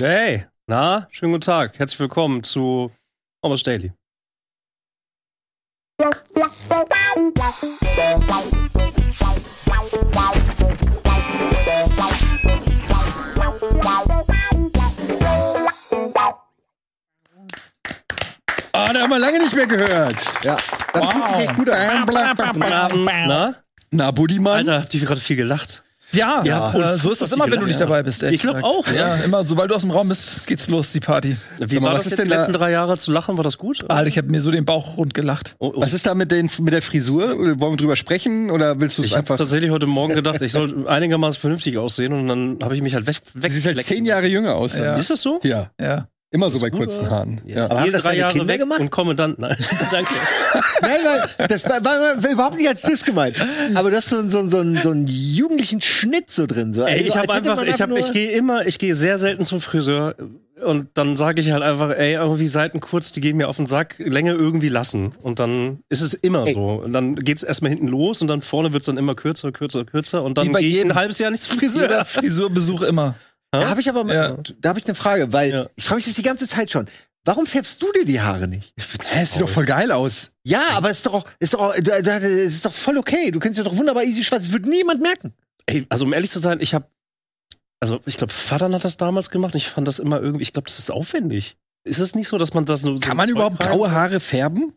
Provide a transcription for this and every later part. Hey, na, schönen guten Tag. Herzlich willkommen zu Almost Daily. Ah, da haben wir lange nicht mehr gehört. Ja. Das tut mir echt gut an. Guten Abend. Na, Na, Buddimann. Alter, die gerade viel gelacht. Ja, Ja, äh, so ist das immer, wenn du nicht ja. dabei bist. ehrlich Ich glaub gesagt. auch, Ja, immer, sobald du aus dem Raum bist, geht's los, die Party. Wie Sag mal, war was das ist jetzt die denn da- Ah, letzten drei Jahre zu lachen? War das gut? Alter, ich habe mir so den Bauch rund gelacht. Oh, oh. Was ist da mit, den, mit der Frisur? Wollen wir drüber sprechen oder willst du es Ich habe einfach. tatsächlich heute Morgen gedacht, ich soll einigermaßen vernünftig aussehen und dann habe ich mich halt weg. Du weg siehst halt zehn Jahre jünger aus. Ja. dann. Ist das so? Ja, Ja. immer so bei gut kurzen aus. Haaren. Aber Ja. Habt haben das ihr das drei deine Jahre Kinder weg gemacht? und komme dann. Nein, danke. Nein, nein, das war, war, war überhaupt nicht als Diss gemeint. Aber du hast so, einen- so, einen- so, einen- so einen jugendlichen Schnitt so drin. So. Ey, Also, ich als habe hätte einfach, man ich habe, ich nur- gehe immer, ich gehe sehr selten zum Friseur und dann sage ich halt einfach, ey, irgendwie Seiten kurz, die gehen mir auf den Sack, Länge irgendwie lassen und dann ist es immer Ey. so und dann geht's erstmal hinten los und dann vorne wird's dann immer kürzer, kürzer, kürzer und dann bei gehe ich ein jedem. halbes Jahr nicht zum Friseur. Jeder Frisurbesuch immer. Da habe ich aber mal, Ja. da habe ich eine Frage, weil Ja. ich frage mich das die ganze Zeit schon. Warum färbst du dir die Haare nicht? Hä, sieht doch voll geil aus. Ja, aber es ist doch, auch- ist doch, auch- du- du- es ist doch voll okay. Du kannst ja doch wunderbar easy schwarz. Es wird niemand merken. Ey, also um ehrlich zu sein, ich habe, also ich glaube, Vater hat das damals gemacht. und Ich fand das immer irgendwie, ich glaube, das ist aufwendig. Ist es nicht so, dass man das so so Kann man Zeug überhaupt rein- graue Haare färben?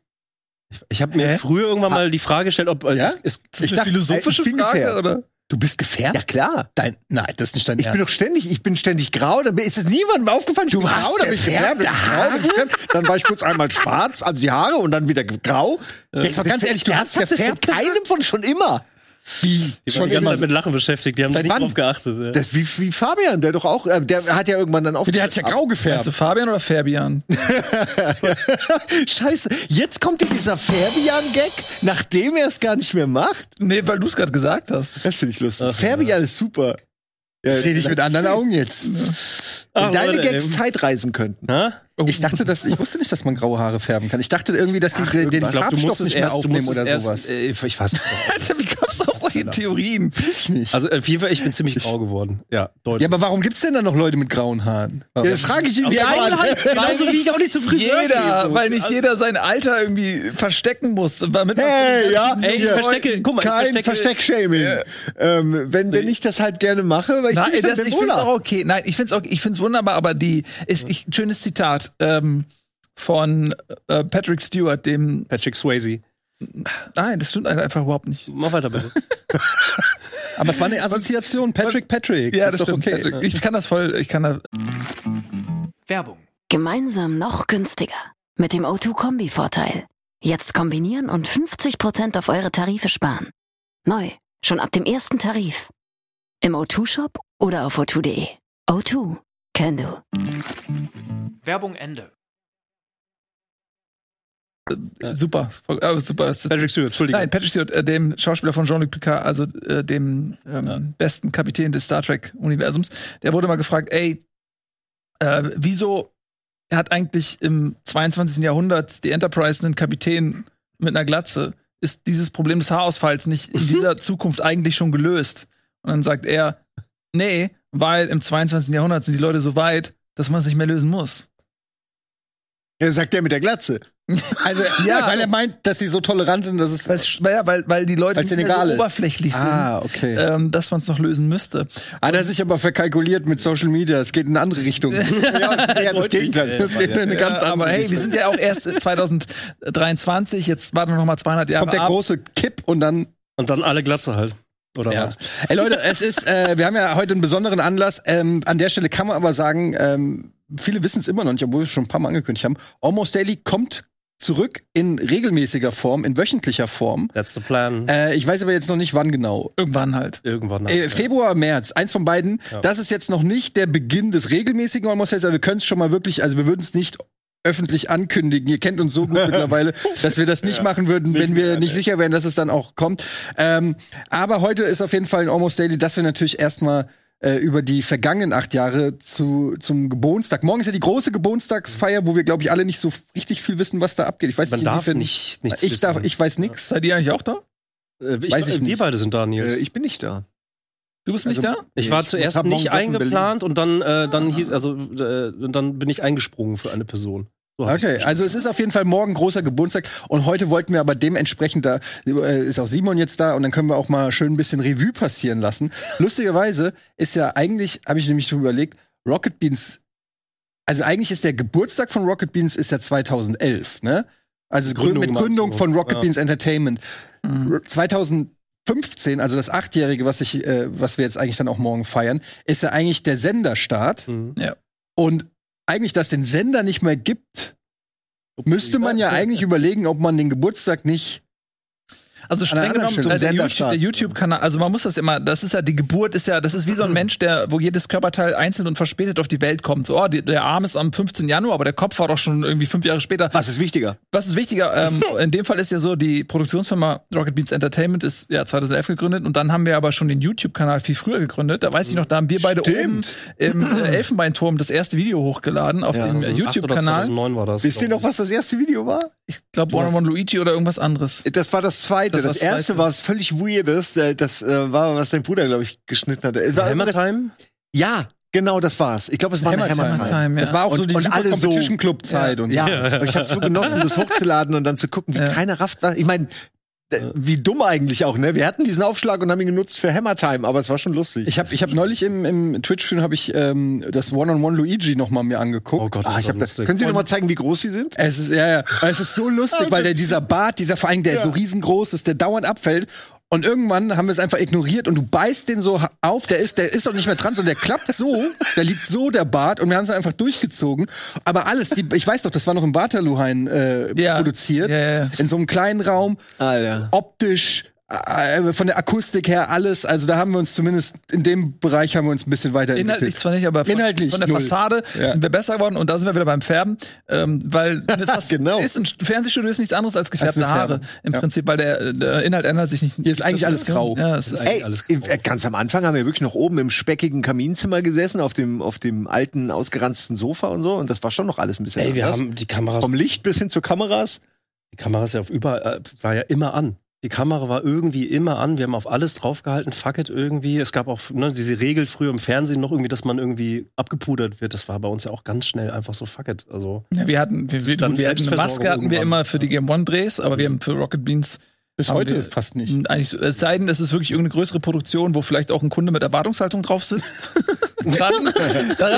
Ich habe mir Hä? früher irgendwann mal die Frage gestellt, ob äh, Ja? es, es, Das ist eine äh, philosophische ich bin Frage, gefärbt. oder? Du bist gefärbt? Ja klar. Dein, nein, das ist nicht dein Ich bin Ernst. doch ständig, ich bin ständig grau. Dann ist es niemandem aufgefallen. Ich du bin hast grau, dann bin ich gefärbte gefärbt, dann bin ich grau, dann bin ich gefärbt. Dann war ich kurz einmal schwarz, also die Haare und dann wieder grau. Jetzt mal ganz ehrlich, du hast Ernsthaft, das fällt gefärbt. keinem von schon immer. Wie? die waren Schon die ganze immer. Zeit mit Lachen beschäftigt. Die haben Seit nicht wann? drauf geachtet. Ja. Das ist wie, wie Fabian, der doch auch, äh, der hat ja irgendwann dann auch. Der hat's ja grau Meinst du gefärbt. Fabian oder Fabian? Scheiße, jetzt kommt ja dieser Fabian-Gag, nachdem er es gar nicht mehr macht. nee, weil du es gerade gesagt hast. Das finde ich lustig. Fabian ist super. Ja, Ich seh dich mit anderen Augen jetzt. Ach, wenn deine Leute, Gags ey. Zeitreisen könnten. Na? Ich dachte, dass, ich wusste nicht, dass man graue Haare färben kann. Ich dachte irgendwie, dass die den Ich glaube, du Farbstoff musst es nicht mehr erst, du musst es aufnehmen oder erst, sowas. Äh, ich weiß nicht. Alter, wie kommst du auf solche Theorien? Ich nicht. Also auf jeden Fall, ich bin ziemlich grau geworden. Ja, Ja, deutlich. aber warum gibt's denn dann noch Leute mit grauen Haaren? Ja, das frage ich ihn ja Nein, an. halt, Genauso weil wie ich auch nicht zum Friseur gehe, Jeder, so. weil nicht jeder sein Alter irgendwie verstecken muss. Damit man- Hey, ja, Ey, ich ja. verstecke, guck mal, ich Kein verstecke- Versteckshaming. Ähm, wenn, wenn ich das halt gerne mache, weil ich Nein, mich dann das, ich wohler. finde es auch okay. Nein, ich finde es ich find's wunderbar, aber die ist ich, ein schönes Zitat ähm, von äh, Patrick Stewart, dem. Patrick Swayze. Nein, das stimmt einfach überhaupt nicht. Mach weiter bitte. Aber es war eine Assoziation. Patrick, Patrick. Ist doch okay. Patrick. Ich kann das voll, ich kann da. Gemeinsam noch günstiger. Mit dem O2-Kombi-Vorteil. Jetzt kombinieren und 50% auf eure Tarife sparen. Neu, schon ab dem ersten Tarif. Im O2-Shop oder auf o2.de. O2, can do. Werbung Ende. Super, voll, aber super. Das, Patrick Stewart, Entschuldigung. nein, Patrick Stewart, äh, dem Schauspieler von Jean-Luc Picard, also äh, dem ähm, besten Kapitän des Star Trek-Universums, der wurde mal gefragt, ey, äh, wieso hat eigentlich im 22. Jahrhundert die Enterprise einen Kapitän mit einer Glatze? Ist dieses Problem des Haarausfalls nicht in dieser Zukunft eigentlich schon gelöst? Und dann sagt er, nee, weil im 22. Jahrhundert sind die Leute so weit, dass man es nicht mehr lösen muss. Ja, sagt der mit der Glatze. Also, ja, weil er meint, dass sie so tolerant sind, dass es. Weil, es- ja, weil, weil die Leute Weil's nicht mehr illegal so ist. oberflächlich sind, Ah, okay. Ah, ähm, dass man es noch lösen müsste. Hat er sich aber verkalkuliert mit Social Media. Es geht in eine andere Richtung. Ja, ja das Gegenteil. Es geht in eine ganz andere Ja, Äh, aber hey, wir Richtung. sind ja auch erst 2023, jetzt warten wir noch mal 200 Jahre Kommt der ab. große Kipp und dann. Und dann alle Glatze halt. Oder Ja. was? Ey Leute, es ist, äh, wir haben ja heute einen besonderen Anlass. Ähm, an der Stelle kann man aber sagen, ähm, viele wissen es immer noch nicht, obwohl wir es schon ein paar Mal angekündigt haben. Almost Daily kommt zurück in regelmäßiger Form, in wöchentlicher Form. That's the plan. Äh, ich weiß aber jetzt noch nicht, wann genau. Irgendwann halt. Irgendwann. halt, Äh, ja. Februar, März, eins von beiden. Ja. Das ist jetzt noch nicht der Beginn des regelmäßigen Almost Daily, aber wir können es schon mal wirklich, also wir würden es nicht öffentlich ankündigen. Ihr kennt uns so gut mittlerweile, dass wir das nicht machen würden, wenn wir nicht sicher wären, dass es dann auch kommt. Ähm, aber heute ist auf jeden Fall ein Almost Daily, dass wir natürlich erstmal äh, über die vergangenen acht Jahre zu, zum Geburtstag. Morgen ist ja die große Geburtstagsfeier, wo wir, glaube ich, alle nicht so richtig viel wissen, was da abgeht. Ich weiß Man darf inwiefern- nicht, nichts ich, wissen. darf, ich weiß nichts. Seid ihr eigentlich auch da? Äh, ich, weiß ich wir nicht. beide sind Daniel. ich bin nicht da. Du bist nicht Also- da? Ich Nee, war ich zuerst hab morgen nicht Job in Ah. eingeplant und dann, äh, dann hieß, also äh, und dann bin ich eingesprungen für eine Person. So hab ich's Okay, also es ist auf jeden Fall morgen großer Geburtstag und heute wollten wir aber dementsprechend da äh, ist auch Simon jetzt da und dann können wir auch mal schön ein bisschen Revue passieren lassen. Lustigerweise ist ja eigentlich habe ich nämlich drüber überlegt, Rocket Beans also eigentlich ist der Geburtstag von Rocket Beans ist ja 2011, ne? Also Gründung Gründung, mit meinst Gründung du? von Rocket Ja. Beans Entertainment. Mhm. R- 2015, also das achtjährige, was ich äh, was wir jetzt eigentlich dann auch morgen feiern, ist ja eigentlich der Senderstart. Mhm. Und eigentlich, dass den Sender nicht mehr gibt, müsste man ja eigentlich überlegen, ob man den Geburtstag nicht. Also An streng einer anderen genommen, Stelle. äh, der Zum YouTube- Senderstart. der YouTube-Kanal, also man muss das immer, das ist ja, die Geburt ist ja, das ist wie so ein Mensch, der, wo jedes Körperteil einzeln und verspätet auf die Welt kommt. So, oh, die, der Arm ist am 15. Januar, aber der Kopf war doch schon irgendwie fünf Jahre später. Was ist wichtiger? Was ist wichtiger? Ähm, in dem Fall ist ja so, die Produktionsfirma Rocket Beats Entertainment ist ja 2011 gegründet und dann haben wir aber schon den YouTube-Kanal viel früher gegründet. Da weiß ich noch, da haben wir beide Stimmt. oben im äh, Elfenbeinturm das erste Video hochgeladen auf dem äh, 2008 oder YouTube-Kanal. 2009 war das. Wisst ihr glaub noch, was das erste Video war? Ich glaube, One on One Luigi oder irgendwas anderes. Äh, Das war das zweite. Das Das, war das erste zweite. war es völlig weirdes. äh, Das äh, war, was dein Bruder, glaube ich, geschnitten hatte. Es ich. war immer das, Hammertime? ja, genau, das war's. Ich glaube, es war eine Hammer Time, Hammer Time. Time, ja. Das war auch Und- so die und Super alle so- Competition Club Zeit und Ja, aber ich habe so genossen, das hochzuladen und dann zu gucken, wie Ja. keiner rafft. was- Ich meine, wie dumm eigentlich auch, ne? Wir hatten diesen Aufschlag und haben ihn genutzt für Hammer Time, aber es war schon lustig. Ich habe ich hab neulich im, im Twitch-Stream hab ich, ähm, das One-on-One Luigi nochmal mir angeguckt. Oh Gott, ah, ich hab das, können Sie mir noch mal zeigen, wie groß Sie sind? Es ist, ja, ja. Aber Es ist so lustig, weil der, dieser Bart, dieser vor allem, der so riesengroß ist, der dauernd abfällt. Und irgendwann haben wir es einfach ignoriert und du beißt den so ha- auf, der ist, der ist doch nicht mehr dran, sondern der klappt so, der liegt so, der Bart, und wir haben es einfach durchgezogen. Aber alles, die, ich weiß doch, das war noch im Waterloo-Hain äh, Ja. produziert, Ja, ja, ja. in so einem kleinen Raum. Alter. optisch, äh, von der Akustik her, alles. Also da haben wir uns zumindest in dem Bereich haben wir uns ein bisschen weiterentwickelt. Inhaltlich zwar nicht, aber von, Inhaltlich von der null. Fassade Ja. sind wir besser geworden und da sind wir wieder beim Färben, ähm, weil eine Fass- Genau. ist ein Fernsehstudio ist nichts anderes als gefärbte eine Haare Färbung. im Ja. Prinzip, weil der, der Inhalt ändert sich nicht. Hier ist eigentlich alles grau. Ja, es ist Ey, alles im- äh, ganz am Anfang haben wir wirklich noch oben im speckigen Kaminzimmer gesessen, auf dem, auf dem alten, ausgeranzten Sofa und so. Und das war schon noch alles ein bisschen Ey, wir anders. haben die Kameras, Vom Licht bis hin zu Kameras. die Kamera ist ja auf überall, äh, war ja immer an. Die Kamera war irgendwie immer an. Wir haben auf alles draufgehalten. Fuck it irgendwie. Es gab auch ne, diese Regel früher im Fernsehen noch irgendwie, dass man irgendwie abgepudert wird. Das war bei uns ja auch ganz schnell einfach so fuck it. Also Ja, wir hatten, wir, wir, Dann gut, wir hatten eine Selbstversorgung Maske hatten wir irgendwann. immer für die Game One Drehs, aber wir haben für Rocket Beans Bis Haben heute wir- fast nicht. eigentlich, so- es sei denn, es ist wirklich irgendeine größere Produktion, wo vielleicht auch ein Kunde mit Erwartungshaltung drauf sitzt. Dann, daran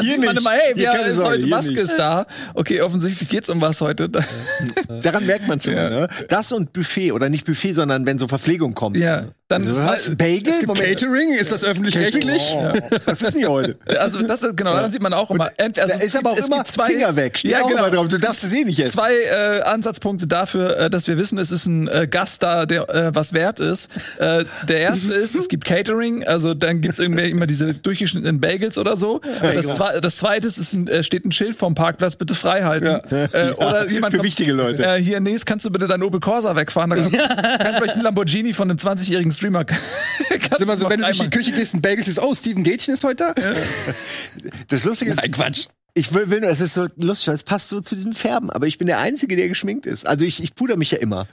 Hier sieht man nicht. immer, hey, Hier ja, keine ist Sorge, heute hier Maske nicht. ist da. Okay, offensichtlich geht's um was heute. Daran merkt man schon, ne? Das und Buffet, oder nicht Buffet, sondern wenn so Verpflegung kommt. Ja, dann ist Was? Bagel? Moment. Catering? Ist das öffentlich-rechtlich? Oh, Was ist denn hier heute? Also das ist, genau, daran sieht man auch immer. Ent- Also da ist aber auch immer Finger weg. Steht ja, auch genau. immer drauf. Du darfst es eh nicht essen. Zwei äh, Ansatzpunkte dafür, äh, dass wir wissen, es ist ein äh, Gast da, der äh, was wert ist. Äh, der erste ist, es gibt Catering, also dann gibt's irgendwie immer diese durchgeschnittenen Bagels oder so. das, zwe das zweite ist, ist ein, äh, steht ein Schild vom Parkplatz, bitte frei halten. Äh, oder jemand für kommt, wichtige Leute. Äh, hier, Nils, kannst du bitte deinen Opel Corsa wegfahren? Da kann, kann vielleicht ein Lamborghini von einem 20-jährigen Streamer. Ist immer so, wenn du durch die Küche Küche gehst und Bagels ist, oh, Steven Gätchen ist heute da? Das Lustige ist, Nein, Quatsch. ich will, will nur, es ist so lustig, weil es passt so zu diesem Färben, aber ich bin der Einzige, der geschminkt ist. Also ich, ich puder mich ja immer.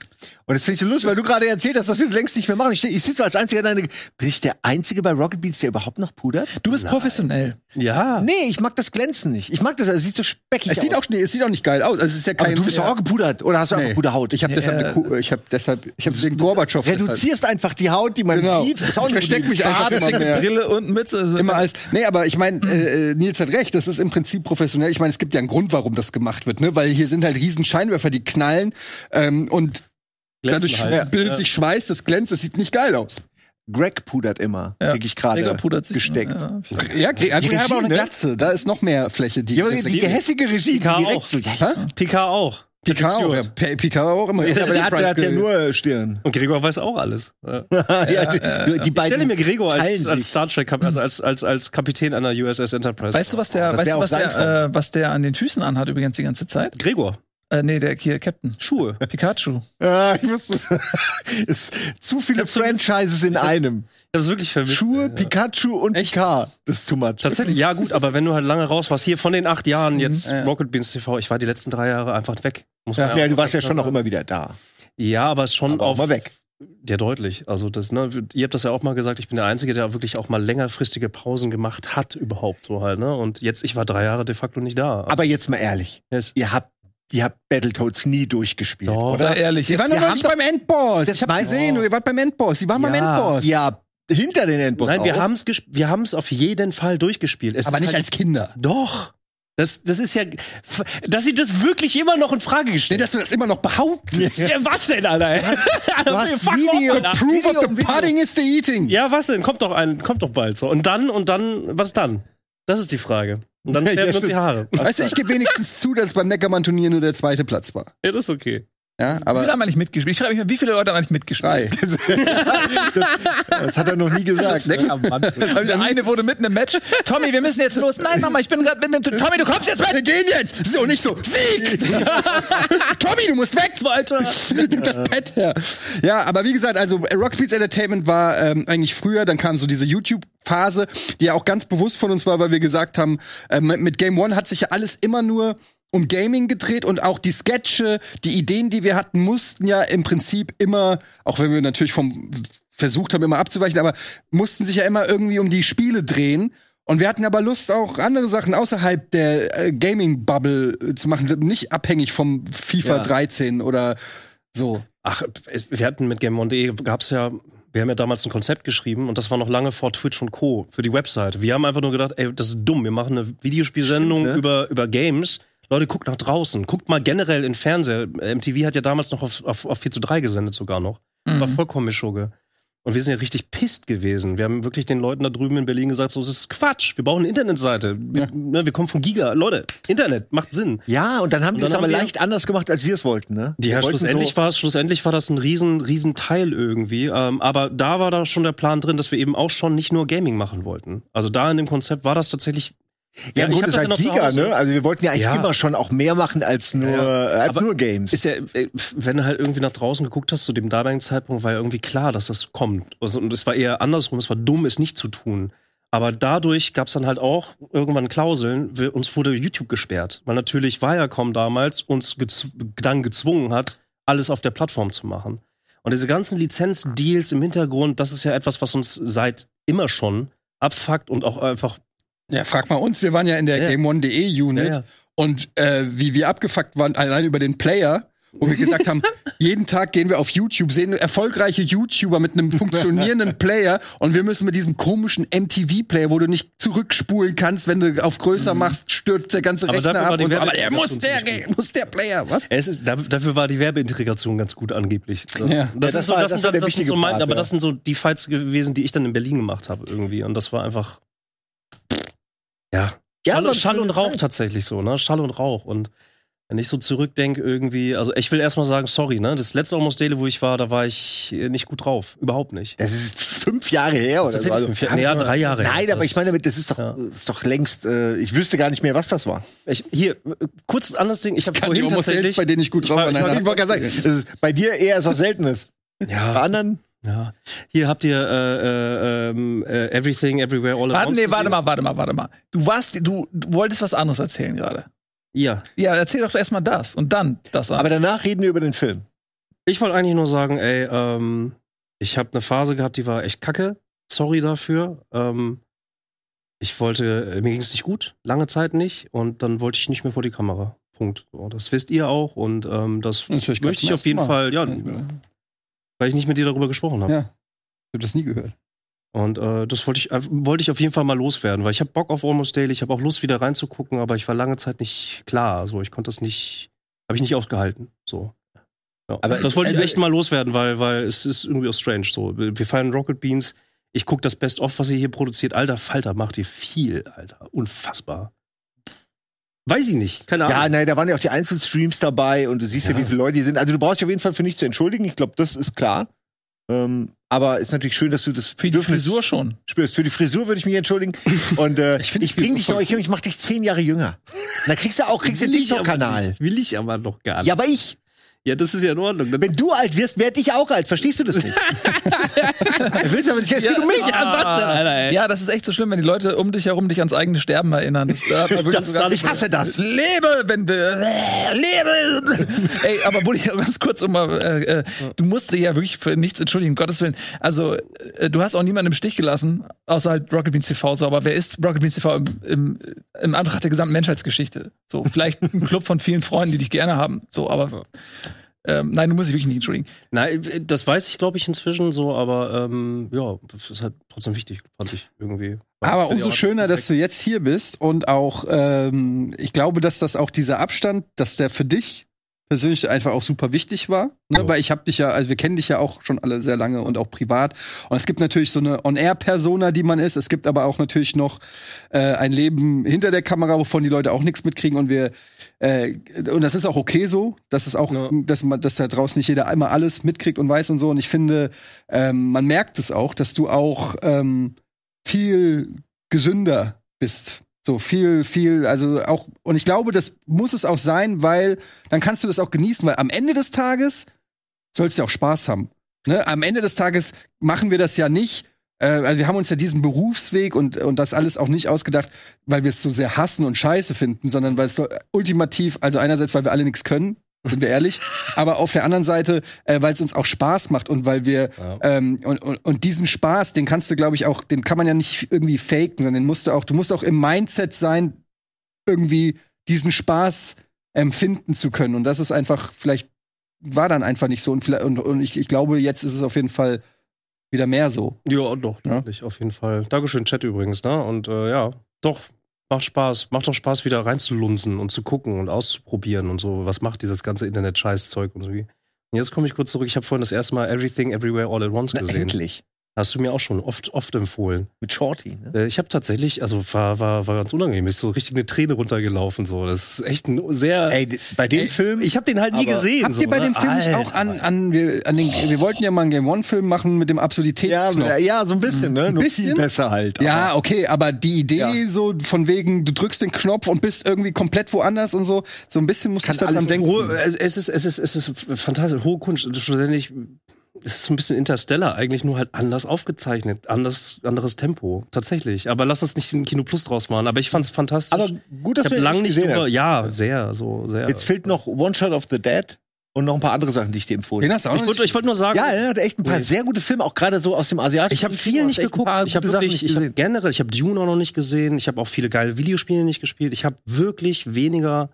Und das finde ich so lustig, weil du gerade erzählt hast, dass wir es längst nicht mehr machen. Ich, steh- ich sitze als Einziger da und denke, bin ich der Einzige bei Rocket Beats, der überhaupt noch pudert? Du bist professionell. ja. Nee, ich mag das Glänzen nicht. Ich mag das, also es sieht so speckig Es sieht, auch, nee, es sieht auch nicht geil aus. Also, es ist ja aber kein, du bist doch ja. auch gepudert oder hast du Nee. einfach gute Haut? Ich habe deshalb, eine Kuh- ich habe deshalb, ich habe den Gorbatschow deshalb. reduzierst einfach die Haut, die man Genau. sieht. Ich versteck mich einfach Adel- immer Dicke mehr. Brille und Mütze. Also Immer als, nee, aber ich Mhm. meine, äh, äh, Nils hat recht, das ist im Prinzip professionell. Ich meine, es gibt ja einen Grund, warum das gemacht wird, ne? Weil hier sind halt riesen Scheinwerfer, die knallen ähm, und dadurch Glänzen schw- halt. bildet Ja. sich Schweiß, das glänzt, das sieht nicht geil aus. Greg pudert immer, Ja. krieg ich Gregor gerade pudert sich, ne? gesteckt. Ja. Ja, Gre- also Die wir haben Regie, auch eine ne? Glatze, da ist noch mehr Fläche, die Ja, aber die gehässige Regie, die Picard direkt auch. so, ja, Hä? PK auch. Picard auch, ja, Reduktion. P- Picard auch immer. Ja, aber der hat, der hat ja nur äh, Stirn. Und Gregor weiß auch alles. Äh, Ja. ja, die, die Ich stelle beiden. mir Gregor teilen als, sich. als Star Trek, also als, als, als Kapitän einer USS Enterprise. Weißt du, was der, Das weißt wär du, auch was sein der, äh, was der an den Füßen anhat übrigens die ganze Zeit? Gregor. Äh, nee, der hier Captain. Schuhe. Pikachu. Ah, ich wusste, es zu viele Franchises in einem. Das ist wirklich vermisst. Schuhe, ey. Pikachu und Picard. Das ist too much. Tatsächlich, ja gut, aber wenn du halt lange raus warst, hier von den acht Jahren jetzt ja. Rocket Beans TV, ich war die letzten drei Jahre einfach weg. Muss man ja, du warst ja auch schon noch sagen. immer wieder da. Ja, aber schon Aber auch auf mal weg. Ja, deutlich. Also das, ne, ihr habt das ja auch mal gesagt, ich bin der Einzige, der wirklich auch mal längerfristige Pausen gemacht hat, überhaupt so halt, ne? Und jetzt, ich war drei Jahre de facto nicht da. Aber jetzt mal ehrlich, Yes. ihr habt, ihr habt Battletoads nie durchgespielt. Doch. Sei ehrlich. Sie waren doch Sie noch haben nicht doch- beim Endboss. Das Ich hab's weiß- gesehen, ihr wart beim Endboss. Sie waren beim Ja. Endboss. Ja, hinter den Endboss. Nein, wir auch. haben es wir haben es auf jeden Fall durchgespielt. Es Aber ist nicht halt, als Kinder. Doch. Das, das ist ja, dass sie das wirklich immer noch in Frage Nee, gestellt. dass du das immer noch behauptest. ja, was denn, Alter? ey? Du hast Fuck off, Video- Alter. Proof Video of the und Video. pudding is the eating. Ja, was denn? Kommt doch ein, kommt doch bald so. Und dann, und dann, was dann? Das ist die Frage. Und dann Ja, färben uns stimmt. die Haare. Weißt du, ich gebe wenigstens zu, dass beim Neckermann-Turnier nur der zweite Platz war. Ja, das ist okay. Ja, Wie viele aber haben eigentlich mitgespielt? Ich frage mich mal, wie viele Leute haben eigentlich drei. mitgespielt? Das hat er noch nie gesagt. ne? Leck am Mann. Der eine wurde mitten im Match. Tommy, wir müssen jetzt los. Nein, Mama, ich bin gerade mitten im Turnier. Tommy, du kommst jetzt Wir mit. gehen jetzt! So, nicht so. Sieg! Tommy, du musst weg! Zweiter. Gib das Pad her. Ja, aber wie gesagt, also äh, Rocket Beats Entertainment war ähm, eigentlich früher, dann kam so diese YouTube-Phase, die ja auch ganz bewusst von uns war, weil wir gesagt haben, ähm, mit Game One hat sich ja alles immer nur um Gaming gedreht und auch die Sketche, die Ideen, die wir hatten, mussten ja im Prinzip immer, auch wenn wir natürlich vom versucht haben, immer abzuweichen, aber mussten sich ja immer irgendwie um die Spiele drehen. Und wir hatten aber Lust, auch andere Sachen außerhalb der äh, Gaming-Bubble äh, zu machen, nicht abhängig vom FIFA Ja. 13 oder so. Ach, es- wir hatten mit GameOn.de gab's ja, wir haben ja damals ein Konzept geschrieben und das war noch lange vor Twitch und Co. für die Website. Wir haben einfach nur gedacht, ey, das ist dumm. Wir machen eine Videospielsendung Stimmt, ne? über, über Games. Leute, guckt nach draußen. Guckt mal generell in Fernseher. MTV hat ja damals noch auf, auf, auf 4 zu 3 gesendet sogar noch. Mhm. War vollkommen Mischugge. Und wir sind ja richtig pisst gewesen. Wir haben wirklich den Leuten da drüben in Berlin gesagt, so, das ist Quatsch. Wir brauchen eine Internetseite. Wir, ne, wir kommen von Giga. Leute, Internet macht Sinn. Ja, und dann Und haben die dann es aber haben wir- leicht anders gemacht, als wir es wollten, ne? Die ja, Wir wollten schlussendlich, so- war es, schlussendlich war das ein riesen, riesen Teil irgendwie. Ähm, aber da war da schon der Plan drin, dass wir eben auch schon nicht nur Gaming machen wollten. Also da in dem Konzept war das tatsächlich. ja, im ich Grunde hab ist halt zu Giga, Hause. ne? Also wir wollten ja eigentlich Ja. immer schon auch mehr machen als nur, Ja, äh, als Aber nur Games. Ist ja, äh, wenn du halt irgendwie nach draußen geguckt hast, zu dem damaligen Zeitpunkt war ja irgendwie klar, dass das kommt. Also, und es war eher andersrum, es war dumm, es nicht zu tun. Aber dadurch gab es dann halt auch irgendwann Klauseln, wir, uns wurde YouTube gesperrt. Weil natürlich Viacom damals uns gezw dann gezwungen hat, alles auf der Plattform zu machen. Und diese ganzen Lizenzdeals im Hintergrund, das ist ja etwas, was uns seit immer schon abfuckt und auch einfach. Ja, frag mal uns, wir waren ja in der Ja. Game1.de E Unit Ja, ja. und äh, wie wir abgefuckt waren, allein über den Player, wo wir gesagt haben, jeden Tag gehen wir auf YouTube, sehen erfolgreiche YouTuber mit einem funktionierenden Player und wir müssen mit diesem komischen MTV-Player, wo du nicht zurückspulen kannst, wenn du auf größer machst, stürzt der ganze Mhm. Aber Rechner dafür war ab die und so. Aber der Werbeindikation muss der, ziemlich gut. muss der Player, was? Es ist, da- dafür war die Werbeintegration ganz gut angeblich. Das, Ja. das, Ja, das sind so, war- das, das sind, war das der sind wichtige so mein, Part, aber ja. das sind so die Fights gewesen, die ich dann in Berlin gemacht habe irgendwie. Und das war einfach. Ja. Ja, Schall, aber Schall und schöne Rauch Zeit. tatsächlich so, ne? Schall und Rauch. Und wenn ich so zurückdenke, irgendwie, also ich will erstmal sagen, sorry, ne? Das letzte Almost Daily, wo ich war, da war ich äh, nicht gut drauf. Überhaupt nicht. Das ist fünf Jahre her oder so. Also tatsächlich fünf Jahre- nee, ja, drei Jahre her. Nein, aber Das- ich meine, damit, das ist doch, Ja. das ist doch längst, äh, ich wüsste gar nicht mehr, was das war. Ich, hier, äh, kurz ein anderes Ding. Ich habe Kann die vorhin Almost Daily, tatsächlich. bei denen ich gut Ich drauf war- war. ich nein, war- nein. Ich wollte gerade sagen, das ist bei dir eher ist was Seltenes. Bei Ja, anderen, ja. Hier habt ihr äh, äh, ähm, äh, Everything, Everywhere, All at Warte, Once nee, warte gesehen? mal, warte mal, warte mal. Du warst, du, du wolltest was anderes erzählen gerade. Ja. Ja, erzähl doch erstmal das und dann das aber andere. danach reden wir über den Film. Ich wollte eigentlich nur sagen, ey, ähm, ich habe eine Phase gehabt, die war echt kacke. Sorry dafür. Ähm, ich wollte, äh, mir ging es nicht gut, lange Zeit nicht, und dann wollte ich nicht mehr vor die Kamera. Punkt. So, das wisst ihr auch, und ähm, das, Hm, Das höre ich grad möchte zum ich auf ersten jeden Mal. Hm. Fall, ja, Ich habe weil ich nicht mit dir darüber gesprochen habe. Ja. das nie gehört. Und äh, das wollte ich, äh, wollte ich auf jeden Fall mal loswerden, weil ich habe Bock auf Almost Daily, ich habe auch Lust wieder reinzugucken, aber ich war lange Zeit nicht klar. So, ich konnte das nicht, habe ich nicht ausgehalten. So. Ja, Aber aber das wollte ich also- echt mal loswerden, weil, weil es ist irgendwie auch strange. So, wir wir feiern Rocket Beans. Ich gucke das Best of, was ihr hier produziert. Alter Falter, macht ihr viel, Alter. Unfassbar. Weiß ich nicht. Keine Ja, Ahnung. nein, da waren ja auch die Einzelstreams dabei und du siehst ja, Ah. Ja. wie viele Leute hier sind. Also du brauchst dich auf jeden Fall für nichts zu entschuldigen. Ich glaube, das ist klar. Ähm, aber ist natürlich schön, dass du das Für die Bedürfnis Frisur schon. spürst. Für die Frisur würde ich mich entschuldigen. Und äh, Ich ich, find die bring Frisur dich voll noch, ich, ich mach dich zehn Jahre jünger. Und dann kriegst du auch, kriegst du den Will ich aber TikTok-Kanal. nicht. Will ich aber noch gar nicht. Ja, aber ich. Ja, das ist ja in Ordnung. Dann Wenn du alt wirst, werde ich auch alt. Verstehst du das nicht? Er will's aber nicht. Es geht um mich. Ah. Ja, das ist echt so schlimm, wenn die Leute um dich herum dich ans eigene Sterben erinnern. Das, da hat man wirklich Das sogar- darf Ich hasse das. Lebe, wenn wir äh, lebe. Ey, aber Bulli, ganz kurz, um mal, äh, äh, du musst dich ja wirklich für nichts entschuldigen, um Gottes Willen. Also, äh, du hast auch niemanden im Stich gelassen, außer halt Rocket Beans TV. So, aber wer ist Rocket Beans TV im, im, im Antrag der gesamten Menschheitsgeschichte? So, vielleicht ein Club von vielen Freunden, die dich gerne haben. So, aber ähm, nein, du musst dich wirklich nicht entschuldigen. Nein, äh, das weiß ich, glaube ich, inzwischen so, aber ähm, ja, das ist halt trotzdem wichtig, fand ich irgendwie. Aber Finde ich umso auch schöner, dass perfekt. du jetzt hier bist und auch, ähm, ich glaube, dass das auch dieser Abstand, dass der für dich persönlich einfach auch super wichtig war, ne? Ja. weil ich habe dich ja, also wir kennen dich ja auch schon alle sehr lange und auch privat. Und es gibt natürlich so eine On-Air-Persona, die man ist. Es gibt aber auch natürlich noch äh, ein Leben hinter der Kamera, wovon die Leute auch nichts mitkriegen und wir äh, und das ist auch okay so, dass es auch, Ja. dass man, dass da draußen nicht jeder immer alles mitkriegt und weiß und so. Und ich finde, ähm, man merkt es auch, dass du auch ähm, viel gesünder bist. So viel, viel, also auch, und ich glaube, das muss es auch sein, weil dann kannst du das auch genießen, weil am Ende des Tages sollst du auch Spaß haben. Ne? Am Ende des Tages machen wir das ja nicht. Äh, also wir haben uns ja diesen Berufsweg und, und das alles auch nicht ausgedacht, weil wir es so sehr hassen und scheiße finden, sondern weil es so ultimativ, also einerseits, weil wir alle nichts können, sind wir ehrlich, aber auf der anderen Seite, äh, weil es uns auch Spaß macht und weil wir Ja. ähm, und, und, und diesen Spaß, den kannst du, glaube ich, auch, den kann man ja nicht irgendwie faken, sondern den musst du auch, du musst auch im Mindset sein, irgendwie diesen Spaß empfinden zu können. Und das ist einfach, vielleicht war dann einfach nicht so. Und, vielleicht, und, und ich, ich glaube, jetzt ist es auf jeden Fall wieder mehr so. Ja, doch, Ja. natürlich, auf jeden Fall. Dankeschön, Chat übrigens, ne? Und äh, ja, doch, macht Spaß. Macht doch Spaß, wieder reinzulunsen und zu gucken und auszuprobieren und so. Was macht dieses ganze Internet-Scheißzeug und so wie. Und jetzt komme ich kurz zurück. Ich habe vorhin das erste Mal Everything Everywhere All at Once Na, gesehen. endlich. Hast du mir auch schon oft, oft empfohlen. Mit Shorty. Ne? Äh, Ich habe tatsächlich, also war, war, war ganz unangenehm, Mir ist so richtig eine Träne runtergelaufen. So. Das ist echt ein sehr. Ey, d- bei dem Ey, Film. ich habe den halt nie aber- gesehen. Habt so, ihr bei ne? dem Film nicht auch Alter. an, an, wir, an den, wir wollten ja mal einen Game One-Film machen mit dem ja, Absurditätsknopf. ja, ja, so ein bisschen, ne? Nur bisschen? viel besser halt. Ja, okay, aber die Idee Ja. so von wegen, du drückst den Knopf und bist irgendwie komplett woanders und so, so ein bisschen musst du kann daran alles denken. Hohe, es ist, es ist, es ist fantastisch. Hohe Kunst. Und Schlussendlich ist es ein bisschen Interstellar, eigentlich nur halt anders aufgezeichnet, anders, anderes Tempo, tatsächlich. Aber lass uns nicht in Kino Plus draus machen. Aber ich fand's fantastisch. Aber gut, ich dass habe wir lange nicht gesehen drüber. hast. Ja, sehr, so sehr. Jetzt fehlt noch One Shot of the Dead und noch ein paar andere Sachen, die ich dir empfohlen Den habe. hast du auch ich noch wollte, ich wollte nur sagen. Ja, er hat echt ein paar Nee. sehr gute Filme, auch gerade so aus dem asiatischen. Ich habe viel Kino hast nicht echt ein geguckt. paar Ich habe gute Sachen wirklich, ich gesehen. hab generell, ich habe Dune auch noch nicht gesehen. Ich habe auch viele geile Videospiele nicht gespielt. Ich habe wirklich weniger.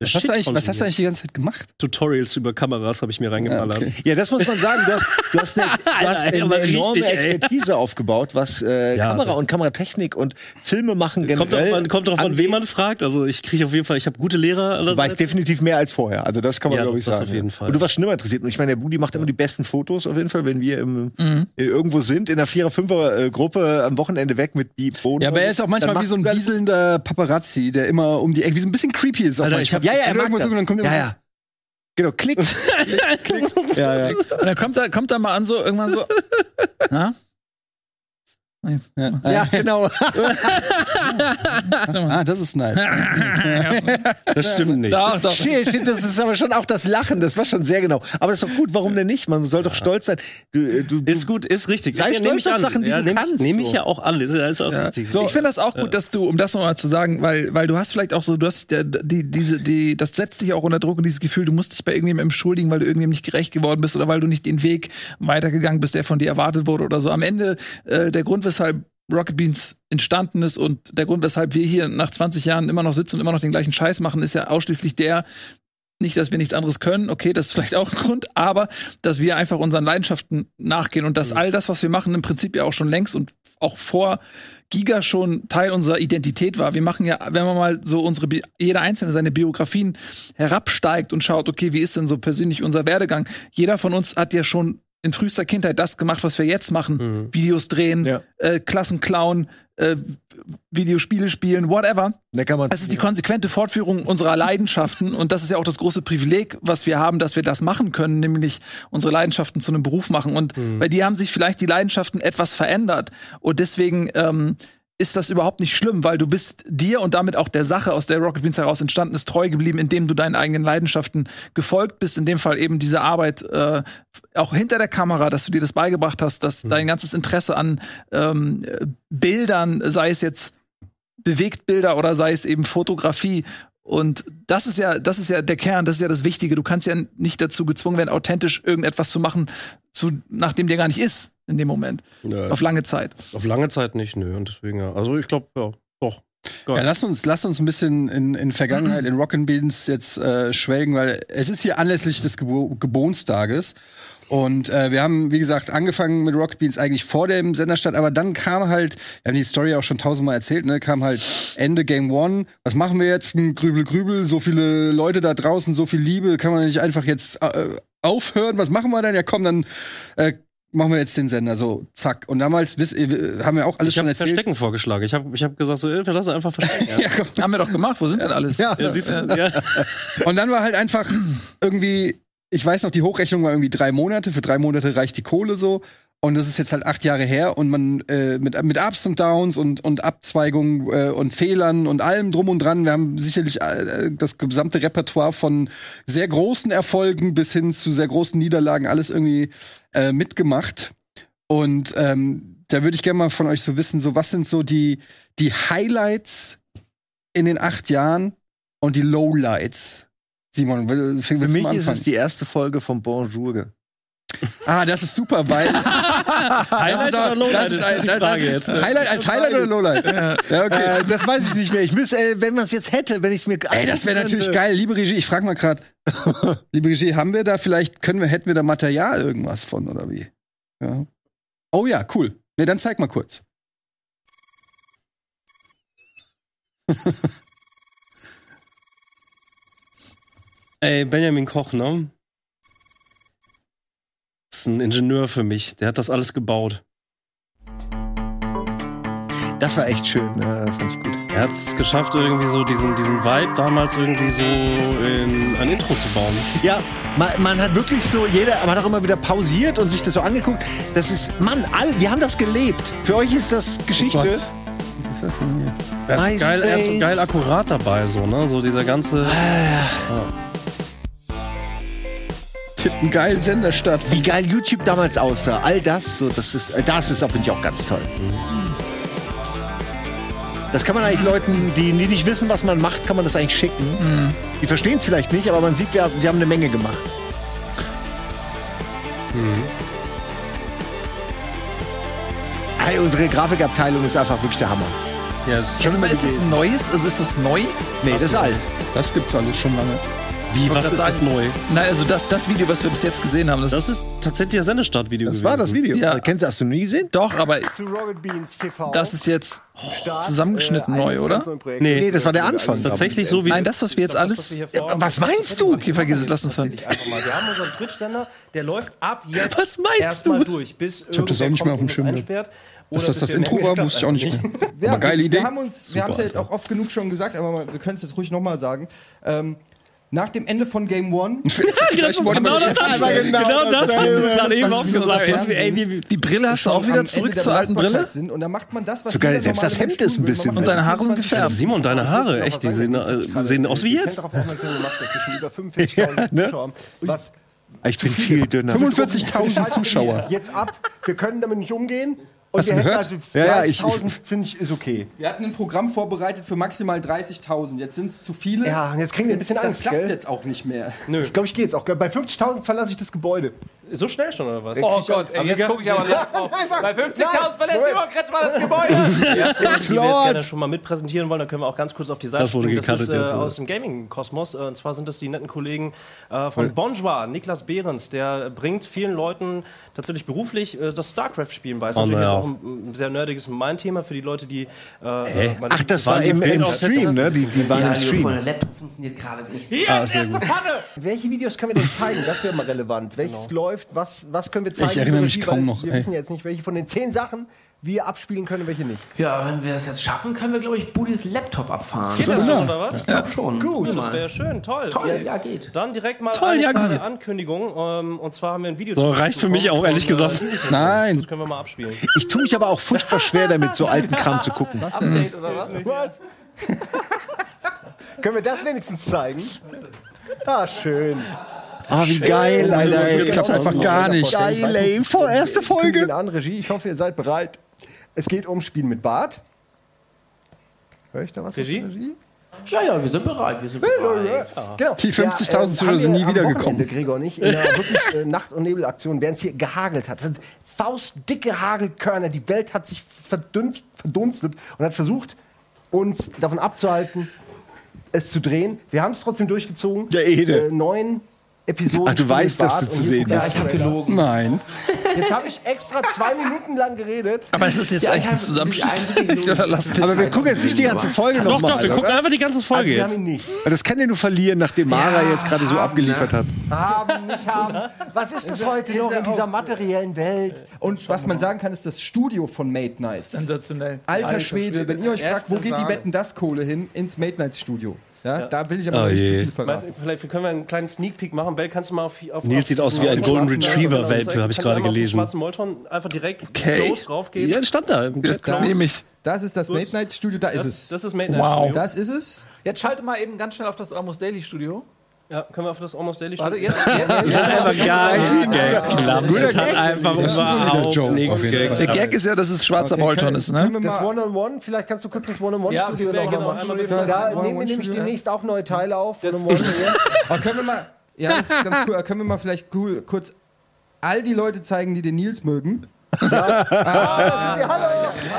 Was hast, Shit du eigentlich, was hast du konsumiert. eigentlich die ganze Zeit gemacht? Tutorials über Kameras habe ich Ah, mir reingeballert. okay. Ja, das muss man sagen. Du hast, du hast eine, du hast Alter, eine aber enorme richtig, ey. Expertise aufgebaut, was äh, Ja, Kamera das- und Kameratechnik und Filme machen Kommt drauf generell. an, kommt drauf an angeht. wen man fragt. Also ich kriege auf jeden Fall, ich habe gute Lehrer. Du weißt allerseits. definitiv mehr als vorher. Also das kann man Ja, glaube ich das sagen. auf jeden ja. Fall. Und du warst schon immer interessiert. Und ich meine, der Budi macht immer die besten Fotos auf jeden Fall, wenn wir im, Mhm. äh, irgendwo sind in der vierer fünfer äh, Gruppe am Wochenende weg mit Bi- Boden. Ja, aber er ist auch manchmal wie so ein wieselnder Paparazzi, der immer um die Ecke, wie so ein bisschen creepy ist. Auch Alter, ich manchmal. hab- Ja, ja, er Wenn du mag irgendwo das. so- dann kommt ja, immer- ja. Genau, klick. ja, ja. Und dann kommt er, kommt er mal an, so irgendwann so. Na? Jetzt. Ja, ja, genau. Ah, das ist nice. das stimmt nicht. Doch, doch. Shit, shit, das ist aber schon auch das Lachen, das war schon sehr genau. Aber das ist doch gut, warum denn nicht? Man soll doch stolz sein. Du, äh, du, Ist gut, ist richtig. Sei Ja, nehm stolz auf Sachen, die ja, du nehm ich, kannst, Nehme ich so. ja auch an. Das ist auch richtig. ich finde das auch gut, dass du, um das nochmal zu sagen, weil, weil du hast vielleicht auch so, du hast äh, die, diese, die, das setzt dich auch unter Druck und dieses Gefühl, du musst dich bei irgendjemandem entschuldigen, weil du irgendjemandem nicht gerecht geworden bist oder weil du nicht den Weg weitergegangen bist, der von dir erwartet wurde oder so. Am Ende äh, der Grund, weshalb Rocket Beans entstanden ist und der Grund, weshalb wir hier nach 20 Jahren immer noch sitzen und immer noch den gleichen Scheiß machen, ist ja ausschließlich der, nicht, dass wir nichts anderes können, okay, das ist vielleicht auch ein Grund, aber dass wir einfach unseren Leidenschaften nachgehen und dass all das, was wir machen, im Prinzip ja auch schon längst und auch vor Giga schon Teil unserer Identität war. Wir machen ja, wenn man mal so unsere, Bi jeder Einzelne seine Biografien herabsteigt und schaut, okay, wie ist denn so persönlich unser Werdegang? Jeder von uns hat ja schon in frühester Kindheit das gemacht, was wir jetzt machen. Videos drehen, Ja. äh, Klassen klauen, äh, Videospiele spielen, whatever. da kann man, Es ist die konsequente Fortführung unserer Leidenschaften und das ist ja auch das große Privileg, was wir haben, dass wir das machen können, nämlich unsere Leidenschaften zu einem Beruf machen. Und bei dir haben sich vielleicht die Leidenschaften etwas verändert und deswegen ähm, ist das überhaupt nicht schlimm, weil du bist dir und damit auch der Sache, aus der Rocket Beans heraus entstanden ist, treu geblieben, indem du deinen eigenen Leidenschaften gefolgt bist. In dem Fall eben diese Arbeit äh, auch hinter der Kamera, dass du dir das beigebracht hast, dass dein ganzes Interesse an ähm, Bildern, sei es jetzt Bewegtbilder oder sei es eben Fotografie. Und das ist ja, das ist ja der Kern, das ist ja das Wichtige. Du kannst ja nicht dazu gezwungen werden, authentisch irgendetwas zu machen, zu, nachdem dir gar nicht ist in dem Moment. Nö. Auf lange Zeit. Auf lange Zeit nicht, nö. Und deswegen, ja. Also ich glaube, ja, doch. Geil. Ja, lass uns, lass uns ein bisschen in, in Vergangenheit, in Rock'n'Beans jetzt äh, schwelgen, weil es ist hier anlässlich des Gebo Geburtstages. Und äh, wir haben, wie gesagt, angefangen mit Rocket Beans eigentlich vor dem Senderstart, aber dann kam halt, wir haben die Story auch schon tausendmal erzählt, ne, kam halt Ende Game One. Was machen wir jetzt? Hm, grübel, grübel, so viele Leute da draußen, so viel Liebe, kann man nicht einfach jetzt äh, aufhören? Was machen wir denn? Ja, komm, dann äh, machen wir jetzt den Sender so, zack. Und damals wisst ihr, haben wir auch alles Ich schon habe erzählt. Verstecken vorgeschlagen. Ich habe ich hab gesagt, so, ey, lass einfach verstecken. ja. Ja, komm. Haben wir doch gemacht, wo sind denn alles? Ja. Ja, siehst du, ja. Und dann war halt einfach irgendwie, ich weiß noch, die Hochrechnung war irgendwie drei Monate. Für drei Monate reicht die Kohle so. Und das ist jetzt halt acht Jahre her und man äh, mit, mit Ups und Downs und, und Abzweigungen äh, und Fehlern und allem drum und dran. Wir haben sicherlich äh, das gesamte Repertoire von sehr großen Erfolgen bis hin zu sehr großen Niederlagen alles irgendwie äh, mitgemacht. Und ähm, da würde ich gerne mal von euch so wissen, so was sind so die, die Highlights in den acht Jahren und die Lowlights? Simon, will, fäng- Für willst du mich mal ist es anfangen? die erste Folge von Bonjour. Ah, das ist super, weil Highlight auch- oder Lowlight das ist ist ein- die das- Frage das- jetzt. ne? Highlight als Highlight oder Lowlight? Ja, okay. Äh, das weiß ich nicht mehr. Ich müsste, äh, wenn man es jetzt hätte, wenn ich es mir. Ey, das wäre natürlich geil. Liebe Regie, ich frage mal gerade, liebe Regie, haben wir da vielleicht, können wir, hätten wir da Material irgendwas von oder wie? Ja. Oh ja, cool. Ne, dann zeig mal kurz. Ey, Benjamin Koch, ne? Ist ein Ingenieur für mich. Der hat das alles gebaut. Das war echt schön. Ja, fand ich gut. Er hat es geschafft, irgendwie so diesen, diesen Vibe damals irgendwie so in ein Intro zu bauen. Ja, man, man hat wirklich so, jeder, man hat auch immer wieder pausiert und sich das so angeguckt. Das ist, Mann, all, wir haben das gelebt. Für euch ist das Geschichte. Was ist das denn hier? Er ist, geil, er ist so MySpace. geil akkurat dabei, so, ne? So dieser ganze. Tipp einen geilen Sender statt. Wie geil YouTube damals aussah. All das, so, das ist, äh, das ist auch, finde ich, auch ganz toll. Das kann man eigentlich Leuten, die, die nicht wissen, was man macht, kann man das eigentlich schicken. Mhm. Die verstehen es vielleicht nicht, aber man sieht, wir, sie haben eine Menge gemacht. Mhm. Hey, unsere Grafikabteilung ist einfach wirklich der Hammer. Ja, es Also, ist das ein neues? Also ist das neu? Nee, das ist alt. Das gibt's alles schon lange. wie, was ist das neu? Nein, also das, das Video, was wir bis jetzt gesehen haben, das, Das ist tatsächlich das Sendestart-Video. Das war das Video. Ja. Kennst du, hast du nie gesehen? doch, aber zu Rocket Beans TV. das ist jetzt oh, zusammengeschnitten neu, oder? Nee. Nee, das war der Anfang. Das ist tatsächlich so wie. Nein, das, was wir jetzt alles. was meinst du? Okay, vergiss es, lass uns hören. Tatsächlich einfach mal. Wir haben unseren Twitch-Sender, der läuft ab jetzt Was meinst erstmal du? durch, bis Ich hab das auch nicht mehr auf dem Schirm. ne? Dass das das Intro war, wusste ich auch nicht mehr. Aber geile wir, Idee. Wir haben uns, wir haben es ja jetzt auch oft genug schon gesagt, aber mal, wir können es jetzt ruhig nochmal sagen. Ähm, nach dem Ende von Game One Vielleicht wollte man genau die das, erste hast du- Stelle- genau das hast du gerade eben auch gesagt. Fernsehen. Ey, wie, Die Brille hast du auch wieder zurück zur alten Brille? Sind. Und dann macht man das, was Sogar jeder selbst das normale Hemd Mensch ist ein tun will. bisschen Man macht Und deine Haare 24 sind gefärbt. Simon, deine Haare, echt, die sehen, äh, sehen aus wie jetzt. Darauf aufmerksam gemacht, dass wir schon über 45.000 Zuschauer haben. Was Ich bin viel dünner. 45.000 Zuschauer. jetzt ab, wir können damit nicht umgehen. Und Hast wir du hätten gehört? also Ja, ja, 30.000, finde ich, ist okay. Wir hatten ein Programm vorbereitet für maximal 30.000. Jetzt sind es zu viele. Ja, und jetzt kriegen wir ein bisschen das Angst, klappt gell? jetzt auch nicht mehr. Ich glaube, ich gehe jetzt auch. gell? Bei 50.000 verlasse ich das Gebäude. So schnell schon, oder was? Oh Gott, ey, jetzt gucke ich aber live drauf. Bei 50.000 verlässt Simon Kretschmann das Gebäude. Die wir jetzt gerne schon mal mit präsentieren wollen, dann können wir auch ganz kurz auf die Seite Das wurde springen. Das ist gecuttet äh, jetzt, ja. aus dem Gaming-Kosmos. Äh, und zwar sind das die netten Kollegen äh, von Hm. Bonjour, Niklas Behrens. Der bringt vielen Leuten tatsächlich beruflich äh, das StarCraft-Spielen bei. Ist Oh, natürlich na ja. jetzt auch ein, ein sehr nerdiges Main-Thema für die Leute, die... Äh, äh, man- Ach, das war im, im Stream, ne? Die, die waren im Stream. Der Laptop funktioniert gerade nicht. Ah, Hier ist erste Panne! Genau. Welche Videos können wir denn zeigen? Das wäre mal relevant. Welches läuft? läuft, was, was können wir zeigen? erinnere für mich Regie, kaum weil noch, Wir ey. wissen jetzt nicht, welche von den zehn Sachen wir abspielen können, welche nicht. Ja, wenn wir das jetzt schaffen, können wir, glaube ich, Budis Laptop abfahren. Geht das schon, oder was? Ich glaube schon. Gut. Das wäre schön, toll. Toll, ja, geht. Dann direkt mal Toll, eine ja, kleine gut. Ankündigung. Ähm, und zwar haben wir ein Video So, reicht für mich auch, ehrlich gesagt. Nein. äh, Das können wir mal abspielen. Ich tue mich aber auch furchtbar schwer damit, so alten Kram zu gucken. Update oder was? Was? können wir das wenigstens zeigen? Ah, schön. Ah, wie geil, Alter. ey. Ich hab's einfach gar nicht. Geil, ey. Vor erste Folge. Folge. an, Regie. Ich hoffe, ihr seid bereit. Es geht um Spielen mit Bart. Hör ich da was? Regie? aus der Ja, ja, wir sind bereit. Wir sind bereit. Genau. Die 50.000 Zuschauer sind haben wir nie am wiedergekommen. Wochenende, Gregor und ich, in einer wirklich äh, Nacht- und Nebelaktion, während es hier gehagelt hat. Das sind faustdicke Hagelkörner. Die Welt hat sich verdünst, verdunstet und hat versucht, uns davon abzuhalten, es zu drehen. Wir haben es trotzdem durchgezogen. Der Ede. Äh, neun Episoden. Ach, du weißt, dass du zu sehen Ja, ich habe gelogen. Nein. Jetzt habe ich extra zwei Minuten lang geredet. Aber es ist jetzt eigentlich ein ich hab- ich hab- Zusammenschnitt. Oder lass Aber wir gucken jetzt nicht die ganze Folge Doch, doch, nochmal. wir gucken einfach die ganze Folge Wir haben jetzt. ihn nicht. Das kann ja nur verlieren, nachdem Mara jetzt gerade so abgeliefert hat. Haben, nicht haben. Was ist das heute ist noch er in dieser auch- materiellen Welt? Und was man sagen kann, ist das Studio von Mate Nights. Sensationell. Alter Schwede, wenn ihr euch fragt, wo Erste geht die Sahne. Wetten das Kohle hin? Ins Mate Nights Studio. Ja, Da will ich aber Oh nicht je. zu viel Weiß verraten. nicht, Vielleicht können wir einen kleinen Sneak Peek machen. Bell, kannst du mal auf. auf Nils auf- sieht aus wie auf ein den Golden schwarzen- Also, Retriever-Welpe, habe ich Kannst du gerade einmal auf den gelesen. Schwarzen Molton einfach direkt Okay. los draufgehen. Ja, stand da. im Chat. ne? Da- Nehme ich. Das ist das Mate Nights Studio, da ist Das, es. das ist Made in Wow. Studio. Das ist es. Jetzt schalte mal eben ganz schnell auf das Almost Daily Studio. Ja, können wir auf das Almost Daily Warte, starten? jetzt. jetzt, jetzt. einfach gar nicht geklappt. Das hat einfach Das ist schon wieder Joke, überhaupt auf nichts jeden Fall. Der geklappt. Gag ist ja, dass es schwarzer Molton ist, ne? Können wir Das mal One-on-One, vielleicht kannst du kurz das Ja, One-on-One-Studio das wär noch genau mal einmal machen. Da bevor das nehmen wir nämlich One-on-One-Studio, demnächst auch neue Teile auf. Das- One-on-One. Aber können wir mal. Ja, das ist ganz cool. Aber können wir mal vielleicht cool, kurz all die Leute zeigen, die den Nils mögen?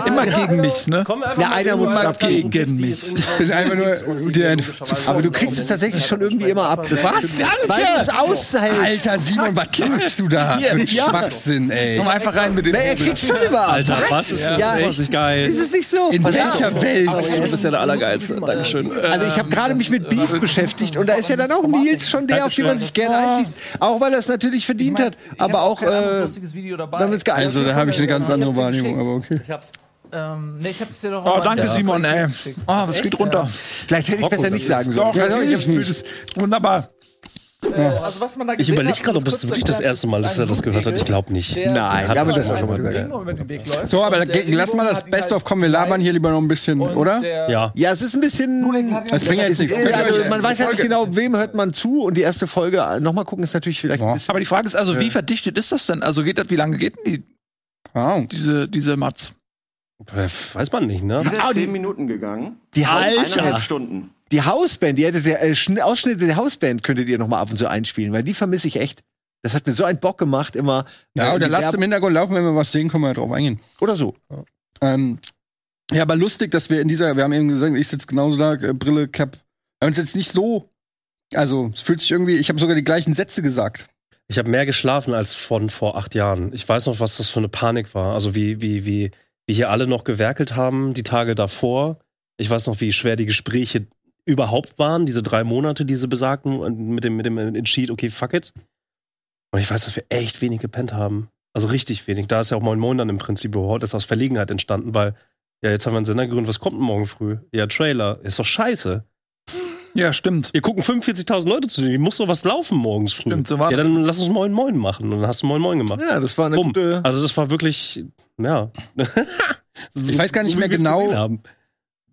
Immer gegen mich, ne? Kommen wir einfach mal einer irgendwo muss rein, abgehen dann gegen richtig mich. ist Ich bin irgendwo- einfach nur dir ein Aber du kriegst es tatsächlich schon irgendwie immer ab. Das Was? Weil du es aushältst. Alter Simon, was machst du da? Hier, Mit ja. Schwachsinn, ey. Komm einfach rein mit dem. Na, er kriegt schon immer ab. Alter, was ist das? Ja. Echt geil. Ist es nicht so? In Pass auf. welcher Welt? Das ist ja der Allergeilste. Dankeschön. Äh, Also ich habe gerade mich mit Beef beschäftigt und da ist ja dann auch Nils schon der, auf den man sich gerne einschließt. Auch weil er es natürlich verdient hat, aber auch kein anderes äh, lustiges Video dabei. damit es geil Also, da habe ich eine ganz andere Ich hab's dir Wahrnehmung, aber okay. Ich hab's. Ähm, nee, ich hab's dir doch Oh, auch danke, mal- Simon, ey. Oh, was geht runter? Vielleicht hätte ich besser nicht sagen sollen. Doch, natürlich nicht. Wunderbar. Also, was man da Ich gesehen überlege hat, gerade, ob muss das kurz wirklich das erklärt, erste Mal ist, dass er ein das gehört hat. Ich Blutegel, glaube nicht. der Nein, mit aber einem das hat er schon mal gesagt. Regenwurm über den Weg läuft. So, aber Und der dagegen, lass mal das Regenwurm hat ihn Best-of halt kommen. Wir labern hier lieber noch ein bisschen, und oder? der- Ja. Ja, es ist ein bisschen. Das bringt ja jetzt nichts. Äh, Also, man weiß ja nicht Folge. genau, wem hört man zu und die erste Folge nochmal gucken ist natürlich vielleicht ein Boah. bisschen. Aber die Frage ist also, wie verdichtet ist das denn? Also geht das, wie lange geht denn die, Wow. diese, diese Matz? Äh, Weiß man nicht, ne? Wieder zehn Minuten gegangen. Die, Eineinhalb Alter, Stunden. die Hausband, die hätte der, äh, Schn- Ausschnitte der Hausband könntet ihr nochmal ab und zu einspielen, weil die vermisse ich echt. Das hat mir so einen Bock gemacht, immer. Ja, äh, oder die lasst im Werbung- Hintergrund laufen, wenn wir was sehen, können wir drauf eingehen. Oder so. Ähm, ja, aber lustig, dass wir in dieser, wir haben eben gesagt, ich sitze genauso da, äh, Brille, Cap. Wir haben uns jetzt nicht so, also es fühlt sich irgendwie, ich habe sogar die gleichen Sätze gesagt. Ich habe mehr geschlafen als von vor acht Jahren. Ich weiß noch, was das für eine Panik war. Also wie, wie, wie, wie hier alle noch gewerkelt haben, die Tage davor. Ich weiß noch, wie schwer die Gespräche überhaupt waren, diese drei Monate, diese besagten, und mit dem, mit dem Entschied, okay, fuck it. Und ich weiß, dass wir echt wenig gepennt haben. Also richtig wenig. Da ist ja auch Moin Moin dann im Prinzip überhaupt, das ist aus Verlegenheit entstanden, weil, ja, jetzt haben wir einen Sender gegründet, was kommt denn morgen früh? Ja, Trailer. Ist doch scheiße. Ja, stimmt. Hier gucken 45.000 Leute zu, wie muss doch was laufen morgens früh? Stimmt, so war Ja, das. dann lass uns Moin Moin machen. Und dann hast du Moin Moin gemacht. Ja, das war eine Bumm. gute. Also das war wirklich, ja. Ich weiß gar nicht wie mehr wir es genau. gesehen haben.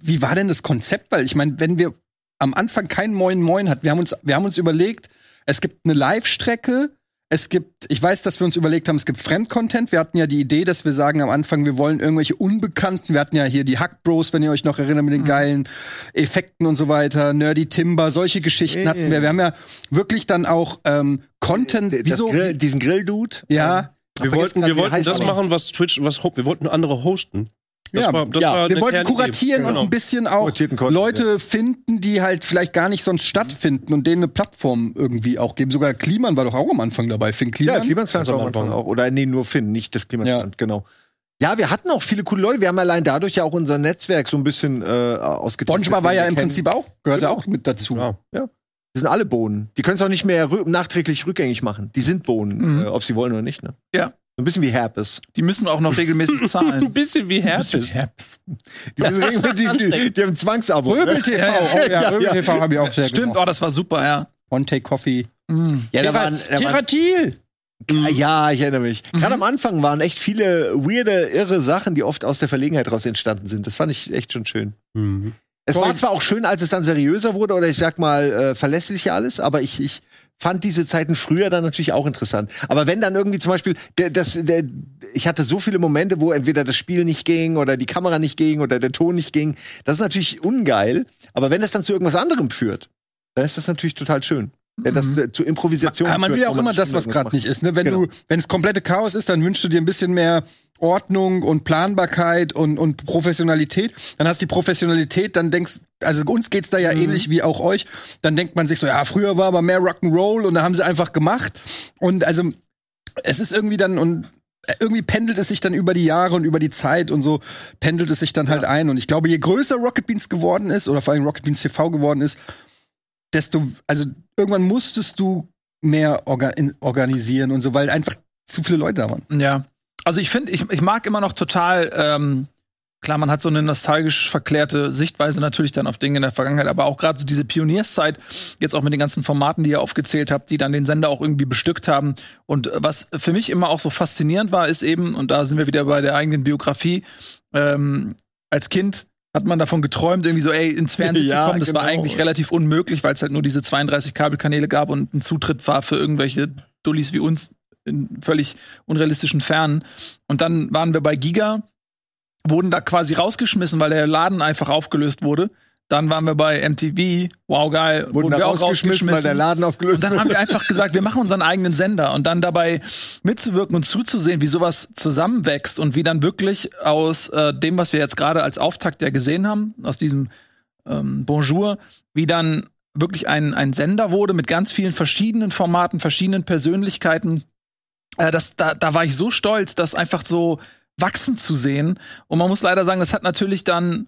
Wie war denn das Konzept? Weil ich meine, wenn wir am Anfang kein Moin Moin hat, wir haben uns, wir haben uns überlegt, es gibt eine Live-Strecke, es gibt, ich weiß, dass wir uns überlegt haben, es gibt Fremdcontent. Wir hatten ja die Idee, dass wir sagen am Anfang, wir wollen irgendwelche Unbekannten. Wir hatten ja hier die Hackbros, wenn ihr euch noch erinnert, mit den geilen Effekten und so weiter, Nerdy Timber, solche Geschichten hatten wir. Wir haben ja wirklich dann auch ähm, Content. das Wieso? Grill, diesen Grill-Dude. ähm, ja, Wir wollten, gerade, wir wie wollten heißt das er? machen, was Twitch, was ho- wir wollten andere hosten. Das ja, war- das ja. war wir eine wollten Kernidee. kuratieren Genau. und ein bisschen auch Kuratierten Content, Leute finden, die halt vielleicht gar nicht sonst stattfinden und denen eine Plattform irgendwie auch geben. Sogar Kliman war doch auch am Anfang dabei, Finn Ja, Kliman. Klimansland Ganz am am Anfang Anfang. auch. Oder äh, nee, nur Finn, nicht das Klimansland, genau. Ja, wir hatten auch viele coole Leute. Wir haben allein dadurch ja auch unser Netzwerk so ein bisschen äh, ausgetestet. Bonchma war ja im Kennen- Genau. Genau. Prinzip auch, gehörte auch mit dazu. Ja. Ja. Die sind alle Bohnen. Die können es auch nicht mehr rü nachträglich rückgängig machen. Die sind Bohnen, Mhm. äh, ob sie wollen oder nicht. Ne? Ja. So ein bisschen wie Herpes. Die müssen auch noch regelmäßig zahlen. bisschen wie Herpes. Die, müssen regelmäßig- die, die haben ein Zwangsabo. ne? Röbel TV, oh ja, Röbel TV habe ich auch sehr Stimmt, genau. oh, das war super, ja. Mm, One Take Coffee. Ja, da Terra- waren, da waren, Terratil! Mhm. ja, ich erinnere mich. Gerade am Anfang waren echt viele weirde, irre Sachen, die oft aus der Verlegenheit raus entstanden sind. Das fand ich echt schon schön. Es war zwar auch schön, als es dann seriöser wurde oder ich sag mal äh, verlässlicher alles, aber ich, ich fand diese Zeiten früher dann natürlich auch interessant. Aber wenn dann irgendwie zum Beispiel, der, das, der, ich hatte so viele Momente, wo entweder das Spiel nicht ging oder die Kamera nicht ging oder der Ton nicht ging, das ist natürlich ungeil. Aber wenn das dann zu irgendwas anderem führt, dann ist das natürlich total schön. Wenn das äh, zu Improvisation Ja, Mhm. Ah, man will ja auch wo immer nicht das, was irgendwas gerade macht. nicht ist. Ne? Wenn Genau. du, wenn es komplette Chaos ist, dann wünschst du dir ein bisschen mehr Ordnung und Planbarkeit und, und Professionalität. Dann hast du die Professionalität, dann denkst, also uns geht's da ja ähnlich wie auch euch. Dann denkt man sich so, ja, früher war aber mehr Rock'n'Roll und da haben sie einfach gemacht. Und also es ist irgendwie dann und äh, irgendwie pendelt es sich dann über die Jahre und über die Zeit und so pendelt es sich dann halt ein. Und ich glaube, je größer Rocket Beans geworden ist oder vor allem Rocket Beans TV geworden ist, desto, also irgendwann musstest du mehr orga in, organisieren und so, weil einfach zu viele Leute da waren. Ja. Also ich finde, ich, ich mag immer noch total, ähm, klar, man hat so eine nostalgisch verklärte Sichtweise natürlich dann auf Dinge in der Vergangenheit, aber auch gerade so diese Pionierszeit, jetzt auch mit den ganzen Formaten, die ihr aufgezählt habt, die dann den Sender auch irgendwie bestückt haben. Und äh, was für mich immer auch so faszinierend war, ist eben, und da sind wir wieder bei der eigenen Biografie, ähm, als Kind hat man davon geträumt, irgendwie so, ey, ins Fernsehen Ja, zu kommen. Das war genau. eigentlich relativ unmöglich, weil es halt nur diese 32 Kabelkanäle gab und ein Zutritt war für irgendwelche Dullis wie uns in völlig unrealistischen Fernen. Und dann waren wir bei Giga, wurden da quasi rausgeschmissen, weil der Laden einfach aufgelöst wurde. Dann waren wir bei MTV, wow geil, Wurden da wir rausgeschmissen, weil der Laden aufgelöst und dann haben wurde. wir einfach gesagt, wir machen unseren eigenen Sender und dann dabei mitzuwirken und zuzusehen, wie sowas zusammenwächst und wie dann wirklich aus äh, dem, was wir jetzt gerade als Auftakt ja gesehen haben, aus diesem ähm, Bonjour, wie dann wirklich ein, ein Sender wurde mit ganz vielen verschiedenen Formaten, verschiedenen Persönlichkeiten. Äh, das, da, da war ich so stolz, das einfach so wachsen zu sehen. Und man muss leider sagen, das hat natürlich dann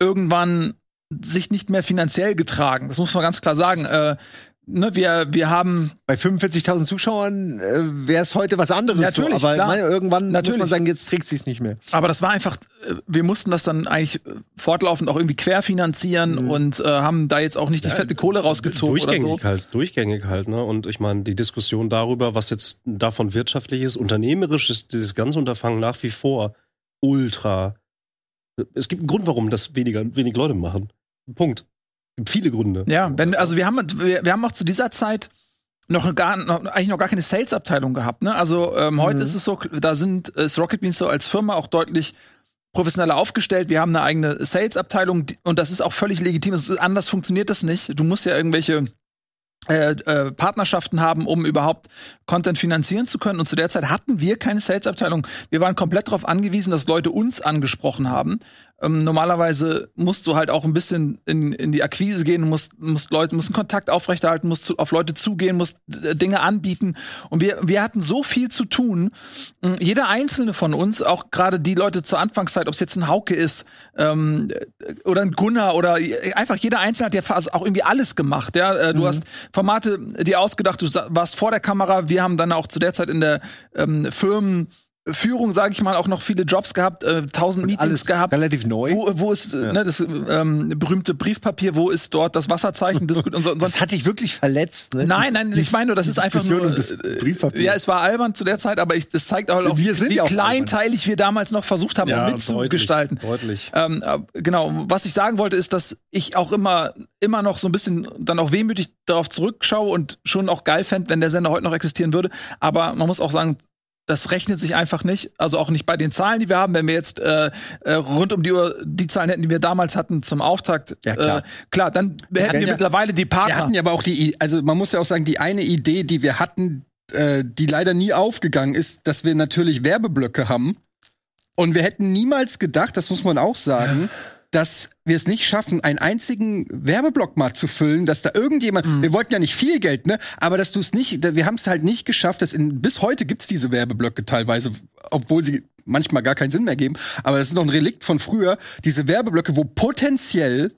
irgendwann sich nicht mehr finanziell getragen. Das muss man ganz klar sagen. Äh, ne, wir, wir haben Bei 45.000 Zuschauern äh, wäre es heute was anderes. Natürlich, so. Aber klar. mein, irgendwann Natürlich. muss man sagen, jetzt trägt sie es nicht mehr. Aber das war einfach, äh, wir mussten das dann eigentlich äh, fortlaufend auch irgendwie querfinanzieren und äh, haben da jetzt auch nicht die fette Kohle rausgezogen oder durchgängig so. halt, durchgängig halt, ne? Und ich meine, die Diskussion darüber, was jetzt davon wirtschaftlich ist, unternehmerisch ist dieses ganze Unterfangen nach wie vor ultra. Es gibt einen Grund, warum das weniger, wenig Leute machen. Punkt. Gibt viele Gründe. Ja, wenn, also wir haben, wir, wir haben auch zu dieser Zeit noch gar, noch, eigentlich noch gar keine Sales-Abteilung gehabt. Ne? Also ähm, heute ist es so, da sind ist Rocket Beans so als Firma auch deutlich professioneller aufgestellt. Wir haben eine eigene Sales-Abteilung die- und das ist auch völlig legitim. Es ist- anders funktioniert das nicht. Du musst ja irgendwelche äh, äh, Partnerschaften haben, um überhaupt Content finanzieren zu können. Und zu der Zeit hatten wir keine Sales-Abteilung. Wir waren komplett darauf angewiesen, dass Leute uns angesprochen haben. Ähm, normalerweise musst du halt auch ein bisschen in, in die Akquise gehen, musst, musst Leute, musst einen Kontakt aufrechterhalten, musst zu, auf Leute zugehen, musst äh, Dinge anbieten. Und wir, wir hatten so viel zu tun. Mhm, Jeder einzelne von uns, auch gerade die Leute zur Anfangszeit, ob es jetzt ein Hauke ist ähm, äh, oder ein Gunnar oder äh, einfach jeder Einzelne hat ja fast auch irgendwie alles gemacht. Ja, Äh, du Mhm. hast Formate, die ausgedacht, du sa- warst vor der Kamera. Wir haben dann auch zu der Zeit in der ähm, Firmenführung, sage ich mal, auch noch viele Jobs gehabt, äh, tausend Meetings Alles gehabt. relativ neu. Wo, wo ist äh, ne, das ähm, berühmte Briefpapier, wo ist dort das Wasserzeichen? Diskut und so, und so. Das hat dich wirklich verletzt. Ne? Nein, nein, ich meine nur, das ist einfach Diskussion nur. um das äh, Briefpapier. Ja, es war albern zu der Zeit, aber ich, das zeigt auch, auch Wir sind wie ja auch kleinteilig wir damals noch versucht haben, Ja, mitzugestalten. Deutlich. deutlich. Ähm, äh, genau, was ich sagen wollte, ist, dass ich auch immer, immer noch so ein bisschen dann auch wehmütig darauf zurückschaue und schon auch geil fände, wenn der Sender heute noch existieren würde. Aber man muss auch sagen, das rechnet sich einfach nicht. Also auch nicht bei den Zahlen, die wir haben. Wenn wir jetzt äh, äh, rund um die Uhr die Zahlen hätten, die wir damals hatten zum Auftakt, Ja, klar. Äh, klar dann hätten wir ja- mittlerweile die Wir Partner. hatten ja aber auch die, I- also man muss ja auch sagen, die eine Idee, die wir hatten, äh, die leider nie aufgegangen ist, dass wir natürlich Werbeblöcke haben. Und wir hätten niemals gedacht, das muss man auch sagen, dass wir es nicht schaffen, einen einzigen Werbeblock mal zu füllen, dass da irgendjemand, wir wollten ja nicht viel Geld, ne, aber dass du es nicht, da- wir haben es halt nicht geschafft, dass in, bis heute gibt's diese Werbeblöcke teilweise, obwohl sie manchmal gar keinen Sinn mehr geben, aber das ist noch ein Relikt von früher, diese Werbeblöcke, wo potenziell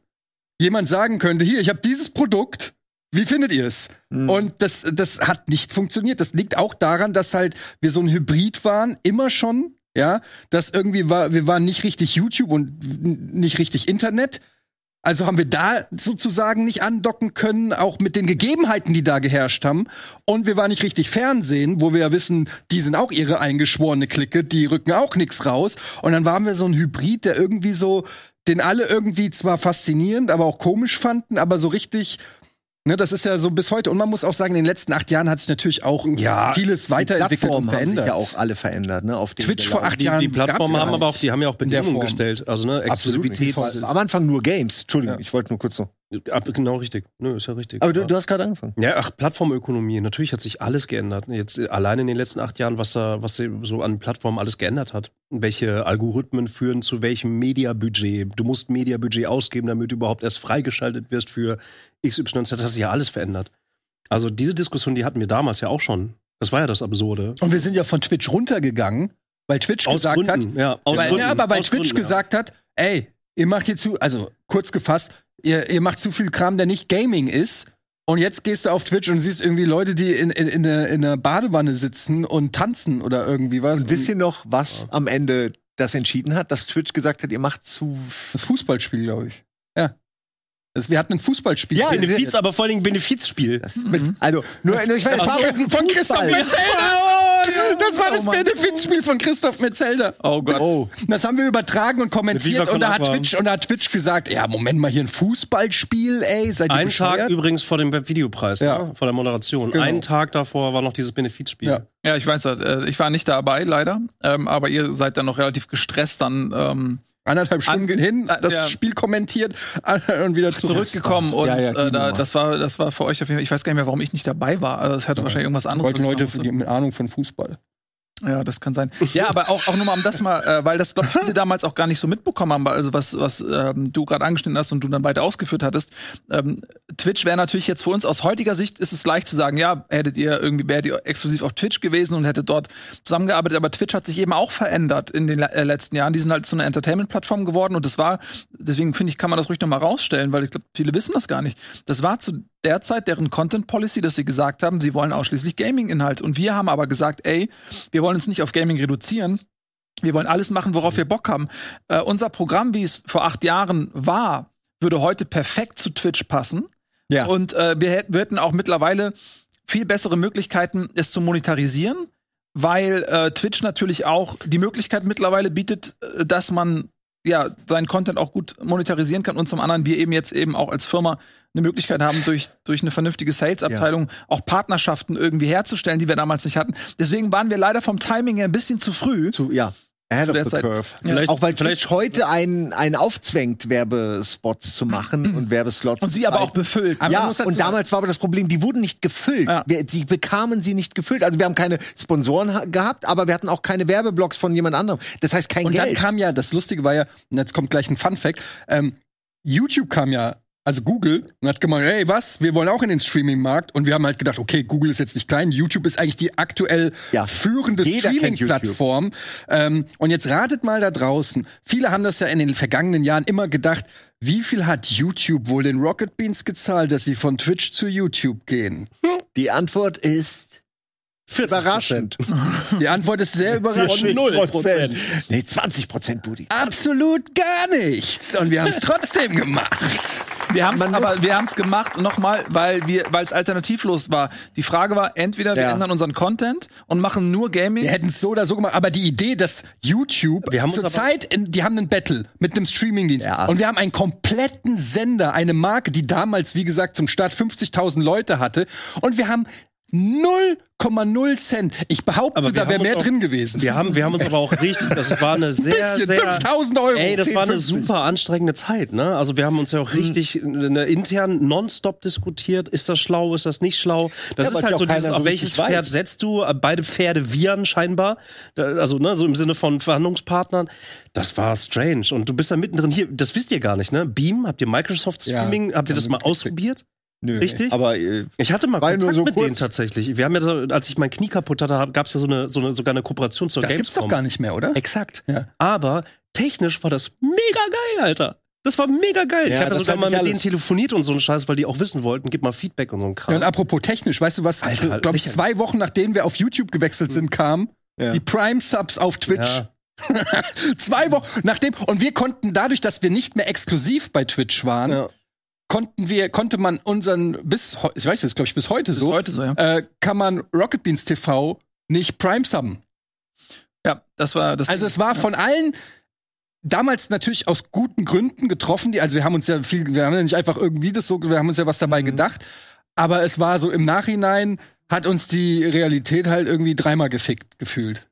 jemand sagen könnte, hier, ich habe dieses Produkt, Wie findet ihr es? Und das, das hat nicht funktioniert. Das liegt auch daran, dass halt wir so ein Hybrid waren, immer schon, ja. Das irgendwie war, wir waren nicht richtig YouTube und n- nicht richtig Internet. Also haben wir da sozusagen nicht andocken können, auch mit den Gegebenheiten, die da geherrscht haben. Und wir waren nicht richtig Fernsehen, wo wir ja wissen, die sind auch ihre eingeschworene Clique, die rücken auch nichts raus. Und dann waren wir so ein Hybrid, der irgendwie so, den alle irgendwie zwar faszinierend, aber auch komisch fanden, aber so richtig, ne, das ist ja so bis heute. Und man muss auch sagen, in den letzten acht Jahren hat sich natürlich auch vieles weiterentwickelt und Plattformen haben sich verändert. ja auch alle verändert. Ne? Auf denen Twitch wir vor laufen. acht Die, Jahren die Plattformen gab's ja haben gar aber auch, nicht. die haben ja auch In der Bedingungen Form. gestellt. Also, ne, Absolut nicht. Exklusivität. Es war Am Anfang nur Games. Entschuldigung, ich wollte nur kurz noch. Ab, genau richtig. Nö, ist ja richtig. Aber du, Ja. du hast gerade angefangen. Ja, ach, Plattformökonomie. Natürlich hat sich alles geändert. Jetzt äh, allein in den letzten acht Jahren, was da, was sie so an Plattformen alles geändert hat. Welche Algorithmen führen zu welchem Mediabudget? Du musst Mediabudget ausgeben, damit du überhaupt erst freigeschaltet wirst für XYZ. Das hat sich ja alles verändert. Also diese Diskussion, die hatten wir damals ja auch schon. Das war ja das Absurde. Und wir sind ja von Twitch runtergegangen, weil Twitch Aus gesagt hat, Gründen, ja. Aus weil, Gründen, ja, aber weil aus Twitch Gründen, ja. gesagt hat, ey, ihr macht hier zu, also kurz gefasst, ihr, ihr macht zu viel Kram, der nicht Gaming ist. Und jetzt gehst du auf Twitch und siehst irgendwie Leute, die in, in, in, einer, in einer Badewanne sitzen und tanzen oder irgendwie was. Und Mhm. wisst ihr noch, was am Ende das entschieden hat, dass Twitch gesagt hat, ihr macht zu. das Fußballspiel, glaube ich. Ja. Das, wir hatten ein Fußballspiel. Ja, Benefiz, aber vor allen Dingen Benefizspiel. Mit, also, nur, nur ich weiß, Das es war war irgendwie von Christoph Fußball. Metzelder. Das war Oh das Mann. Benefizspiel von Christoph Metzelder. Oh Gott. Das haben wir übertragen und kommentiert Viva und da hat Con Agua. Twitch und da hat Twitch gesagt, ja, Moment mal hier ein Fußballspiel, ey, seid ihr Ein bescheuert? Tag übrigens vor dem Webvideopreis, Ja. ne? vor der Moderation. Genau. Einen Tag davor war noch dieses Benefizspiel. Ja. Ja, ich weiß, äh, ich war nicht dabei, leider. Ähm, aber ihr seid dann noch relativ gestresst dann ähm, anderthalb Stunden Ange- hin, das ja. Spiel kommentiert und wieder zurück. zurückgekommen und Ja, genau. ja, die äh, da, Nummer. das war das war für euch auf jeden Fall. Ich weiß gar nicht mehr, warum ich nicht dabei war. Also, Es hatte wahrscheinlich irgendwas anderes. Wollten was ich Leute machen die mit Ahnung von Fußball. Ja, das kann sein. Ja, aber auch, auch nur mal um das mal, äh, weil das glaub ich, viele damals auch gar nicht so mitbekommen haben, weil also was, was ähm, du gerade angeschnitten hast und du dann weiter ausgeführt hattest. Ähm, Twitch wäre natürlich jetzt für uns aus heutiger Sicht ist es leicht zu sagen, ja, hättet ihr irgendwie, wärt ihr exklusiv auf Twitch gewesen und hättet dort zusammengearbeitet, aber Twitch hat sich eben auch verändert in den le- äh, letzten Jahren. Die sind halt zu einer Entertainment-Plattform geworden und das war, deswegen finde ich, kann man das ruhig nochmal rausstellen, weil ich glaube, viele wissen das gar nicht. Das war zu der Zeit deren Content Policy, dass sie gesagt haben, sie wollen ausschließlich Gaming-Inhalt. Und wir haben aber gesagt, ey, wir wollen uns nicht auf Gaming reduzieren. Wir wollen alles machen, worauf wir Bock haben. Äh, unser Programm, wie es vor acht Jahren war, würde heute perfekt zu Twitch passen. Ja. Und äh, wir, hätt, wir hätten auch mittlerweile viel bessere Möglichkeiten, es zu monetarisieren, weil äh, Twitch natürlich auch die Möglichkeit mittlerweile bietet, äh, dass man ja seinen Content auch gut monetarisieren kann und zum anderen wir eben jetzt eben auch als Firma eine Möglichkeit haben, durch, durch eine vernünftige Sales-Abteilung auch Partnerschaften irgendwie herzustellen, die wir damals nicht hatten. Deswegen waren wir leider vom Timing her ein bisschen zu früh. Zu, ja. Ahead Zu of der the Zeit. curve. Ja. Vielleicht- auch weil vielleicht- Twitch heute einen, einen aufzwängt, Werbespots zu machen und Werbeslots. und sie aber zu auch befüllt. Aber man ja, muss dazu und damals war aber das Problem, die wurden nicht gefüllt. Ja. Wir, die bekamen sie nicht gefüllt. Also wir haben keine Sponsoren ha- gehabt, aber wir hatten auch keine Werbeblocks von jemand anderem. Das heißt kein Und dann Geld. kam ja, das Lustige war ja, und jetzt kommt gleich ein Fun Fact, ähm, YouTube kam ja, also Google, und hat gemeint, ey, was, wir wollen auch in den Streaming-Markt. Und wir haben halt gedacht, okay, Google ist jetzt nicht klein, YouTube ist eigentlich die aktuell Ja. führende Jeder kennt Streaming-Plattform. Ähm, und jetzt ratet mal da draußen, viele haben das ja in den vergangenen Jahren immer gedacht, wie viel hat YouTube wohl den Rocket Beans gezahlt, dass sie von Twitch zu YouTube gehen? Die Antwort ist überraschend. Hm. Die Antwort ist sehr überraschend. Prozent. Nee, 20 Prozent, Budi. Absolut gar nichts. Und wir haben es trotzdem gemacht. Wir haben aber wir haben es gemacht nochmal, weil wir weil es alternativlos war. Die Frage war, entweder wir Ja. ändern unseren Content und machen nur Gaming. Wir hätten es so oder so gemacht, aber die Idee, dass YouTube Wir haben uns aber- zurzeit, in- die haben einen Battle mit einem Streamingdienst Ja. und wir haben einen kompletten Sender, eine Marke, die damals, wie gesagt, zum Start 50.000 Leute hatte und wir haben 0,0 Cent. Ich behaupte, Aber wir da haben wäre uns mehr auch- drin gewesen. Wir haben, wir haben uns aber auch richtig, das war eine sehr, Bisschen, sehr 5000 Euro, Ey, das 10, war eine 50. super anstrengende Zeit, ne? Also wir haben uns ja Mhm. auch richtig eine intern nonstop diskutiert, ist das schlau, ist das nicht schlau? Das Ja, weil ist die halt auch so dieses, keiner auf so welches richtig Pferd weiß. setzt du? Äh, Beide Pferde wiehern scheinbar, Da- also ne, so im Sinne von Verhandlungspartnern. Das war strange und du bist da mittendrin hier, das wisst ihr gar nicht, ne? Beam, habt ihr Microsoft Ja, Streaming, habt ihr das mal ausprobiert? Nö, Richtig? Aber äh, Ich hatte mal War ja Kontakt nur so mit kurz. denen tatsächlich. Wir haben ja, so, als ich mein Knie kaputt hatte, gab es ja so eine, so eine, sogar eine Kooperation zur Das Gamescom. gibt's doch gar nicht mehr, oder? Exakt. Ja. Aber technisch war das mega geil, Alter. Das war mega geil. Ja, ich habe ja sogar das hatte mal ich mit alles. denen telefoniert und so einen Scheiß, weil die auch wissen wollten, gib mal Feedback und so einen Kram. Ja, und apropos technisch, weißt du was? Alter, glaube ich, Michael. zwei Wochen nachdem wir auf YouTube gewechselt sind, kam die Prime-Subs auf Twitch. Ja. zwei Wochen nachdem. Und wir konnten dadurch, dass wir nicht mehr exklusiv bei Twitch waren, konnten wir, konnte man unseren bis heu- ich weiß das, glaube ich, bis heute so, heute so, ja. äh, kann man Rocket Beans TV nicht Prime subben. Ja, das war das. Also es war von allen damals natürlich aus guten Gründen getroffen, die, also wir haben uns ja viel, wir haben ja nicht einfach irgendwie das so, wir haben uns ja was dabei gedacht, aber es war so im Nachhinein hat uns die Realität halt irgendwie dreimal gefickt gefühlt.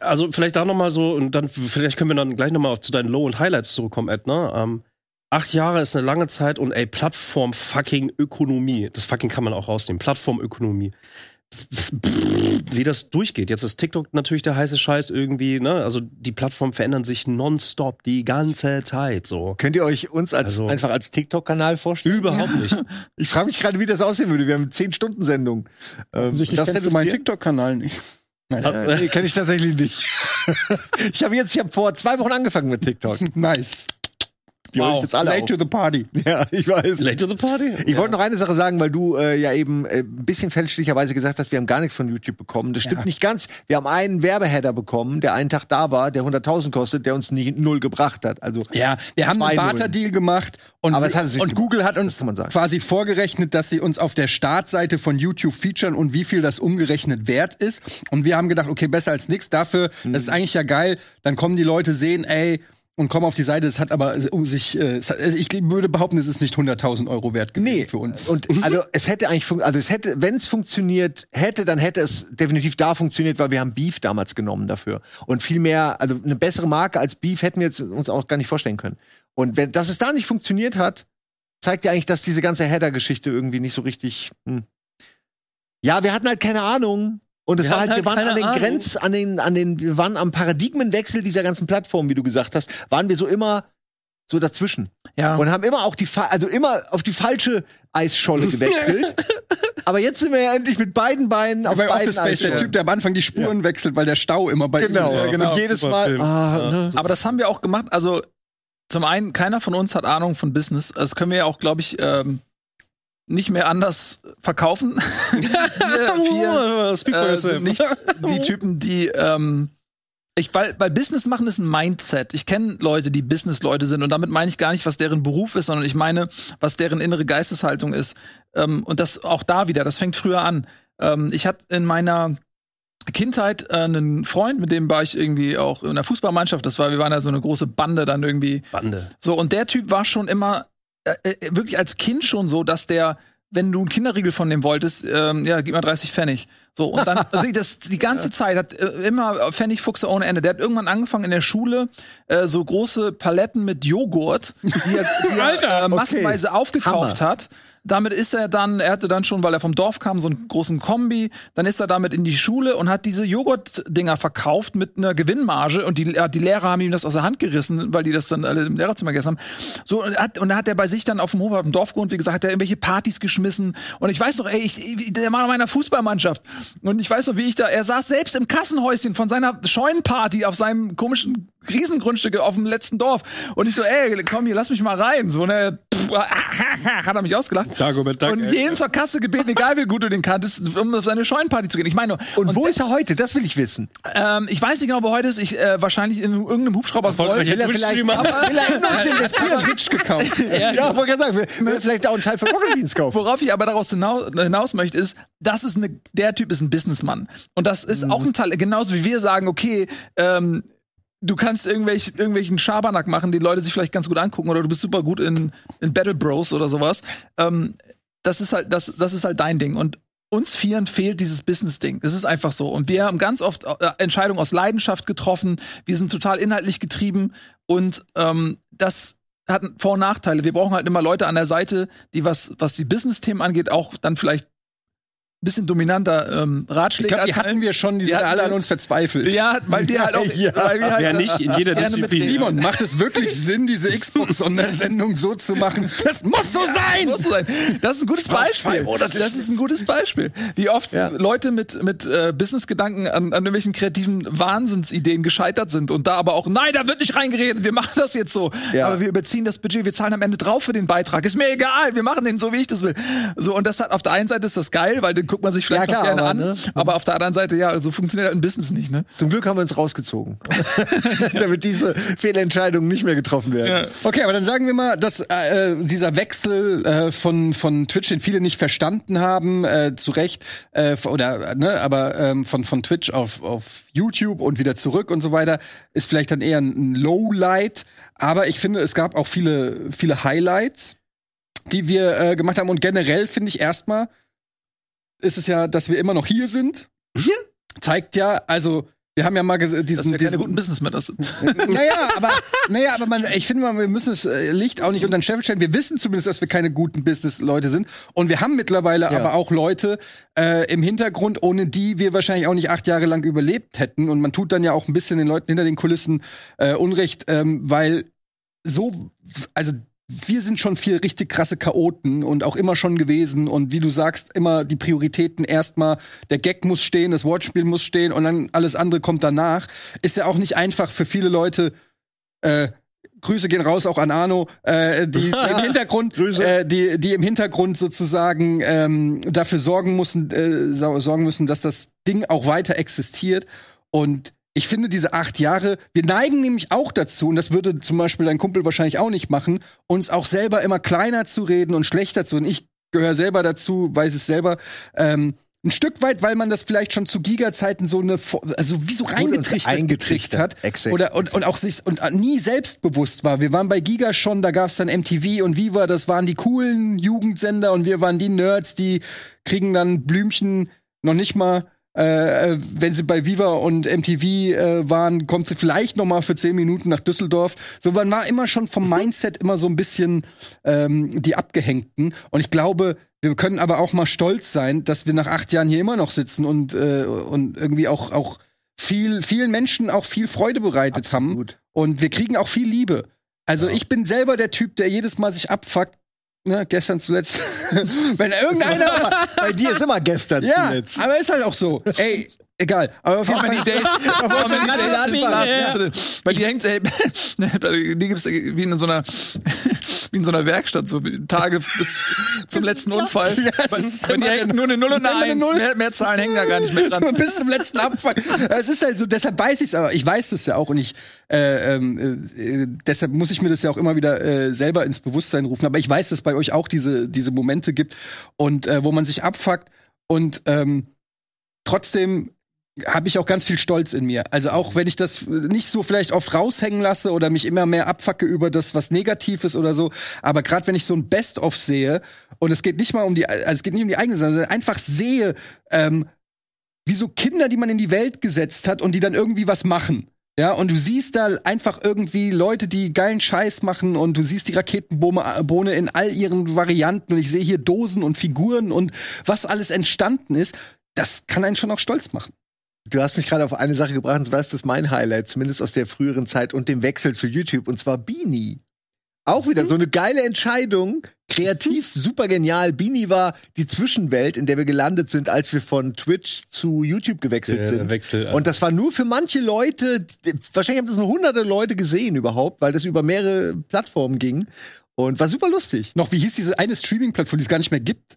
Also vielleicht da noch mal so und dann vielleicht können wir dann gleich noch mal auf- zu deinen Low und Highlights zurückkommen, Edna. Ähm, acht Jahre ist eine lange Zeit und ey Plattform fucking Ökonomie. Das fucking kann man auch rausnehmen. Plattformökonomie. Wie das durchgeht. Jetzt ist TikTok natürlich der heiße Scheiß irgendwie, ne? Also die Plattformen verändern sich nonstop die ganze Zeit so. Könnt ihr euch uns als, Also- einfach als TikTok-Kanal vorstellen? Überhaupt nicht. Ich frage mich gerade, wie das aussehen würde. Wir haben 10-Stunden-Sendung. Ähm, das kennst hätte mein TikTok. TikTok-Kanal nicht. Äh, nee, kenne ich tatsächlich nicht. ich habe jetzt, ich habe vor zwei Wochen angefangen mit TikTok. Nice. Die wow. ich jetzt alle Late auf. to the party. Ja, ich weiß. Late to the party? Ich wollte noch eine Sache sagen, weil du äh, ja eben äh, ein bisschen fälschlicherweise gesagt hast, wir haben gar nichts von YouTube bekommen. Das stimmt nicht ganz. Wir haben einen Werbeheader bekommen, der einen Tag da war, der 100.000 kostet, der uns nie, null gebracht hat. Also Ja, wir haben zwei einen Nullen. Barter-Deal gemacht und, Aber es hat es nicht und gemacht. Google hat Das uns kann man sagen. quasi vorgerechnet, dass sie uns auf der Startseite von YouTube featuren und wie viel das umgerechnet wert ist. Und wir haben gedacht, okay, besser als nichts. Dafür, Hm. das ist eigentlich ja geil. Dann kommen die Leute, sehen, ey, und kommen auf die Seite. Es hat aber um sich, äh, es hat, also ich würde behaupten, es ist nicht 100.000 Euro wert gewesen nee. für uns. Und Mhm. also es hätte eigentlich fun- also es hätte, wenn es funktioniert hätte, dann hätte es definitiv da funktioniert, weil wir haben Beef damals genommen dafür. Und viel mehr, also eine bessere Marke als Beef hätten wir jetzt uns auch gar nicht vorstellen können. Und wenn dass es da nicht funktioniert hat, zeigt ja eigentlich, dass diese ganze Header-Geschichte irgendwie nicht so richtig. Hm. Ja, wir hatten halt keine Ahnung. Und es Wir war hatten halt, wir halt waren keine an den Ahnung. Grenz, an den, an den, wir waren am Paradigmenwechsel dieser ganzen Plattform, wie du gesagt hast, waren wir so immer so dazwischen. Ah. Ja. Und haben immer auch die, fa- also immer auf die falsche Eisscholle gewechselt. Aber jetzt sind wir ja endlich mit beiden Beinen auf bei beiden Office Space, der Typ, der am Anfang die Spuren wechselt, weil der Stau immer bei Genau. ihm ist. Und jedes super Mal, Film. ah, Ja. ne? Aber das haben wir auch gemacht. Also zum einen, keiner von uns hat Ahnung von Business. Das können wir ja auch, glaube ich, ähm, nicht mehr anders verkaufen. wir Uh, speak for wir äh, yourself. sind nicht die Typen, die ähm, ich, weil, weil Business machen ist ein Mindset. Ich kenne Leute, die Business-Leute sind und damit meine ich gar nicht, was deren Beruf ist, sondern ich meine, was deren innere Geisteshaltung ist. Ähm, und das auch da wieder, das fängt früher an. Ähm, ich hatte in meiner Kindheit äh, einen Freund, mit dem war ich irgendwie auch in der Fußballmannschaft. Das war, wir waren ja so eine große Bande dann irgendwie. Bande. So, und der Typ war schon immer, äh, äh, wirklich als Kind schon so, dass der, wenn du einen Kinderriegel von dem wolltest, ähm, ja, gib mal 30 Pfennig. So, und dann, also das, die ganze Zeit hat äh, immer Pfennigfuchse ohne Ende. Der hat irgendwann angefangen in der Schule äh, so große Paletten mit Joghurt, die er, die er äh, massenweise aufgekauft hat. Damit ist er dann, er hatte dann schon, weil er vom Dorf kam, so einen großen Kombi. Dann ist er damit in die Schule und hat diese Joghurt-Dinger verkauft mit einer Gewinnmarge. Und die, äh, die Lehrer haben ihm das aus der Hand gerissen, weil die das dann alle im Lehrerzimmer gegessen haben. So, und, hat, und dann hat er bei sich dann auf dem Hof, auf dem Dorf gewohnt, wie gesagt, hat er irgendwelche Partys geschmissen. Und ich weiß noch, ey, ich, ich- der Mann meiner Fußballmannschaft. Und ich weiß noch, wie ich da, er saß selbst im Kassenhäuschen von seiner Scheunenparty auf seinem komischen Riesengrundstück auf dem letzten Dorf. Und ich so, ey, komm hier, lass mich mal rein. So, ne, pff, hat er mich ausgelacht. Dagobert Duck, und ey. jeden zur Kasse gebeten, egal wie gut du den kanntest, um auf seine Scheunenparty zu gehen. Ich meine, nur, Und, wo ist er heute? Das will ich wissen. ähm, ich weiß nicht genau, wo heute ist. Ich, äh, wahrscheinlich in irgendeinem Hubschrauber aus Gold. Erfolgreicher Twitch-Streamer. Will er in uns investieren? Twitch gekauft. ja, genau. wollte gerade sagen, will, will er vielleicht auch einen Teil von Rocket Beans kaufen. Worauf ich aber daraus hinau- hinaus möchte, ist, das ist eine, der Typ ist ein Businessmann. Und das ist auch ein Teil, genauso wie wir sagen, okay, ähm, du kannst irgendwelch, irgendwelchen Schabernack machen, die Leute sich vielleicht ganz gut angucken, oder du bist super gut in, in Battle Bros oder sowas. Ähm, das ist halt, das, das ist halt dein Ding. Und uns Vieren fehlt dieses Business-Ding. Es ist einfach so. Und wir haben ganz oft äh, Entscheidungen aus Leidenschaft getroffen. Wir sind total inhaltlich getrieben. Und ähm, das hat Vor- und Nachteile. Wir brauchen halt immer Leute an der Seite, die was, was die Business-Themen angeht, auch dann vielleicht bisschen dominanter ähm, Ratschläge. Ich glaube, die als- hatten wir schon, die sind hatten alle wir- an uns verzweifelt. Ja, weil wir halt auch- Ja, weil wir halt- Ja, nicht in jeder Gerne Disziplin. mitnehmen. Simon, macht es wirklich Sinn, diese Xbox-Sondersendung so zu machen? Das muss so sein! Muss so sein. Das ist ein gutes Beispiel. Das ist ein gutes Beispiel. Wie oft Leute mit, mit äh, Business-Gedanken an, an irgendwelchen kreativen Wahnsinnsideen gescheitert sind und da aber auch, nein, da wird nicht reingeredet, wir machen das jetzt so. Aber wir überziehen das Budget, wir zahlen am Ende drauf für den Beitrag. Ist mir egal, wir machen den so, wie ich das will. So, und das hat auf der einen Seite ist das geil, weil den guckt man sich vielleicht Ja, auch klar, gerne aber, an. ne? Aber auf der anderen Seite, ja, so funktioniert halt ein Business nicht, ne? Zum Glück haben wir uns rausgezogen, damit diese Fehlentscheidungen nicht mehr getroffen werden. Okay, aber dann sagen wir mal, dass äh, äh, dieser Wechsel äh, von, von Twitch, den viele nicht verstanden haben, äh, zu Recht, äh, f- oder, äh, ne, aber ähm, von, von Twitch auf, auf YouTube und wieder zurück und so weiter, ist vielleicht dann eher ein Lowlight. Aber ich finde, es gab auch viele, viele Highlights, die wir äh, gemacht haben. Und generell finde ich erstmal, ist es ja, dass wir immer noch hier sind. Zeigt ja, also, wir haben ja mal ges- Dass wir diesen, keine diesen guten Businessmänner sind. naja, aber, naja, aber man, ich finde, mal, wir müssen das äh, Licht auch nicht unter den Scheffel stellen. Wir wissen zumindest, dass wir keine guten Business-Leute sind. Und wir haben mittlerweile aber auch Leute äh, im Hintergrund, ohne die wir wahrscheinlich auch nicht acht Jahre lang überlebt hätten. Und man tut dann ja auch ein bisschen den Leuten hinter den Kulissen äh, Unrecht, ähm, weil so, also wir sind schon viel richtig krasse Chaoten und auch immer schon gewesen und wie du sagst, immer die Prioritäten erstmal, der Gag muss stehen, das Wortspiel muss stehen und dann alles andere kommt danach. Ist ja auch nicht einfach für viele Leute, äh, Grüße gehen raus auch an Arno, äh, die, die im Hintergrund, äh, die, die im Hintergrund sozusagen ähm, dafür sorgen müssen, äh, sau- sorgen müssen, dass das Ding auch weiter existiert. Und ich finde diese acht Jahre, wir neigen nämlich auch dazu, und das würde zum Beispiel dein Kumpel wahrscheinlich auch nicht machen, uns auch selber immer kleiner zu reden und schlechter zu. Und ich gehöre selber dazu, weiß es selber. Ähm, ein Stück weit, weil man das vielleicht schon zu Giga-Zeiten so eine, Fo- also wie so reingetrichtert gekriegt eingetrichtert. hat. Exakt. Oder und, und auch sich und äh, nie selbstbewusst war. Wir waren bei Giga schon, da gab es dann MTV und Viva, das waren die coolen Jugendsender und wir waren die Nerds, die kriegen dann Blümchen noch nicht mal. Äh, äh, wenn sie bei Viva und MTV äh, waren, kommt sie vielleicht noch mal für zehn Minuten nach Düsseldorf. So, man war immer schon vom Mindset immer so ein bisschen ähm, die Abgehängten. Und ich glaube, wir können aber auch mal stolz sein, dass wir nach acht Jahren hier immer noch sitzen und, äh, und irgendwie auch, auch viel, vielen Menschen auch viel Freude bereitet haben. Und wir kriegen auch viel Liebe. Also ich bin selber der Typ, der jedes Mal sich abfuckt. Ne, gestern zuletzt. Wenn irgendeiner was. Bei dir ist immer gestern Ja, zuletzt. aber ist halt auch so. Ey, egal. Aber auf jeden Fall. Aber wenn die gerade Dates sind, anfangen, Lars, ja. kennst du das? Weil die hängt, ey, bei- die gibt's äh, wie in so einer, wie in so einer Werkstatt, so Tage bis zum letzten Unfall. Weil- ist wenn die immer hängt nur eine Null und eine Immer eine Eins. Null. Mehr, mehr Zahlen hängen da gar nicht mehr dran. bis zum letzten Abfall. Es ist halt so, deshalb weiß ich es aber. Ich weiß das ja auch und ich, äh, ähm, äh, äh, deshalb muss ich mir das ja auch immer wieder äh, selber ins Bewusstsein rufen. Aber ich weiß, dass bei euch auch diese, diese Momente gibt und äh, wo man sich abfuckt und ähm, trotzdem habe ich auch ganz viel Stolz in mir. Also auch wenn ich das nicht so vielleicht oft raushängen lasse oder mich immer mehr abfacke über das, was negativ ist oder so, aber gerade wenn ich so ein Best-of sehe und es geht nicht mal um die, also es geht nicht um die eigene, Sache, sondern einfach sehe, ähm, wie so Kinder, die man in die Welt gesetzt hat und die dann irgendwie was machen. Ja, und du siehst da einfach irgendwie Leute, die geilen Scheiß machen und du siehst die Raketenbohne äh, Bohne in all ihren Varianten und ich sehe hier Dosen und Figuren und was alles entstanden ist. Das kann einen schon auch stolz machen. Du hast mich gerade auf eine Sache gebracht, und zwar ist das mein Highlight, zumindest aus der früheren Zeit und dem Wechsel zu YouTube, und zwar Beanie. Auch wieder so eine geile Entscheidung, kreativ, super genial. Beanie war die Zwischenwelt, in der wir gelandet sind, als wir von Twitch zu YouTube gewechselt Der sind. Wechsel, äh. Und das war nur für manche Leute, die- wahrscheinlich haben das nur hunderte Leute gesehen überhaupt, weil das über mehrere Plattformen ging. Und war super lustig. Noch, wie hieß diese eine Streaming-Plattform, die es gar nicht mehr gibt?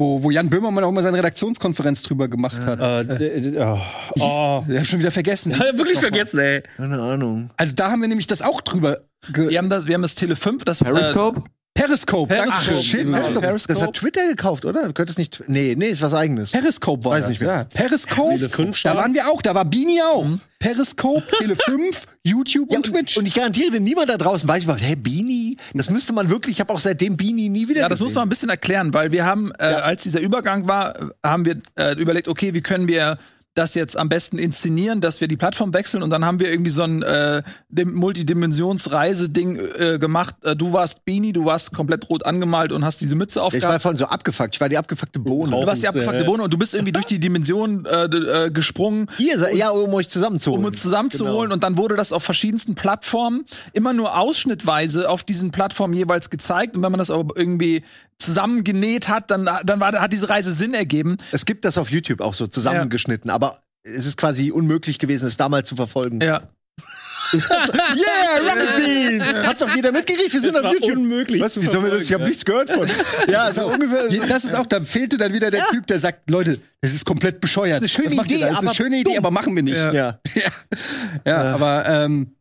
Wo, wo Jan Böhmermann auch immer seine Redaktionskonferenz drüber gemacht hat. Äh, d- d- oh, oh. Ich hab schon wieder vergessen. Ich hab wirklich vergessen, ey. Keine Ahnung. Also da haben wir nämlich das auch drüber. Ge Wir haben das, wir haben das Tele 5, das Periscope? Periscope. Periscope. Ach, shit, Genau. Periscope. Das hat Twitter gekauft, oder? Könnte es nicht. Nee, nee, ist was eigenes. Periscope war Weiß das. nicht mehr. Ja. Ah, Periscope, Tele fünf da war- waren wir auch, da war Bini auch. Periscope, Tele5, YouTube Mhm. Ja, und Twitch. Und ich garantiere, wenn niemand da draußen weiß, ich war, hä, Beanie? Das müsste man wirklich, ich habe auch seitdem Beanie nie wieder Ja, das muss gesehen. man ein bisschen erklären, weil wir haben, äh, als dieser Übergang war, äh, haben wir äh, überlegt, okay, wie können wir das jetzt am besten inszenieren, dass wir die Plattform wechseln und dann haben wir irgendwie so ein äh, dem- Multidimensionsreise-Ding äh, gemacht. Äh, du warst Beanie, du warst komplett rot angemalt und hast diese Mütze Ich war aufgehabt. vorhin so abgefuckt. Ich war die Oh, abgefuckte Bohne. Du warst die abgefuckte Bohne und du bist irgendwie durch die Dimension äh, d- äh, gesprungen. Hier, se- ja, um euch zusammenzuholen. Um uns zusammenzuholen. Genau. Und dann wurde das auf verschiedensten Plattformen immer nur ausschnittweise auf diesen Plattformen jeweils gezeigt. Und wenn man das aber irgendwie zusammengenäht hat, dann, dann war, hat diese Reise Sinn ergeben. Es gibt das auf YouTube auch so zusammengeschnitten, aber es ist quasi unmöglich gewesen, es damals zu verfolgen. Ja. yeah, Rocket Bean! Hat's doch jeder mitgekriegt, wir sind Es auf war YouTube. unmöglich Was, zu wieso haben wir verfolgen, das? Ich habe ja. nichts gehört von. Ja, so ungefähr. Je- Das ist auch, da fehlte dann wieder der Typ, der sagt, Leute, das ist komplett bescheuert. Das ist eine schöne Was macht ihr Idee, da? Das ist eine aber schöne Idee, dumm. aber machen wir nicht. Ja. Ja. Äh. Ja, aber ähm,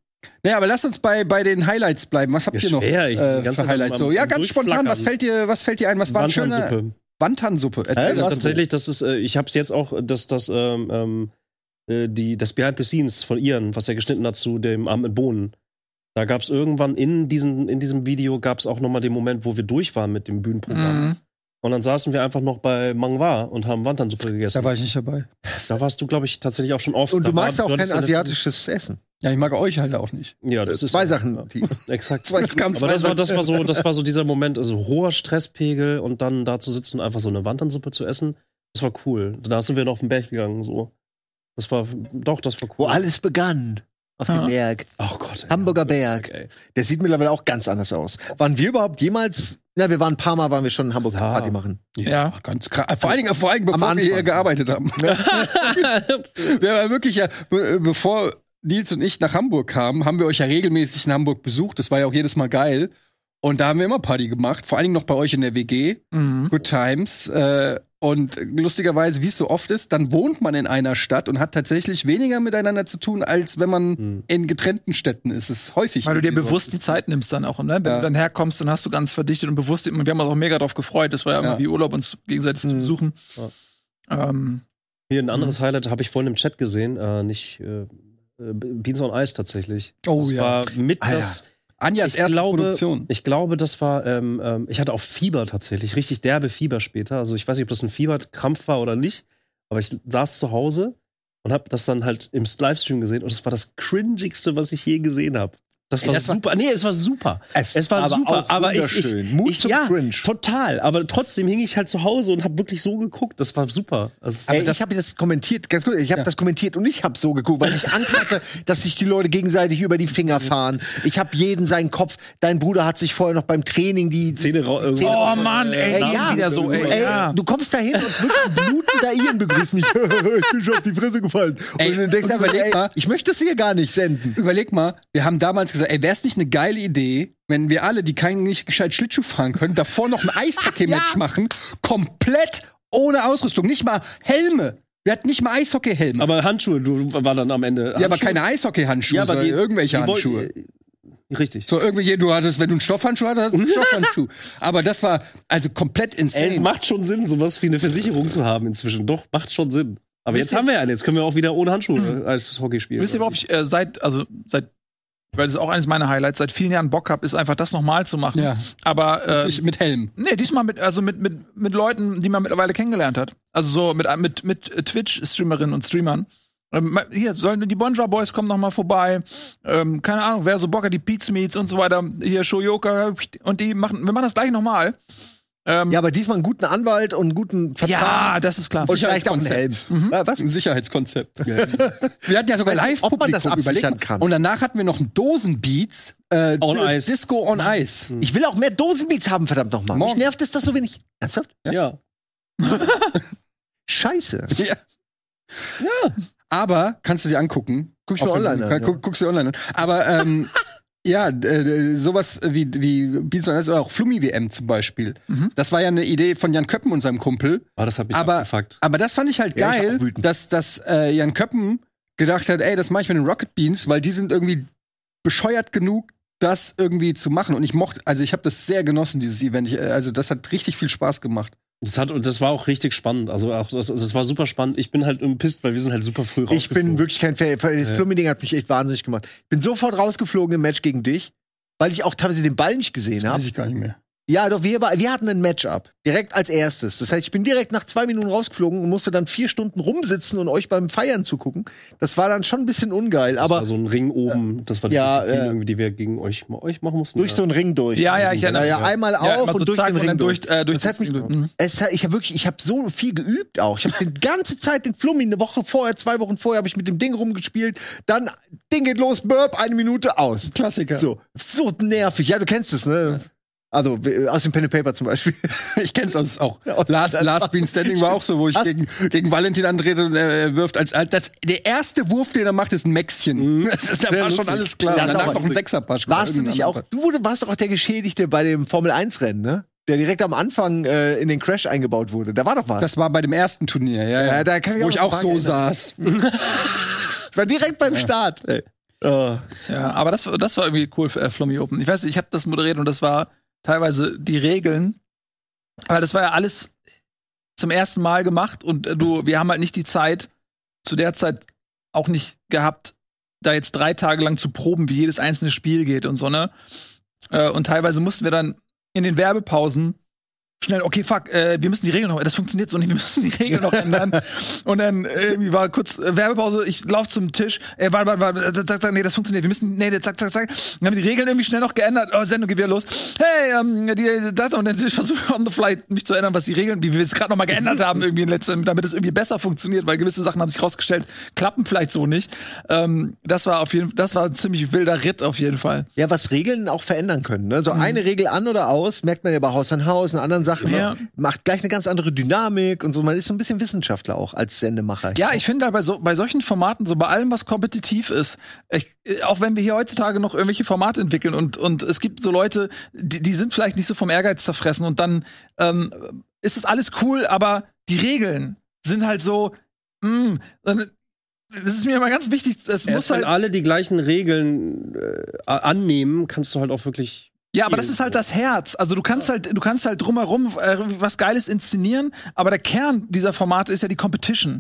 naja, aber lasst uns bei, bei den Highlights bleiben. Was habt Ja, ihr noch schwer, ich bin die äh, ganze für Zeit Highlights am- so? Ja, am ganz spontan. Durchflackern. Was fällt dir, was fällt dir ein? Was war ein schöner Wantansuppe. Wantansuppe? Äh, das tatsächlich, das ist, äh, ich habe es jetzt auch, dass das, ähm, ähm, äh, die, das Behind the Scenes von Ian, was er geschnitten hat zu dem Arm mit Bohnen. Da gab es irgendwann in, diesen, in diesem Video gab es auch nochmal den Moment, wo wir durch waren mit dem Mhm. Bühnenprogramm. Und dann saßen wir einfach noch bei Mangwa und haben Wantansuppe gegessen. Da war ich nicht dabei. da warst du, glaube ich, tatsächlich auch schon oft. Und Da du magst war, auch kein hattest in der- asiatisches Essen. Ja, ich mag euch halt auch nicht. Ja, das ist Zwei ja- Sachen. Die, Exakt. Zwei- es kamen Aber zwei das also, war, Sachen. das war so, das war so dieser Moment, also hoher Stresspegel und dann da zu sitzen und einfach so eine Wandansuppe zu essen. Das war cool. Da sind wir noch auf den Berg gegangen, so. Das war, doch, das war cool. wo alles begann. Auf dem Berg. Oh Gott. ey. Hamburger Berg. Ey. Der sieht mittlerweile auch ganz anders aus. Waren wir überhaupt jemals? Na, wir waren ein paar Mal, waren wir schon in Hamburg Ja. Party machen. Ja. äh, Ganz krass. Vor allen Dingen, vor allen Dingen Am bevor wir Anfang. hier gearbeitet haben. wir haben ja wirklich ja, be äh, bevor Nils und ich nach Hamburg kamen, haben wir euch ja regelmäßig in Hamburg besucht. Das war ja auch jedes Mal geil. Und da haben wir immer Party gemacht, vor allen Dingen noch bei euch in der WG. Mhm. Good Times. Äh, und lustigerweise, wie es so oft ist, dann wohnt man in einer Stadt und hat tatsächlich weniger miteinander zu tun, als wenn man Hm. in getrennten Städten ist. Es ist häufig. Weil du dir irgendwie so. bewusst die Zeit nimmst dann auch, ne? Wenn Ja. du dann herkommst, dann hast du ganz verdichtet und bewusst, wir haben uns auch mega drauf gefreut. Das war ja, Ja. immer wie Urlaub, uns gegenseitig zu besuchen. Ja. Ähm, Hier ein anderes Highlight habe ich vorhin im Chat gesehen, äh, nicht äh, äh, Beans on Ice tatsächlich. Oh, das ja. war mit Ah, ja. das. Anjas erste glaube, Produktion. Ich glaube, das war, ähm, ähm, ich hatte auch Fieber tatsächlich, richtig derbe Fieber später. Also ich weiß nicht, ob das ein Fieberkrampf war oder nicht, aber ich saß zu Hause und habe das dann halt im Livestream gesehen und es war das cringigste, was ich je gesehen habe. Das war das war- super. nee, es war super. Es war aber super, auch aber ich, ich wunderschön. Mut ich, zum ja, Cringe. total. Aber trotzdem hing ich halt zu Hause und habe wirklich so geguckt. Das war super. Also, Ey, ich habe das kommentiert, ganz gut, ich habe das kommentiert und ich habe so geguckt, weil ich Angst hatte, dass sich die Leute gegenseitig über die Finger fahren. Ich habe jeden seinen Kopf. Dein Bruder hat sich vorher noch beim Training die Zähne ra- äh, Zähne raus- Oh Mann, ey, äh, dann Namen- wieder so, ey, ja. Du kommst da hin und wirklich blutender Ian begrüßt mich. ich bin schon auf die Fresse gefallen. Ey, und du denkst und aber, überleg ey, mal. ich möchte das hier gar nicht senden. Überleg mal, wir haben damals gesagt, ey, wäre es nicht eine geile Idee, wenn wir alle, die keinen nicht gescheit Schlittschuh fahren können, davor noch ein Eishockey-Match machen, komplett ohne Ausrüstung, nicht mal Helme. Wir hatten nicht mal Eishockey-Helme. aber Handschuhe, du war dann am Ende. Ja, aber Handschuhe? keine Eishockey-Handschuhe, Ja, aber sondern die- irgendwelche die wollten- Handschuhe. äh, Richtig. So irgendwelche, du hattest, wenn du einen Stoffhandschuh hattest, hast du Mhm. einen Stoffhandschuh. Aber das war also komplett Ey, es insane. macht schon Sinn, sowas wie eine Versicherung zu haben inzwischen. Doch, macht schon Sinn. Aber jetzt haben wir einen, jetzt können wir auch wieder ohne Handschuhe als Hockey spielen. Wisst ihr überhaupt, ich, äh, seit, also seit, weil das ist auch eines meiner Highlights, seit vielen Jahren Bock hab, ist einfach das nochmal zu machen. Ja. Aber äh, Ich- mit Helm. nee, diesmal mit, also mit, mit, mit Leuten, die man mittlerweile kennengelernt hat. Also so mit, mit, mit äh, Twitch-Streamerinnen und Streamern. Ähm, Hier, sollen die Bonja Boys kommen nochmal vorbei. Ähm, keine Ahnung, wer so Bock hat, die Beats Meets und so weiter. Hier Shoyoka und die machen, wir machen das gleich nochmal. Ähm, Ja, aber diesmal einen guten Anwalt und einen guten Vertrag. ja, das ist Oh, klar. und vielleicht auch einen Helm. Sicherheitskonzept. Äh, Was? Ein Sicherheitskonzept. Wir hatten ja sogar Ich Mhm. weiß nicht, ob man das Live-Publikum absichern überlegt. kann. Und danach hatten wir noch einen Dosenbeats. Äh, On Di- Ice. Disco on Mhm. Ice. Ich will auch mehr Dosenbeats haben, verdammt nochmal. Mich Morgen. nervt es das so wenig. Ernsthaft? ja. Scheiße. Ja. Aber kannst du dir angucken. Guck ich mir online an, Kann, guck, Guckst du dir online an. Aber ähm, ja, äh, sowas wie, wie Beats on Ice oder auch Flummi WM zum Beispiel. Mhm. Das war ja eine Idee von Jan Köppen und seinem Kumpel. Ah, das hat mich Aber- abgefuckt. Aber das fand ich halt Ja, ich geil, auch wütend. dass, dass äh, Jan Köppen gedacht hat, ey, das mache ich mit den Rocket Beans, weil die sind irgendwie bescheuert genug, das irgendwie zu machen. Und ich mochte, also ich habe das sehr genossen, dieses Event. Ich, äh, also das hat richtig viel Spaß gemacht. Das, hat, und das war auch richtig spannend. Also, auch, das, also, das war super spannend. Ich bin halt im Pist, weil wir sind halt super früh Ich rausgeflogen. bin wirklich kein Fan. Das Flummiding hat mich echt wahnsinnig gemacht. Ich bin sofort rausgeflogen im Match gegen dich, weil ich auch teilweise den Ball nicht gesehen habe. ich gar nicht mehr. Ja, doch, wir, wir hatten ein Matchup. Direkt als erstes. Das heißt, ich bin direkt nach zwei Minuten rausgeflogen und musste dann vier Stunden rumsitzen und euch beim Feiern zugucken. Das war dann schon ein bisschen ungeil, Das aber war so Also ein Ring oben, das war die ja, Disziplin, äh, irgendwie, die wir gegen euch, euch machen mussten. durch so einen Ring durch. Ja, ja, ich erinnere Ja, mich. ja, einmal Ja, auf immer so und durch zack den und Ring dann durch- äh, durch das hat den mich, Ring durch. Mhm. es hat, ich habe wirklich, ich habe so viel geübt auch. Ich habe die ganze Zeit den Flummi eine Woche vorher, zwei Wochen vorher habe ich mit dem Ding rumgespielt. Dann Ding geht los, Burp, eine Minute aus. Klassiker. So, so nervig. Ja, du kennst es, ne? Also äh, aus dem Pen and Paper zum Beispiel. Ich kenn's aus auch. Last, Last Bean Standing war auch so, wo ich Hast- gegen, gegen Valentin antrete und äh, er wirft als, als das, der erste Wurf, den er macht, ist ein Maxchen. Das ist- da Mhm. Sehr war schon lustig. alles klar. Ja, Und danach sauber. noch ein Sechserpasch. Warst du nicht auch? Du wurde, warst doch auch der Geschädigte bei dem Formel 1 Rennen, ne? Der direkt am Anfang äh, in den Crash eingebaut wurde. Da war doch was. Das war bei dem ersten Turnier, ja, ja. Ja, da kann ich wo auch ich noch auch so dran erinnern. saß. war direkt beim Start. Ey. Oh. Ja, aber das, war- das war irgendwie cool für äh, Flummy Open. Ich weiß nicht, ich habe das moderiert und das war teilweise die Regeln, weil das war ja alles zum ersten Mal gemacht und äh, du, wir haben halt nicht die Zeit, zu der Zeit auch nicht gehabt, da jetzt drei Tage lang zu proben, wie jedes einzelne Spiel geht und so, ne? Äh, und teilweise mussten wir dann in den Werbepausen schnell, okay, fuck, äh, wir müssen die Regeln noch, das funktioniert so nicht, wir müssen die Regeln noch ändern. Und dann äh, irgendwie war kurz äh, Werbepause, ich lauf zum Tisch, äh, warte, warte, warte, zack, zack, zack, nee, das funktioniert, wir müssen, nee, zack, zack, zack. Dann haben wir die Regeln irgendwie schnell noch geändert, oh, Sendung geht wieder los. Hey, ähm, die, das, und dann versuche ich on the fly mich zu ändern, was die Regeln, die wir jetzt gerade noch mal geändert haben, irgendwie in letzter, damit es irgendwie besser funktioniert, weil gewisse Sachen haben sich rausgestellt, klappen vielleicht so nicht. Ähm, das war auf jeden das war ein ziemlich wilder Ritt auf jeden Fall. Ja, was Regeln auch verändern können. Ne? So Mhm. eine Regel an oder aus, merkt man ja bei Haus an Haus und anderen Sachen. Ja. Ne? Macht gleich eine ganz andere Dynamik und so. Man ist so ein bisschen Wissenschaftler auch als Sendemacher. Ja, ich finde halt bei, so, bei solchen Formaten, so bei allem, was kompetitiv ist, ich, äh, auch wenn wir hier heutzutage noch irgendwelche Formate entwickeln und, und es gibt so Leute, die, die sind vielleicht nicht so vom Ehrgeiz zerfressen und dann ähm, ist es alles cool, aber die Regeln sind halt so, mh, dann- das ist mir immer ganz wichtig, das muss Erst wenn halt. alle die gleichen Regeln äh, a- annehmen, kannst du halt auch wirklich. Ja, aber das spielen. ist halt das Herz. Also du kannst halt, du kannst halt drumherum äh, was Geiles inszenieren, aber der Kern dieser Formate ist ja die Competition.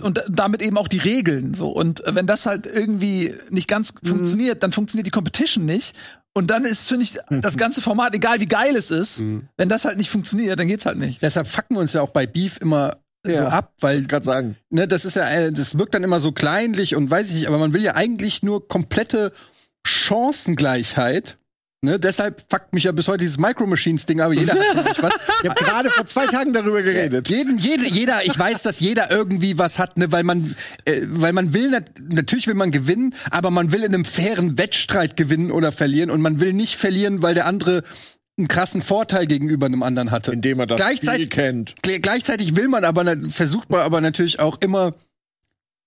Und da- damit eben auch die Regeln so. Und äh, wenn das halt irgendwie nicht ganz funktioniert, dann funktioniert die Competition nicht. Und dann ist, finde ich, das ganze Format, egal wie geil es ist, wenn das halt nicht funktioniert, dann geht's halt nicht. Deshalb fucken wir uns ja auch bei Beef immer so Ja. ab, weil gerade sagen. ne, das ist ja, äh, das wirkt dann immer so kleinlich und weiß ich nicht, aber man will ja eigentlich nur komplette Chancengleichheit. Ne, deshalb fuckt mich ja bis heute dieses Micro Machines Ding, aber jeder hat natürlich was. Ich habe gerade vor zwei Tagen darüber geredet. Jeden, jede, jeder, ich weiß, dass jeder irgendwie was hat, ne, weil man, äh, weil man will, nat natürlich will man gewinnen, aber man will in einem fairen Wettstreit gewinnen oder verlieren und man will nicht verlieren, weil der andere einen krassen Vorteil gegenüber einem anderen hatte. Indem er das Gleichzeitig- Spiel kennt. Gl- Gleichzeitig will man aber, na- versucht man aber natürlich auch immer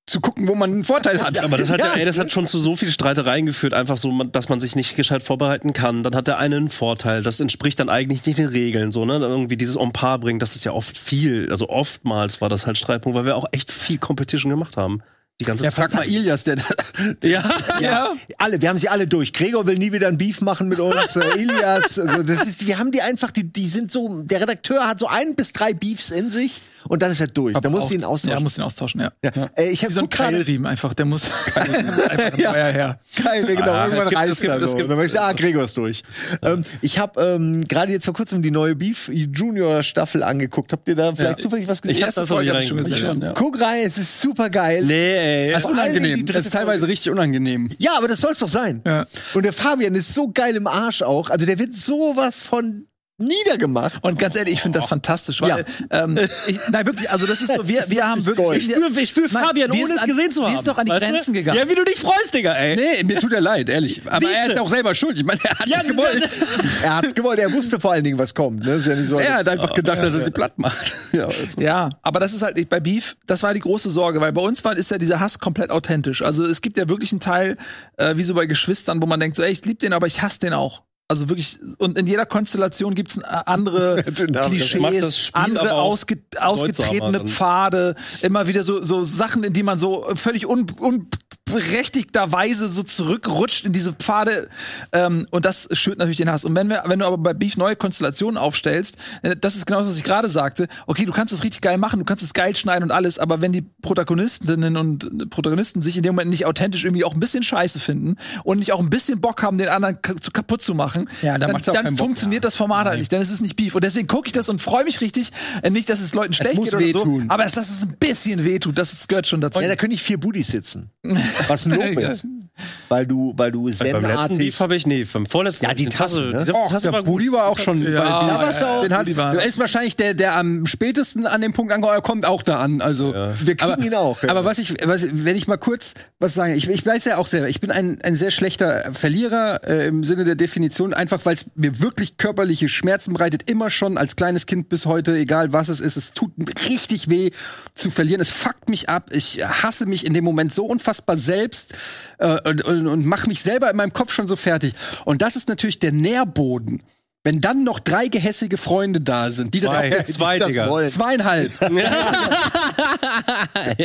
zu gucken, wo man einen Vorteil hat. Aber das hat ja, ey, das hat schon zu so viel Streitereien geführt, einfach so, man- dass man sich nicht gescheit vorbereiten kann. Dann hat der eine einen Vorteil. Das entspricht dann eigentlich nicht den Regeln, so, ne? Dann irgendwie dieses En Par bringen, das ist ja oft viel. Also oftmals war das halt Streitpunkt, weil wir auch echt viel Competition gemacht haben. Die ganze Ja, Zeit. frag mal Ilias, der, Ja, Ja. Alle, wir haben sie alle durch. Gregor will nie wieder ein Beef machen mit uns. äh, Ilias, also das ist, wir haben die einfach, die, die sind so, der Redakteur hat so ein bis drei Beefs in sich und dann ist er durch. Da muss Auch- ich ihn Ja, austauschen. muss ihn austauschen, ja. Ja. Äh, ich Wie habe so ein Keilriemen einfach, der muss einfach ja. her. Keil, genau, Ah, irgendwann es gibt- reißt es gibt- er es so. gibt- äh, Und dann merkst du, ah, Gregor ist durch. Ähm, ich habe ähm, gerade jetzt vor kurzem die neue Beef Junior Staffel angeguckt. Habt ihr da vielleicht zufällig was Ich gesehen? hab das noch Folge nicht hab ich schon reingeguckt. gesehen. Guck rein, es ist Also super geil. Nee, ey. das ist unangenehm. Das ist teilweise richtig unangenehm. Ja, aber das soll's doch sein. Ja. Und der Fabian ist so geil im Arsch auch. Also der wird sowas von niedergemacht. Und ganz ehrlich, ich finde das fantastisch, weil ähm, ich, nein wirklich, also das ist so, wir, wir haben wirklich, Ich spüre ich spür Nein, Fabian, wir ohne sind es an- gesehen zu wir haben. sind doch an die weißt du? Grenzen gegangen. Ja, wie du dich freust, Digga, ey. Nee, mir tut er leid, ehrlich. Aber er ist auch selber schuld. Ich meine, er hat nicht gewollt. Er hat's gewollt, er wusste vor allen Dingen, was kommt. Ne? Ist ja nicht so, Er hat einfach gedacht, dass er sie platt macht. Ja, also. Ja, aber das ist halt nicht bei Beef, das war die große Sorge, weil bei uns war, ist ja dieser Hass komplett authentisch. Also es gibt ja wirklich einen Teil, äh, wie so bei Geschwistern, wo man denkt, so, ey, ich liebe den, aber ich hasse den auch. Also wirklich, und in jeder Konstellation gibt's äh, andere Dynamik. Macht Klischees, das Spiel andere aber auch ausge, ausgetretene dann. Pfade, immer wieder so, so Sachen, in die man so völlig un, un, berechtigterweise so zurückrutscht in diese Pfade. Ähm, und das schürt natürlich den Hass. Und wenn, wir, wenn du aber bei Beef neue Konstellationen aufstellst, äh, das ist genau das, was ich gerade sagte. Okay, du kannst es richtig geil machen, du kannst es geil schneiden und alles, aber wenn die Protagonistinnen und Protagonisten sich in dem Moment nicht authentisch irgendwie auch ein bisschen scheiße finden und nicht auch ein bisschen Bock haben, den anderen k- zu kaputt zu machen, Ja, dann dann, macht's auch keinen Bock. funktioniert das Format halt nicht, dann ist es nicht Beef. Und deswegen gucke ich das und freue mich richtig. Äh, Nicht, dass es Leuten schlecht muss geht oder so, wehtun. aber dass es ein bisschen wehtut, das gehört schon dazu. Ja, da können nicht vier Buddies sitzen. Was ein Lob Ja. ist. Weil du, weil du beim letzten Beef zenartig. habe ich, nee, beim vorletzten. Ja, hab die ich eine Tasse, ne? Die Och, Tasse der war gut. Budi war auch schon. Ja, bei, warst du auch. den hat, Budi war- du ist wahrscheinlich der, der am spätesten an dem Punkt angekommen kommt auch da an. Also wir kriegen ihn auch, ja. Aber was ich, was, wenn ich mal kurz was sage, ich, ich weiß ja auch selber, ich bin ein, ein sehr schlechter Verlierer äh, im Sinne der Definition, einfach weil es mir wirklich körperliche Schmerzen bereitet, immer schon als kleines Kind bis heute, egal was es ist, es tut richtig weh zu verlieren. Es fuckt mich ab. Ich hasse mich in dem Moment so unfassbar selbst äh, und, und, und mache mich selber in meinem Kopf schon so fertig. Und das ist natürlich der Nährboden. Wenn dann noch drei gehässige Freunde da sind, die das Zwei. auch Zwei, Digga. wollen. zweieinhalb.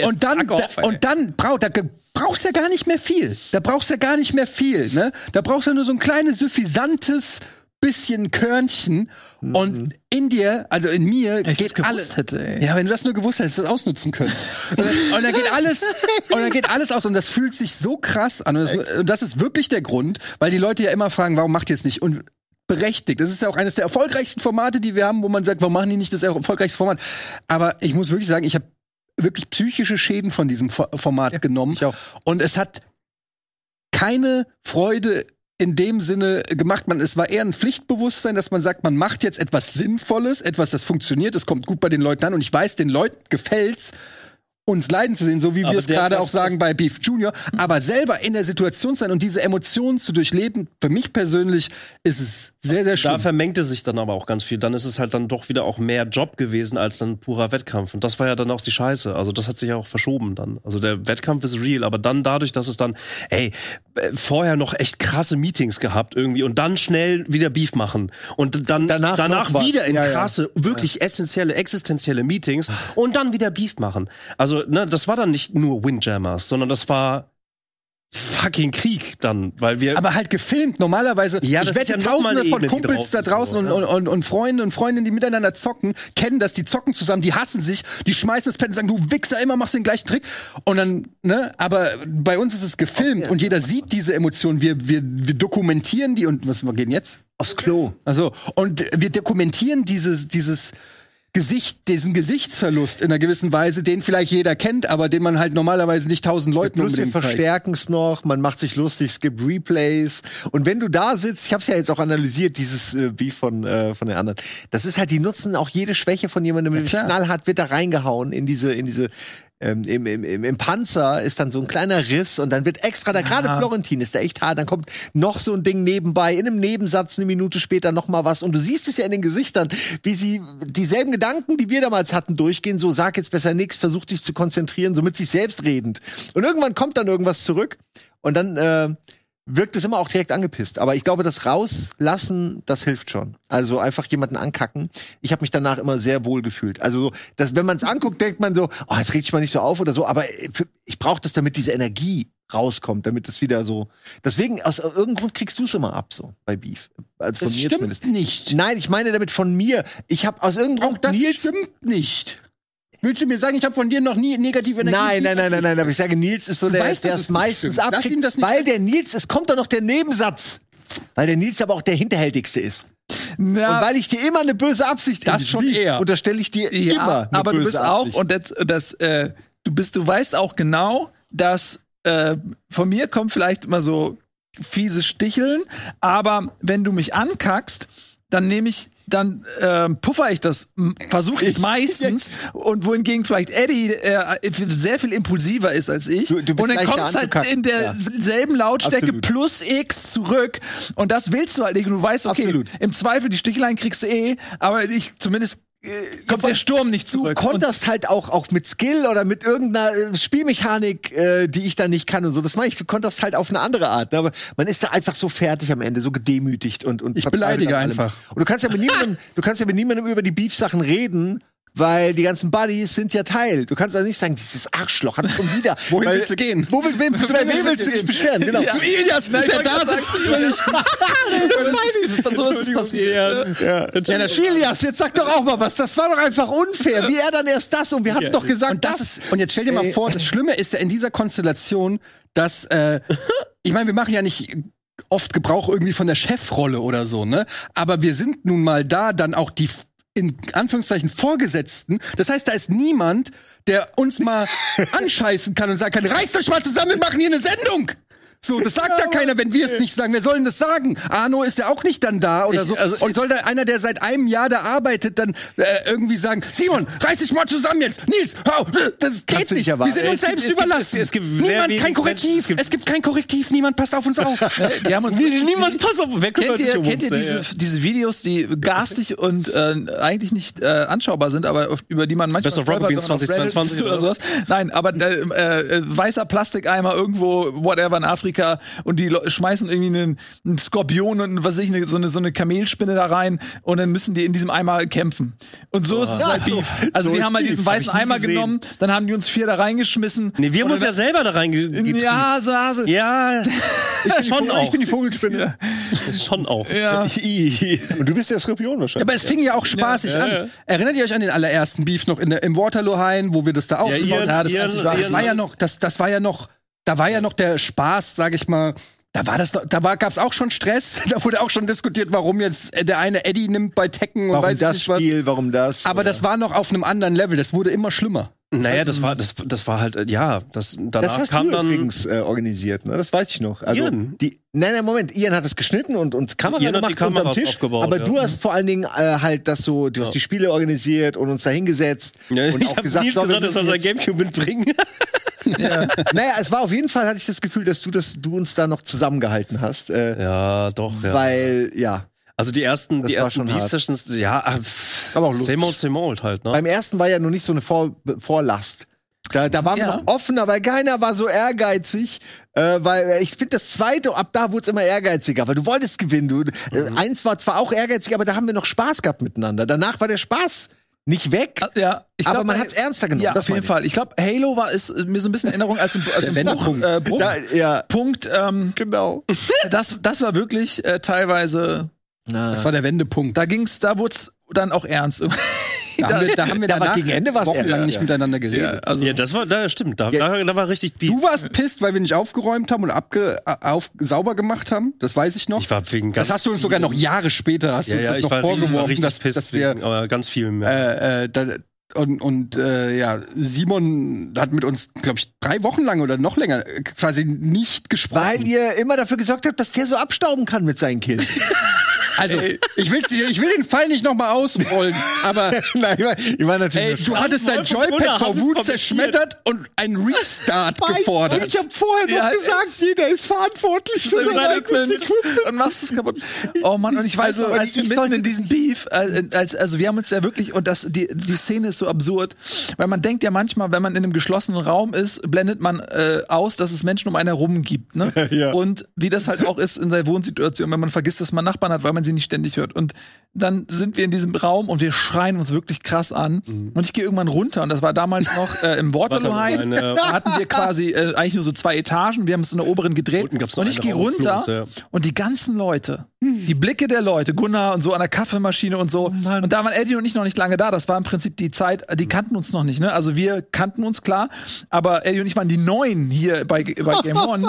und dann, fuck off, da, und dann braucht, da ge- brauchst ja gar nicht mehr viel. Da brauchst ja gar nicht mehr viel, ne? Da brauchst ja nur so ein kleines suffisantes bisschen Körnchen und in dir, also in mir, Mhm. Wenn ich das geht alles. gewusst hätte, ey. Ja, wenn du das nur gewusst hättest, das ausnutzen können. Und dann, und dann geht alles, und dann geht alles aus und das fühlt sich so krass an. Und das, und das ist wirklich der Grund, weil die Leute ja immer fragen, warum macht ihr es nicht? Und berechtigt. Das ist ja auch eines der erfolgreichsten Formate, die wir haben, wo man sagt, warum machen die nicht das erfolgreichste Format? Aber ich muss wirklich sagen, ich habe wirklich psychische Schäden von diesem Fo- Format genommen. Und es hat keine Freude in dem Sinne gemacht. Man, es war eher ein Pflichtbewusstsein, dass man sagt, man macht jetzt etwas Sinnvolles, etwas, das funktioniert, es kommt gut bei den Leuten an und ich weiß, den Leuten gefällt's, uns leiden zu sehen, so wie wir Aber es der- gerade das auch sagen ist- bei Beef Junior, Mhm. aber selber in der Situation sein und diese Emotionen zu durchleben, für mich persönlich ist es sehr, sehr Da schlimm. vermengte sich dann aber auch ganz viel. Dann ist es halt dann doch wieder auch mehr Job gewesen als dann purer Wettkampf. Und das war ja dann auch die Scheiße. Also das hat sich ja auch verschoben dann. Also der Wettkampf ist real, aber dann dadurch, dass es dann, ey, äh, vorher noch echt krasse Meetings gehabt irgendwie und dann schnell wieder Beef machen und dann danach, noch was. wieder in Ja, ja. krasse, wirklich essentielle, existenzielle Meetings und dann wieder Beef machen. Also ne, das war dann nicht nur Windjammers, sondern das war fucking Krieg dann, weil wir Aber halt gefilmt. Normalerweise, Ja, ich das wette, ist ja noch mal tausende eine von Ebene, die Kumpels drauf da ist, draußen so, und, ja. und, und, und Freunde und Freundinnen, die miteinander zocken, kennen das, die zocken zusammen, die hassen sich, die schmeißen das Pad und sagen, du Wichser, immer machst du den gleichen Trick. Und dann, ne, aber bei uns ist es gefilmt und jeder sieht diese Emotionen. Wir, wir, wir dokumentieren die und was, wir gehen jetzt? Aufs Klo. Also, und wir dokumentieren dieses, dieses Gesicht, diesen Gesichtsverlust in einer gewissen Weise, den vielleicht jeder kennt, aber den man halt normalerweise nicht tausend Leuten Plus wir unbedingt zeigt. verstärken es noch, man macht sich lustig, es gibt Replays. Und wenn du da sitzt, ich habe es ja jetzt auch analysiert, dieses äh, Beef von, äh, von den anderen, das ist halt, die nutzen auch jede Schwäche von jemandem, wenn klar. knallhart wird da reingehauen in diese, in diese ähm, im, im, im, Im Panzer ist dann so ein kleiner Riss und dann wird extra, da gerade Florentin ist da echt hart, dann kommt noch so ein Ding nebenbei, in einem Nebensatz eine Minute später noch mal was und du siehst es ja in den Gesichtern, wie sie dieselben Gedanken, die wir damals hatten, durchgehen, so sag jetzt besser nichts, versuch dich zu konzentrieren, so mit sich selbst redend. Und irgendwann kommt dann irgendwas zurück und dann äh, wirkt es immer auch direkt angepisst. Aber ich glaube, das Rauslassen, das hilft schon. Also einfach jemanden ankacken. Ich habe mich danach immer sehr wohl gefühlt. Also, so, dass, wenn man es anguckt, denkt man so, oh, jetzt reg ich mal nicht so auf oder so. Aber äh, für- ich brauche das, damit diese Energie rauskommt, damit es wieder so. Deswegen, aus irgendeinem Grund kriegst du es immer ab, so bei Beef. Also von Das mir stimmt zumindest. nicht. Nein, ich meine damit von mir. Ich habe aus irgendeinem Auch Grund das Nils stimmt nicht. Willst du mir sagen, ich habe von dir noch nie negative Energie? Nein, nein, nein, nein, nein, aber ich sage, Nils ist so der, weißt, der dass es es nicht meistens stimmt. Lass abkriegt, ihm das nicht weil der Nils, es kommt doch noch der Nebensatz. Weil der Nils aber auch der Hinterhältigste ist. Und Na, weil ich dir immer eine böse Absicht Das schon eher. unterstelle ich dir ja, immer eine aber du böse bist auch Absicht. und das, das äh, du bist, du weißt auch genau, dass äh, von mir kommt vielleicht immer so fiese Sticheln, aber wenn du mich ankackst, dann nehme ich dann ähm, puffer ich das, m- versuche ich es meistens und wohingegen vielleicht Eddie äh, sehr viel impulsiver ist als ich Du- du bist und dann leichter kommst halt in anzukacken, ja. derselben Lautstärke Absolut. plus X zurück und das willst du halt nicht und du weißt, okay, Absolut. im Zweifel die Stichelein kriegst du eh, aber ich zumindest äh, kommt der Sturm nicht Du zurück. Und- konterst halt auch, auch mit Skill oder mit irgendeiner äh, Spielmechanik, äh, die ich dann nicht kann und so. Das meine ich, du konterst halt auf eine andere Art. ne? Aber man ist da einfach so fertig am Ende, so gedemütigt und, und Ich verzweifelt beleidige an allem. einfach. Und du kannst ja mit niemandem, du kannst ja mit niemandem über die Beef-Sachen reden, Weil die ganzen Buddies sind ja Teil. Du kannst also nicht sagen, dieses Arschloch hat schon wieder. Wohin Weil- willst du gehen? Wo willst, wem, zu wem willst du dich beschweren? Genau. Zu Ilias, Nein, der ich da wollte sitzt über dich. So ist es passiert. Ja. Ilias, jetzt sag doch auch mal was. Das war doch einfach unfair. Wie er dann erst das um und wir hatten doch gesagt, und das ist, und jetzt stell dir mal vor, das Schlimme ist ja in dieser Konstellation, dass äh, ich meine, wir machen ja nicht oft Gebrauch irgendwie von der Chefrolle oder so, ne? Aber wir sind nun mal da, dann auch die in Anführungszeichen Vorgesetzten. Das heißt, da ist niemand, der uns mal anscheißen kann und sagen kann, reißt euch mal zusammen, wir machen hier eine Sendung. So, das sagt da keiner, wenn wir es nicht sagen. Wer soll denn das sagen? Arno ist ja auch nicht dann da oder so. also und soll da einer, der seit einem Jahr da arbeitet, dann äh, irgendwie sagen, Simon, reiß dich mal zusammen jetzt. Nils, hau, das geht Kannst du nicht. nicht erwarten. Wir sind uns Es gibt- selbst es gibt- überlassen. es gibt sehr niemand, wenig kein Menschen- Korrektiv. es gibt- es gibt kein Korrektiv. Niemand passt auf uns auf. Äh, Die haben uns wirklich- Niemand, pass auf, wer kümmert Kennt sich ihr, um kennt ihr uns? Ja, diese, ja. diese Videos, die garstig und äh, eigentlich nicht äh, anschaubar sind, aber auf, über die man manchmal Best of Rugby stolpert, wenn Beans man auf 2022 Reddit ist oder oder sowas? Nein, aber äh, äh, weißer Plastikeimer irgendwo, whatever, in Afrika und die Le- schmeißen irgendwie einen, einen Skorpion und was weiß ich, eine, so, eine, so eine Kamelspinne da rein und dann müssen die in diesem Eimer kämpfen. Und so ist es Ah. halt Beef. Also die haben halt diesen Hab weißen ich nie Eimer gesehen. genommen, dann haben die uns vier da reingeschmissen. Nee, wir haben Und uns ja dann- selber da reingetrieben. Ja, so Hasel. Ja, schon auch. die Vogelspinne. Schon auch. Ja. Und du bist der Skorpion wahrscheinlich. Aber es fing ja auch spaßig Ja, an. ja, ja. Erinnert ihr euch an den allerersten Beef noch in der, im Waterloo-Hain, wo wir das da auch ihr- ja, das, ihr- einzig wahre. ihr- das war ja noch, das, das war ja noch, da war ja noch der Spaß, sag ich mal. Da war das, doch- da war, gab's auch schon Stress. Da wurde auch schon diskutiert, warum jetzt äh, der eine Eddie nimmt bei Tekken und warum weiß das nicht was. Spiel, warum das? Aber das war noch auf einem anderen Level. Das wurde immer schlimmer. Naja, das war, das, das war halt, äh, ja, das, danach das hast kam du dann. übrigens äh, organisiert, ne? Das weiß ich noch. Also, Ian. Die, nein, nein, Moment. Ian hat es geschnitten und, und Kamera Ian hat die gemacht unterm Kameras Tisch. aufgebaut, aber ja. du hast vor allen Dingen äh, halt das so, du hast die Spiele organisiert und uns da hingesetzt. und auch hab Nils so, wir gesagt, er soll müssen sein jetzt- Gamecube mitbringen. Naja, es war auf jeden Fall, hatte ich das Gefühl, dass du, das, du uns da noch zusammengehalten hast. Äh, Ja, doch, ja. Weil, ja. also die ersten, Das die war ersten schon hart. Beef-Sessions, ja, ah, pff, Aber auch lustig. same old, same old halt, ne? Beim ersten war ja noch nicht so eine Vor Vorlast. Da, da waren wir Ja. noch offener, weil keiner war so ehrgeizig. Äh, weil ich finde, das zweite, ab da wurde es immer ehrgeiziger, weil du wolltest gewinnen. Du, Mhm. äh, eins war zwar auch ehrgeizig, aber da haben wir noch Spaß gehabt miteinander. Danach war der Spaß nicht Äh, weg, Ja, ich aber glaub, man da- hat es ernster genommen. Ja, das auf jeden meine ich. Fall. Ich glaube, Halo war ist äh, mir so ein bisschen in Erinnerung als ein, als ein Bruch, äh, oh. Bruch. Da, ja, Punkt. Ähm, genau. das, das war wirklich äh, teilweise. Das war der Wendepunkt. Da ging's, da wurd's dann auch ernst. Da, haben wir, da haben wir Da war danach gegen Ende war's wochenlang ehrlich, nicht ja. miteinander ja, geredet. also, ja, das war, da stimmt, da, Ja. da, da war richtig Beef. Du warst pisst, weil wir nicht aufgeräumt haben und abge, auf, sauber gemacht haben. Das weiß ich noch. Ich war wegen ganz das hast du uns sogar noch Jahre später hast du ja, uns ja, das ich noch war, ich war vorgeworfen, richtig dass, pissed dass wir wegen, aber ganz viel mehr. äh, äh, da, und, und äh, ja, Simon hat mit uns, glaube ich, drei Wochen lang oder noch länger äh, quasi nicht gesprochen. Weil ihr immer dafür gesorgt habt, dass der so abstauben kann mit seinen Kills. also, ich, will's, dir- ich will den Fall nicht nochmal ausrollen, aber Nein, ich war, ich war natürlich. ey, du hattest dein Wolf und Gunnar Joypad vor haben's Wut kommentiert. zerschmettert und einen Restart Und gefordert. ich habe vorher noch Ja, gesagt, jeder ist verantwortlich für im seine Management und machst es kaputt. Oh Mann, und ich weiß Also, noch, als ich- wir ich mitten sollte- in diesem Beef, äh, als, also wir haben uns ja wirklich, und das, die, die Szene ist so absurd, weil man denkt ja manchmal, wenn man in einem geschlossenen Raum ist, blendet man äh, aus, dass es Menschen um einen herum gibt. Ne? Ja. Und wie das halt auch ist in der Wohnsituation, wenn man vergisst, dass man Nachbarn hat, weil man sie nicht ständig hört. Und dann sind wir in diesem Raum und wir schreien uns wirklich krass an. Mhm. Und ich gehe irgendwann runter, und das war damals noch äh, im Waterloo High. Waterloo High, ja. Da hatten wir quasi äh, eigentlich nur so zwei Etagen. Wir haben es in der oberen gedreht. Unten gab's noch und ich einen gehe Raum, runter Flur, und die ganzen Leute, die Blicke der Leute, Gunnar und so an der Kaffeemaschine und so. und da waren Eddie und ich noch nicht lange da. Das war im Prinzip die Zeit, die kannten uns noch nicht. Ne? Also wir kannten uns klar, aber Eddie und ich waren die Neuen hier bei, bei Game One.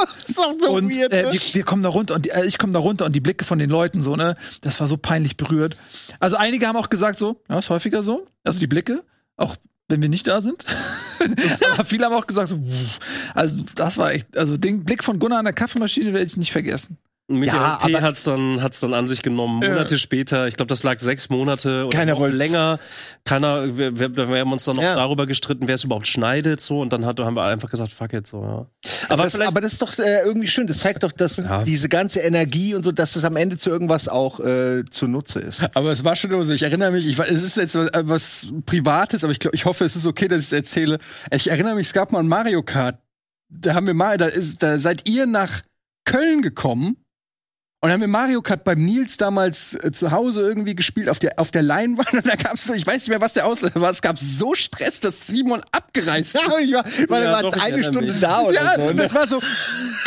und äh, wir, wir kommen da runter und die, äh, ich komme da runter und die Blicke von den Leuten so, ne? Das war so peinlich berührt. Also einige haben auch gesagt so, ja, ist häufiger so. Also die Blicke, auch wenn wir nicht da sind. Aber viele haben auch gesagt so, "Uff." also das war echt, also den Blick von Gunnar an der Kaffeemaschine werde ich nicht vergessen. Michael Ja, P. aber- hat es dann, hat's dann an sich genommen, Monate später. Ich glaube, das lag sechs Monate oder Keiner noch wollte's. länger. Keiner, wir, wir, wir haben uns dann noch darüber gestritten, wer es überhaupt schneidet. so Und dann hat, haben wir einfach gesagt, fuck it. So, ja. Aber, Aber das, vielleicht- aber das ist doch äh, irgendwie schön. Das zeigt doch, dass diese ganze Energie und so, dass das am Ende zu irgendwas auch äh, zunutze ist. Aber es war schon immer so. Ich erinnere mich, ich, war- es ist jetzt was, äh, was Privates, aber ich, glaub, ich hoffe, es ist okay, dass ich es erzähle. Ich erinnere mich, es gab mal ein Mario Kart. Da haben wir mal, da, ist, da seid ihr nach Köln gekommen Und dann haben wir Mario Kart beim Nils damals äh, zu Hause irgendwie gespielt auf der, auf der Leinwand und da gab's so, ich weiß nicht mehr, was der Auslöser war, es gab so Stress, dass Simon abgereist war. Ich war, weil Ja, er war doch, ich eine erinnere Stunde mich. genau, da oder also Ja, so. ne? das war so,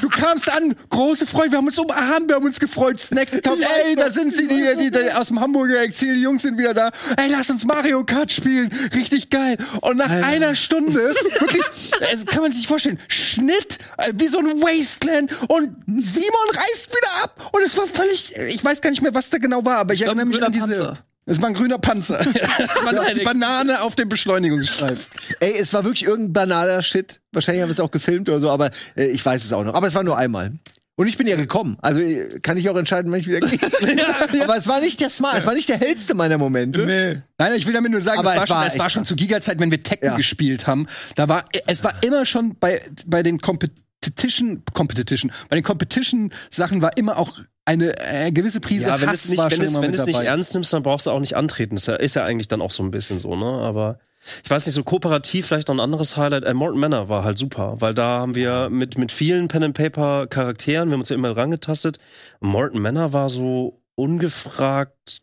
du kamst an, große Freude, wir haben uns umarmt, wir haben uns gefreut, Snacks gekauft, ey, da sind sie, die, die, die aus dem Hamburger Exil, die Jungs sind wieder da, ey, lass uns Mario Kart spielen, richtig geil. Und nach einer Stunde, wirklich, also kann man sich vorstellen, Schnitt, äh, wie so ein Wasteland und Simon reißt wieder ab und es war völlig, ich weiß gar nicht mehr, was da genau war, aber ich, erinnere mich an diese... Es war ein grüner Panzer. es war noch die Banane auf dem Beschleunigungsstreifen. Ey, es war wirklich irgendein banaler Shit. Wahrscheinlich haben wir es auch gefilmt oder so, aber äh, ich weiß es auch noch. Aber es war nur einmal. Und ich bin ja gekommen. Also äh, kann ich auch entscheiden, wenn ich wieder gehe. Aber es war nicht der Smart, es war nicht der hellste meiner Momente. Nee. Nein, ich will damit nur sagen, Aber es war, es war schon, es war echt schon zu Giga-Zeit, wenn wir Tekken Ja. gespielt haben. Da war, es war immer schon bei, bei den Competition, Competition, bei den Competition-Sachen war immer auch eine äh, gewisse Prise Ja, wenn Hass es nicht, war wenn schon es, immer wenn mit es nicht dabei. ernst nimmst, dann brauchst du auch nicht antreten. Ist ja, ist ja eigentlich dann auch so ein bisschen so, ne? Aber ich weiß nicht, so kooperativ vielleicht noch ein anderes Highlight. Äh, Morton Manor war halt super, weil da haben wir mit, mit vielen Pen and Paper Charakteren, wir haben uns ja immer rangetastet. Morton Manor war so ungefragt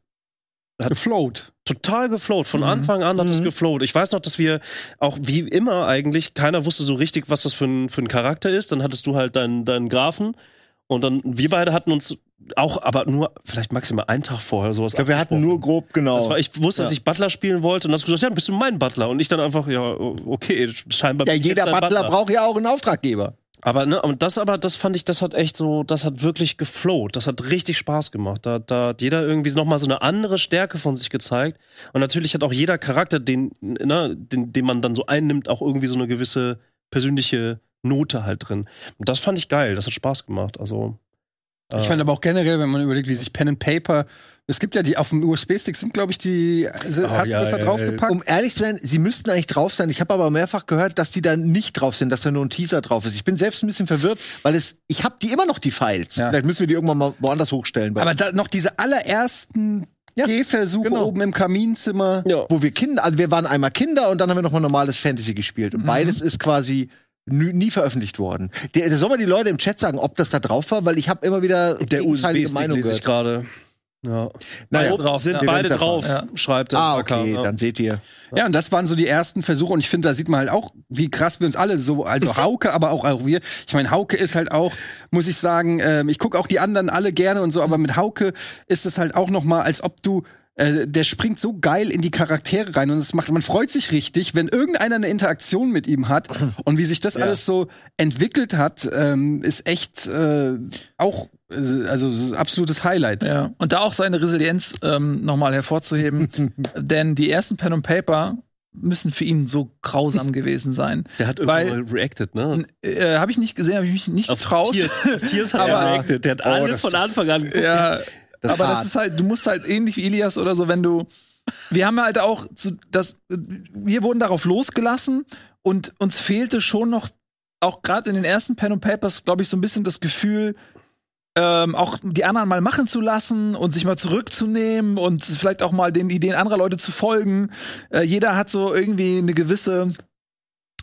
gefloat. Total gefloat. Mhm. Von Anfang an hat es gefloat. Ich weiß noch, dass wir auch wie immer eigentlich, keiner wusste so richtig, was das für ein, für ein Charakter ist. Dann hattest du halt deinen, deinen Grafen und dann, wir beide hatten uns auch, aber nur vielleicht maximal einen Tag vorher sowas. Ich glaube, wir hatten nur grob, genau. Das war, ich wusste, dass Ja. ich Butler spielen wollte und hast gesagt, ja, dann bist du mein Butler. Und ich dann einfach, ja, okay, scheinbar Ja, bin ich jetzt jeder dein Butler, braucht ja auch einen Auftraggeber. aber ne, und das aber, das fand ich, das hat echt so, das hat wirklich geflowt. Das hat richtig Spaß gemacht. Da, da hat jeder irgendwie nochmal so eine andere Stärke von sich gezeigt. Und natürlich hat auch jeder Charakter, den, ne, den, den man dann so einnimmt, auch irgendwie so eine gewisse persönliche Note halt drin. Und das fand ich geil, das hat Spaß gemacht. Also. Ich fand aber auch generell, wenn man überlegt, wie sich Pen and Paper, es gibt ja die auf dem USB-Stick sind, glaube ich, die. Oh, Also, hast du das da draufgepackt? Um ehrlich zu sein, sie müssten eigentlich drauf sein. Ich habe aber mehrfach gehört, dass die da nicht drauf sind, dass da nur ein Teaser drauf ist. Ich bin selbst ein bisschen verwirrt, weil es, ich habe die immer noch die Files. Vielleicht müssen wir die irgendwann mal woanders hochstellen. aber da, noch diese allerersten Gehversuche genau. oben im Kaminzimmer. wo wir Kinder, also wir waren einmal Kinder und dann haben wir nochmal normales Fantasy gespielt. Und beides ist quasi nie, nie veröffentlicht worden. Der, der soll mal die Leute im Chat sagen, ob das da drauf war, weil ich habe immer wieder Der gegenteilige USB-Stick Meinung lese ich gehört. gerade. Ja. Naja, Beide drauf, sind ja. beide Wir drauf, werden's erfahren. schreibt der Ah, Zocker, okay, ja. dann seht ihr. Ja, und das waren so die ersten Versuche. Und ich finde, da sieht man halt auch, wie krass wir uns alle so, also Hauke, aber auch, auch wir. Ich meine, Hauke ist halt auch, muss ich sagen, ähm, ich gucke auch die anderen alle gerne und so, aber mit Hauke ist es halt auch noch mal, als ob du äh, der springt so geil in die Charaktere rein und es macht, man freut sich richtig, wenn irgendeiner eine Interaktion mit ihm hat und wie sich das alles so entwickelt hat, ähm, ist echt äh, auch äh, also es ist absolutes Highlight. Ja, und da auch seine Resilienz ähm, nochmal hervorzuheben, denn die ersten Pen und Paper müssen für ihn so grausam gewesen sein. Der hat Weil- irgendwann mal reacted, ne? Äh, habe ich nicht gesehen, habe ich mich nicht getraut. Tiers, Tiers hat Aber- er reacted. Oh, Der hat alle von Anfang an geguckt. Ja, Das ist aber hart. das ist halt, du musst halt ähnlich wie Ilias oder so, wenn du. Wir haben halt auch zu, das, wir wurden darauf losgelassen und uns fehlte schon noch, auch gerade in den ersten Pen und Papers, glaube ich, so ein bisschen das Gefühl, ähm, auch die anderen mal machen zu lassen und sich mal zurückzunehmen und vielleicht auch mal den Ideen anderer Leute zu folgen. Äh, jeder hat so irgendwie eine gewisse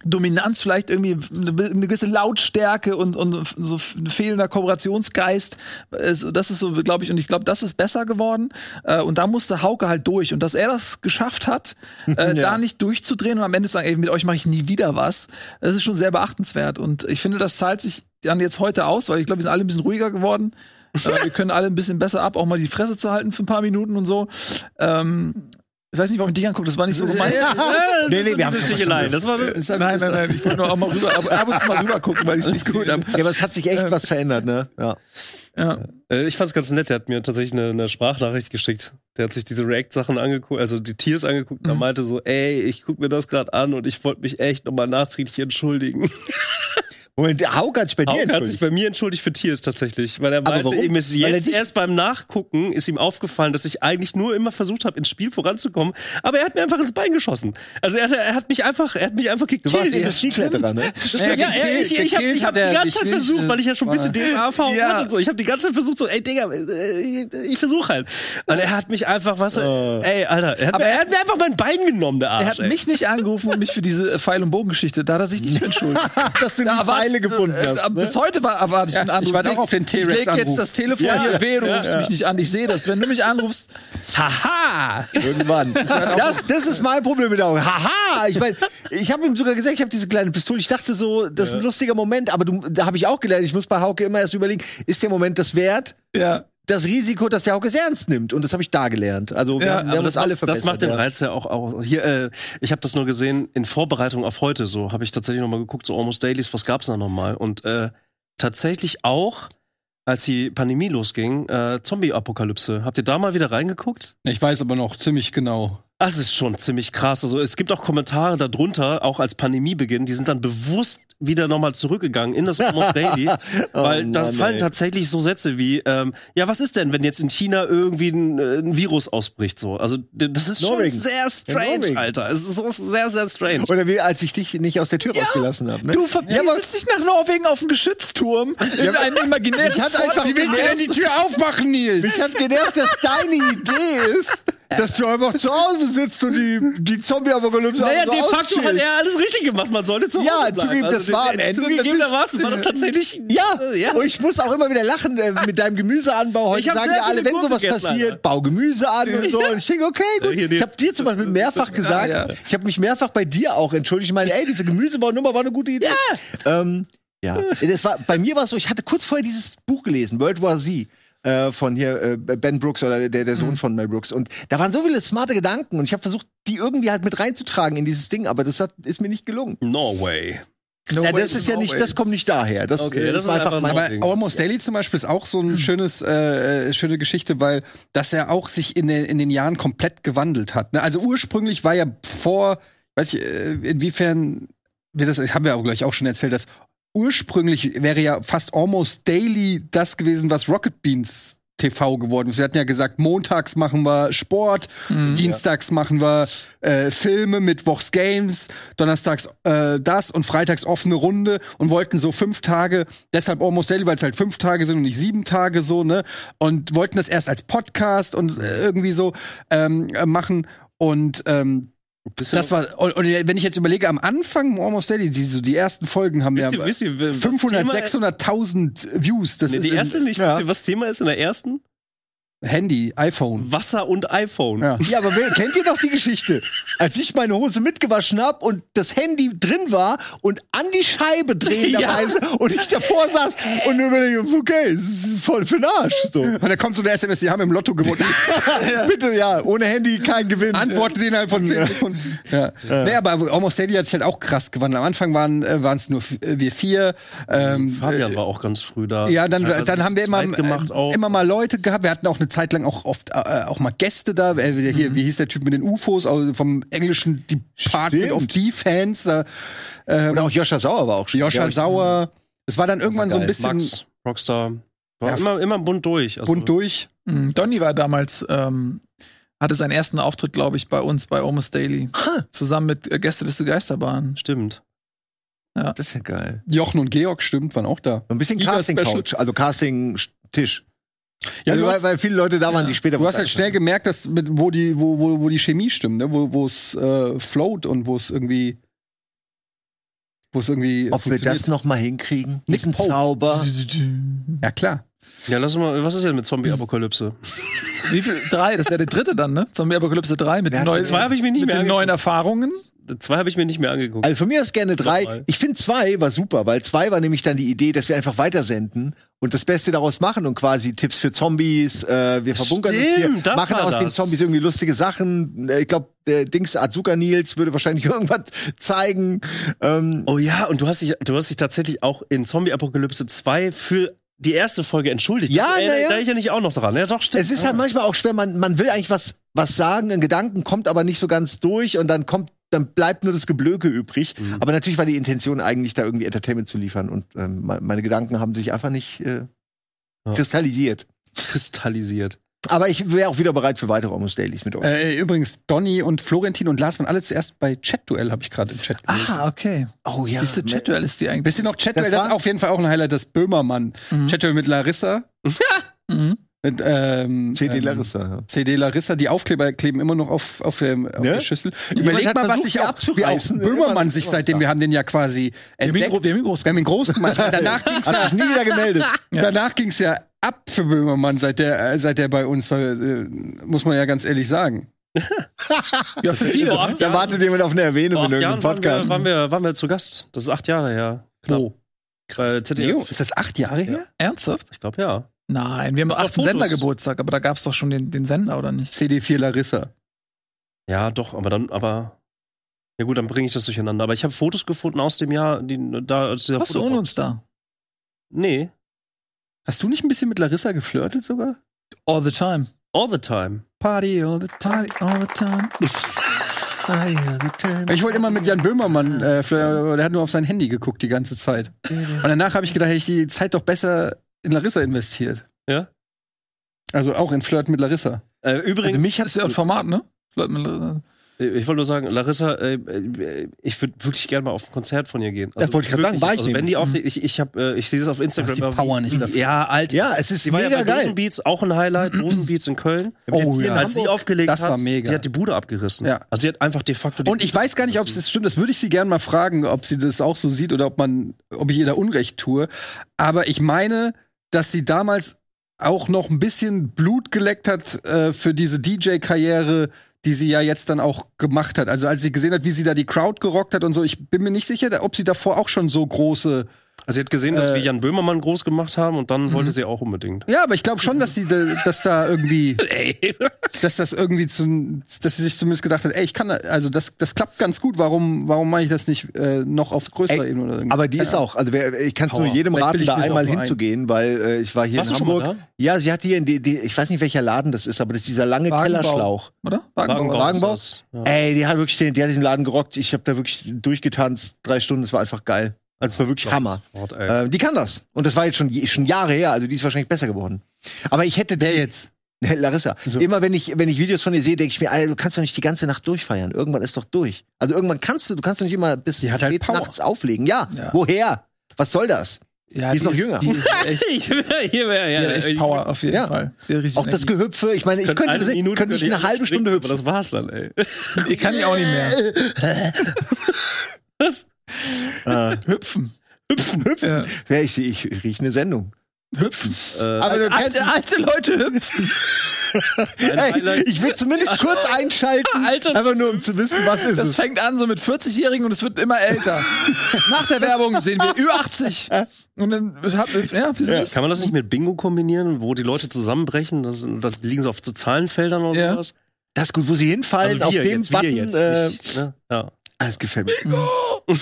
Dominanz, vielleicht irgendwie eine be- eine gewisse Lautstärke und, und so f- ein fehlender Kooperationsgeist. Es- Das ist so, glaube ich, und ich glaube, das ist besser geworden. Äh, Und da musste Hauke halt durch. Und dass er das geschafft hat, äh, da nicht durchzudrehen und am Ende zu sagen, ey, mit euch mache ich nie wieder was, das ist schon sehr beachtenswert. Und ich finde, das zahlt sich dann jetzt heute aus, weil ich glaube, wir sind alle ein bisschen ruhiger geworden. äh, wir können alle ein bisschen besser ab, auch mal die Fresse zu halten für ein paar Minuten und so. Ähm, ich weiß nicht, warum ich dich angucke, das war nicht so gemeint. das Nee, ist nee, so wir haben diese schon Stichelein. Das war Nein, nein, nein, ich wollte nur auch mal rüber, ab, ab und zu mal rüber gucken, weil ich nicht gut habe. Ja, aber es hat sich echt was verändert, ne? Ja. Ja. Äh, Ich fand's ganz nett, der hat mir tatsächlich eine, eine Sprachnachricht geschickt. Der hat sich diese React-Sachen angeguckt, also die Tiers angeguckt Mhm. und er meinte so, ey, ich guck mir das gerade an und ich wollte mich echt nochmal nachträglich entschuldigen. Moment, der Hauke hat sich bei dir Hauke hat sich entschuldigt. bei mir entschuldigt für Tiers tatsächlich, weil er meinte, warum? ihm ist Weil er jetzt dich- erst beim Nachgucken ist ihm aufgefallen, dass ich eigentlich nur immer versucht habe, ins Spiel voranzukommen, aber er hat mir einfach ins Bein geschossen. Also er hat, er hat mich einfach, er hat mich einfach gekillt. Du warst eben Ja, ein Skikletterer, ne? Äh, ja, ja, ich, ich, hab- ich habe hab die ganze Zeit versucht, weil ich ja schon ein bisschen DMA-Erfahrung Ja. hatte und so. Ich habe die ganze Zeit versucht, so, ey, Digga, äh, ich, ich versuche halt. Und er hat mich einfach, was, ey, Alter, er hat, Aber mir, er er- hat mir einfach mein Bein genommen, der Arsch. Er hat ey. äh, mich nicht angerufen und mich für diese Pfeil- und Bogengeschichte, da hat er sich nicht entschuldigt. Dass du Da die erwarte Geile gefunden äh, hast, Bis ne? heute war, erwarte ich Ja, einen Anruf. ich warte auch auf den T-Rex Ich leg Anruf. jetzt das Telefon Ja, hier ja, weh, du ja, rufst ja. mich nicht an. Ich sehe das. Wenn du mich anrufst, haha! Irgendwann. Das, das ist mein Problem mit der Augen. Haha! Ich meine, ich habe ihm sogar gesagt, ich habe diese kleine Pistole. Ich dachte so, das ist ein lustiger Moment, aber du, da habe ich auch gelernt, ich muss bei Hauke immer erst überlegen, ist der Moment das wert? Ja. Das Risiko, dass der Hauke es ernst nimmt. Und das habe ich da gelernt. Also wir, Ja, haben, wir aber haben das, uns alle macht, das verbessert. macht den ja. Reiz ja auch, auch hier. Äh, ich habe das nur gesehen in Vorbereitung auf heute. So habe ich tatsächlich noch mal geguckt, so Almost Dailies, was gab's da noch mal? Und äh, tatsächlich auch, als die Pandemie losging, äh, Zombie-Apokalypse. Habt ihr da mal wieder reingeguckt? Ich weiß aber noch ziemlich genau. Das ist schon ziemlich krass. Also es gibt auch Kommentare darunter, auch als Pandemiebeginn, die sind dann bewusst wieder nochmal zurückgegangen in das Almost Daily, weil Oh da Mann, fallen ey. tatsächlich so Sätze wie, ähm, ja, was ist denn, wenn jetzt in China irgendwie ein, äh, ein Virus ausbricht? So, also d- das ist Norwegen. schon sehr In strange, Norwegen. Alter. Es ist so sehr, sehr strange. Oder wie als ich dich nicht aus der Tür rausgelassen habe. Ne? Du verpisst dich nach Norwegen auf einen Geschützturm in einem imaginären Ich hatte einfach- Vorland- Wie willst du denn die Tür aufmachen, Nils? Mich hat genervt, dass deine Idee ist, dass du einfach zu Hause sitzt und die, die Zombie-Apokalypse Naja, einfach de so facto hat auschillst. er alles richtig gemacht. Man sollte zu Hause Ja, bleiben. zugegeben, das Also, war am den- Ende Zugegeben, da war es war das tatsächlich. äh, Ja, ja. und ich muss auch immer wieder lachen äh, mit deinem Gemüseanbau. Heute Ich hab sagen sehr ja alle, viele wenn sowas Gurken passiert, gegessen, bau Gemüse an und so. Und ich denke, okay, gut. hier, hier. Ich habe dir zum Beispiel mehrfach gesagt, ja. ich habe mich mehrfach bei dir auch entschuldigt. Ich meine, ey, diese Gemüsebaunummer war eine gute Idee. Ja. Ähm, ja. Das war, bei mir war es so, ich hatte kurz vorher dieses Buch gelesen, World War Z. äh, Von hier äh, Ben Brooks oder der, der Mhm. Sohn von Mel Brooks. Und da waren so viele smarte Gedanken und ich habe versucht, die irgendwie halt mit reinzutragen in dieses Ding, aber das hat, ist mir nicht gelungen. Norway. No ja, way das to ist ja nicht, Norway. das kommt nicht daher. Das, Okay, äh, das ist einfach mein- noch- Aber Almost Daily zum Beispiel ist auch so ein schönes, äh, äh, schöne Geschichte, weil dass er auch sich in den, in den Jahren komplett gewandelt hat. Ne? Also ursprünglich war ja vor, weiß ich, äh, inwiefern wir das, haben wir auch gleich auch schon erzählt, dass ursprünglich wäre ja fast Almost Daily das gewesen, was Rocket Beans TV geworden ist. Wir hatten ja gesagt, montags machen wir Sport, dienstags machen wir äh, Filme, mittwochs Games, donnerstags äh, das und freitags offene Runde und wollten so fünf Tage, deshalb Almost Daily, weil es halt fünf Tage sind und nicht sieben Tage so, ne? Und wollten das erst als Podcast und äh, irgendwie so ähm, äh, machen und ähm, das war, und, und wenn ich jetzt überlege, am Anfang Almost Daily, die, so die ersten Folgen haben ja Wisst ihr, wisst ihr, was 500, Thema- 600.000 Views. Das Nee, ist die im- erste nicht. ja, Wisst ihr, was Thema ist in der ersten? Handy, iPhone. Wasser und iPhone. Ja. Ja, aber wer, kennt ihr doch die Geschichte? Als ich meine Hose mitgewaschen hab und das Handy drin war und an die Scheibe drehen dabei ist und ich davor saß und mir überlege, okay, das ist voll für den Arsch. So. Und da kommt so eine SMS, die haben im Lotto gewonnen. Bitte, ja, ohne Handy kein Gewinn. Antworten sie innerhalb von 10 Sekunden. Ja. Nee, aber Almost Daily hat sich halt auch krass gewandelt. Am Anfang waren es nur f- äh, wir vier. Ähm, Fabian war auch ganz früh da. Ja, dann, Teilweise dann haben wir zu immer, zweit gemacht äh, auch. immer mal Leute gehabt. Wir hatten auch eine Zeit lang auch oft äh, auch mal Gäste da. Äh, wieder hier, Wie hieß der Typ mit den UFOs? Also vom englischen Department of Defense. Äh, Oder auch Joscha Sauer war auch schon. Joscha glaub ich. Sauer. Es war dann irgendwann so ein geil. bisschen Max, Rockstar. War Ja. immer, immer bunt durch. Also, bunt durch. Mhm, Donny war damals, ähm, hatte seinen ersten Auftritt, glaube ich, bei uns bei Almost Daily. Zusammen mit äh, Gästeliste Geisterbahn. Stimmt. Das ist ja geil. Jochen und Georg, stimmt, waren auch da. So ein bisschen Giga Special. Casting-Couch, also Casting-Tisch. Ja, also, du weil, hast- weil viele Leute da waren, die später Du hast halt schnell gemerkt, dass mit, wo, die, wo, wo, wo die Chemie stimmt, ne? wo wo es äh, float und wo es irgendwie. Wo es irgendwie. Ob wir das funktioniert. noch mal hinkriegen? Nick Pope. Zauber. Ja, klar. Ja, lass uns mal, was ist denn mit Zombie-Apokalypse? Wie viel? Drei, das wäre der dritte dann, ne? Zombie Apokalypse 3 mit, Wer hat neu, den Zwei habe ich mir nicht mit mehr den angeguckt. neuen Erfahrungen. Zwei habe ich mir nicht mehr angeguckt. Also von mir ist gerne drei. Nochmal. Ich finde zwei war super, weil zwei war nämlich dann die Idee, dass wir einfach weitersenden und das Beste daraus machen und quasi Tipps für Zombies, äh, wir verbunkern uns Stimmt, hier, das machen war aus den das. Zombies irgendwie lustige Sachen. Äh, Ich glaube, der Dings Azuka Nils würde wahrscheinlich irgendwas zeigen. Ähm, oh ja, und du hast dich, du hast dich tatsächlich auch in Zombie-Apokalypse 2 für die erste Folge entschuldigt. Ja, Das- äh, na ja. Da ich ja nicht auch noch dran. Ja, doch, stimmt. Ah. es ist halt manchmal auch schwer, man, man will eigentlich was, was sagen, in Gedanken kommt aber nicht so ganz durch und dann kommt dann bleibt nur das Geblöke übrig. Aber natürlich war die Intention eigentlich, da irgendwie Entertainment zu liefern. Und ähm, me- meine Gedanken haben sich einfach nicht äh, Ja. kristallisiert. kristallisiert. Aber ich wäre auch wieder bereit für weitere Almost Dailies mit euch. Äh, übrigens, Donny und Florentin und Lars waren alle zuerst bei Chat-Duell, habe ich gerade im Chat gelesen. Ah, okay. oh ja. Ist der Chat-Duell ist die eigentlich? Wisst ihr noch Chat-Duell? Das, Das war- ist auf jeden Fall auch ein Highlight, das Böhmermann. Chat-Duell mit Larissa. Mhm. Mit, ähm, CD ähm, Larissa, ja. CD Larissa, die Aufkleber kleben immer noch auf, auf, dem, auf Ne? der Schüssel. Jemand Überleg hat mal, was versucht, sich die auch, wie auch abzureißen. Böhmermann Irgendwann- sich seitdem, wir haben den ja quasi entdeckt. groß- wir haben ihn groß, wir haben ihn groß gemacht. Und Danach ging's Hat ja, sich nie wieder gemeldet. danach ging's ja ab für Böhmermann, seit der, äh, seit der bei uns war, äh, muss man ja ganz ehrlich sagen. Ja, für ne? viele. Vor acht Da wartet jemand auf eine Erwähnung Vor acht in Jahren irgendeinem waren wir, Podcast. waren, wir, waren wir zu Gast. Das ist acht Jahre her. Knapp. Oh. Äh, ZDF. Leo, ist das acht Jahre her? Ernsthaft? Ich glaube, ja. Nein, wir haben Auf acht Fotos. Sendergeburtstag, aber da gab es doch schon den, den Sender, oder nicht? CD4 Larissa. Ja, doch, aber dann, aber. Ja, gut, dann bringe ich das durcheinander. Aber ich habe Fotos gefunden aus dem Jahr, die da. Als dieser Warst du Foto- ohne uns da? Nee. Hast du nicht ein bisschen mit Larissa geflirtet sogar? All the time. All the time. Party all the time, all the time. Party all the time. Ich wollte immer mit Jan Böhmermann, äh, flirten, aber der hat nur auf sein Handy geguckt die ganze Zeit. Und danach habe ich gedacht, hätte ich die Zeit doch besser in Larissa investiert. Ja. Also auch in Flirt mit Larissa. Äh, übrigens. Also mich hat es ja ein Format, ne? Leute, man- Äh, Ich wollte nur sagen, Larissa, äh, äh, ich würde wirklich gerne mal auf ein Konzert von ihr gehen. Das wollte ich gerade sagen, war ich also, wenn die auf, ich, ich hab, äh, ich sehe es auf Instagram. die aber wie- Power nicht dafür. Ja, alt. Ja, es ist Sie war ja mega bei geil. Dosenbeats, auch ein Highlight, Dosenbeats in Köln. Oh Als ja. sie aufgelegt Das war hat, mega. sie hat die Bude abgerissen. Ja. Also sie hat einfach de facto die Und ich weiß gar nicht, ob es das stimmt. Das würde ich sie gerne mal fragen, ob sie das auch so sieht oder ob man, ob ich ihr da Unrecht tue. Aber ich meine, dass sie damals auch noch ein bisschen Blut geleckt hat äh, für diese DJ-Karriere, die sie ja jetzt dann auch gemacht hat. Also als sie gesehen hat, wie sie da die Crowd gerockt hat und so, ich bin mir nicht sicher, ob sie davor auch schon so große. Also sie hat gesehen, dass Äh, wir Jan Böhmermann groß gemacht haben und dann wollte sie auch unbedingt. Ja, aber ich glaube schon, dass sie da, dass da irgendwie, dass das irgendwie zum, dass sie sich zumindest gedacht hat, ey, ich kann, da- also das, das klappt ganz gut. Warum, warum mache ich das nicht äh, noch auf größerer Ey, Ebene oder irgendwie? Aber die ist Keine auch, also wer, ich kann es nur Power. jedem Vielleicht raten, bilde ich da mir's auch einmal nur ein. hinzugehen, weil äh, ich war hier Warst in du schon mal Hamburg. Ja, sie hatte hier, in die, die, ich weiß nicht welcher Laden das ist, aber das ist dieser lange Wagenbau. Kellerschlauch. Oder? Wagenbau. Wagenbau? ist das. Ja. Ey, die hat wirklich den, die hat diesen Laden gerockt. Ich habe da wirklich durchgetanzt, drei Stunden, es war einfach geil. Also es war wirklich Hammer. Gott, ey. Ähm, die kann das. Und das war jetzt schon, schon Jahre her, also die ist wahrscheinlich besser geworden. Aber ich hätte. Wer jetzt? Larissa. Immer wenn ich, wenn ich Videos von ihr sehe, denke ich mir, Alter, du kannst doch nicht die ganze Nacht durchfeiern. Irgendwann ist doch durch. Also irgendwann kannst du, du kannst doch nicht immer bis Die hat halt spät Power. nachts auflegen. Ja, Ja. woher? Was soll das? Ja, Die ist noch jünger. Die ist echt, Ich wär- hier wär- die ja, hat echt Power auf jeden Ja. Fall. Die hat richtig Auch das Energie. Gehüpfe, ich meine, ich könnte, eine Minute könnte könnte nicht eine alles halbe springen, Stunde aber Das hüpfen. war's dann, ey. Ich kann die auch nicht mehr. Äh, Hüpfen. hüpfen, hüpfen. Ja. Äh, also Ja, ich, ich, ich rieche eine Sendung. Hüpfen. Äh. Aber du kannst, Alte, alte Leute hüpfen. Ein ey, Highlight- ich will zumindest kurz einschalten, Alter. einfach nur um zu wissen, was ist Das es. fängt an so mit 40-Jährigen und es wird immer älter. Nach der Werbung sehen wir Ü80. Und dann hab, ja, wieso Ja. ist- Kann man das nicht mit Bingo kombinieren, wo die Leute zusammenbrechen? Das, das liegen so auf so Zahlenfeldern oder Ja. sowas? Das ist gut, wo sie Also hinfallen, auf dem jetzt, Button. wir jetzt. Äh, Ich, ne? ja. ah, das gefällt mir. Mhm.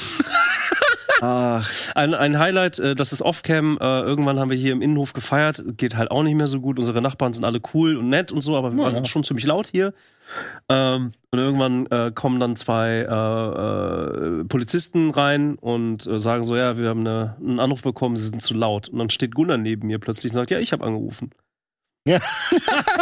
Ach, ein, ein Highlight, äh, das ist Off-Cam. Äh, irgendwann haben wir hier im Innenhof gefeiert. Geht halt auch nicht mehr so gut. Unsere Nachbarn sind alle cool und nett und so, aber wir waren schon ziemlich laut hier. Ähm, und irgendwann äh, kommen dann zwei äh, äh, Polizisten rein und äh, sagen so, ja, wir haben eine, einen Anruf bekommen, sie sind zu laut. Und dann steht Gunnar neben mir plötzlich und sagt, ja, ich habe angerufen. Ja.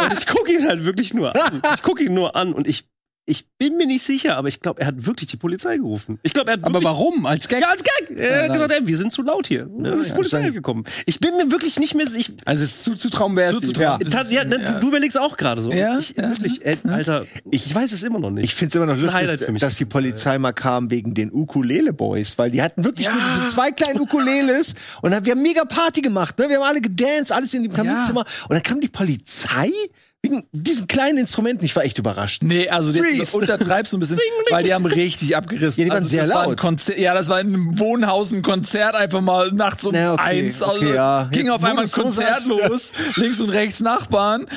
und ich gucke ihn halt wirklich nur an. Ich gucke ihn nur an und ich, ich bin mir nicht sicher, aber ich glaube, er hat wirklich die Polizei gerufen. Ich glaube, er hat Aber wirklich warum? Als Gag? ja, als Gag. Er hat nein. gesagt, ey, wir sind zu laut hier. das ist die ja, Polizei wahrscheinlich. gekommen. Ich bin mir wirklich nicht mehr. Ich, Also es ist zuzutrauen wäre es nicht. Zuzutrauen. Ja. Tats- ja, ne, Ja. Du überlegst auch gerade so. Ja, ich, ja. wirklich, ey, Alter, ich, weiß es immer noch nicht. ich finde es immer noch Das ist ein lustig, Highlight für mich. dass die Polizei mal kam wegen den Ukulele-Boys, weil die hatten wirklich nur diese zwei kleinen Ukuleles und dann, wir haben mega Party gemacht, ne? wir haben alle gedanced, alles in dem Kaminzimmer und dann kam die Polizei wegen diesen kleinen Instrumenten. Ich war echt überrascht. Nee, also den Freeze. untertreibst du ein bisschen, weil die haben richtig abgerissen. Ja, die waren also, sehr das War ein laut. Konzer ja, das war in einem Wohnhaus ein Konzert, einfach mal nachts um Na, okay, eins. Also okay, ja. ging Jetzt, auf wo einmal ein du's so Konzert sagst, ja. los, links und rechts Nachbarn.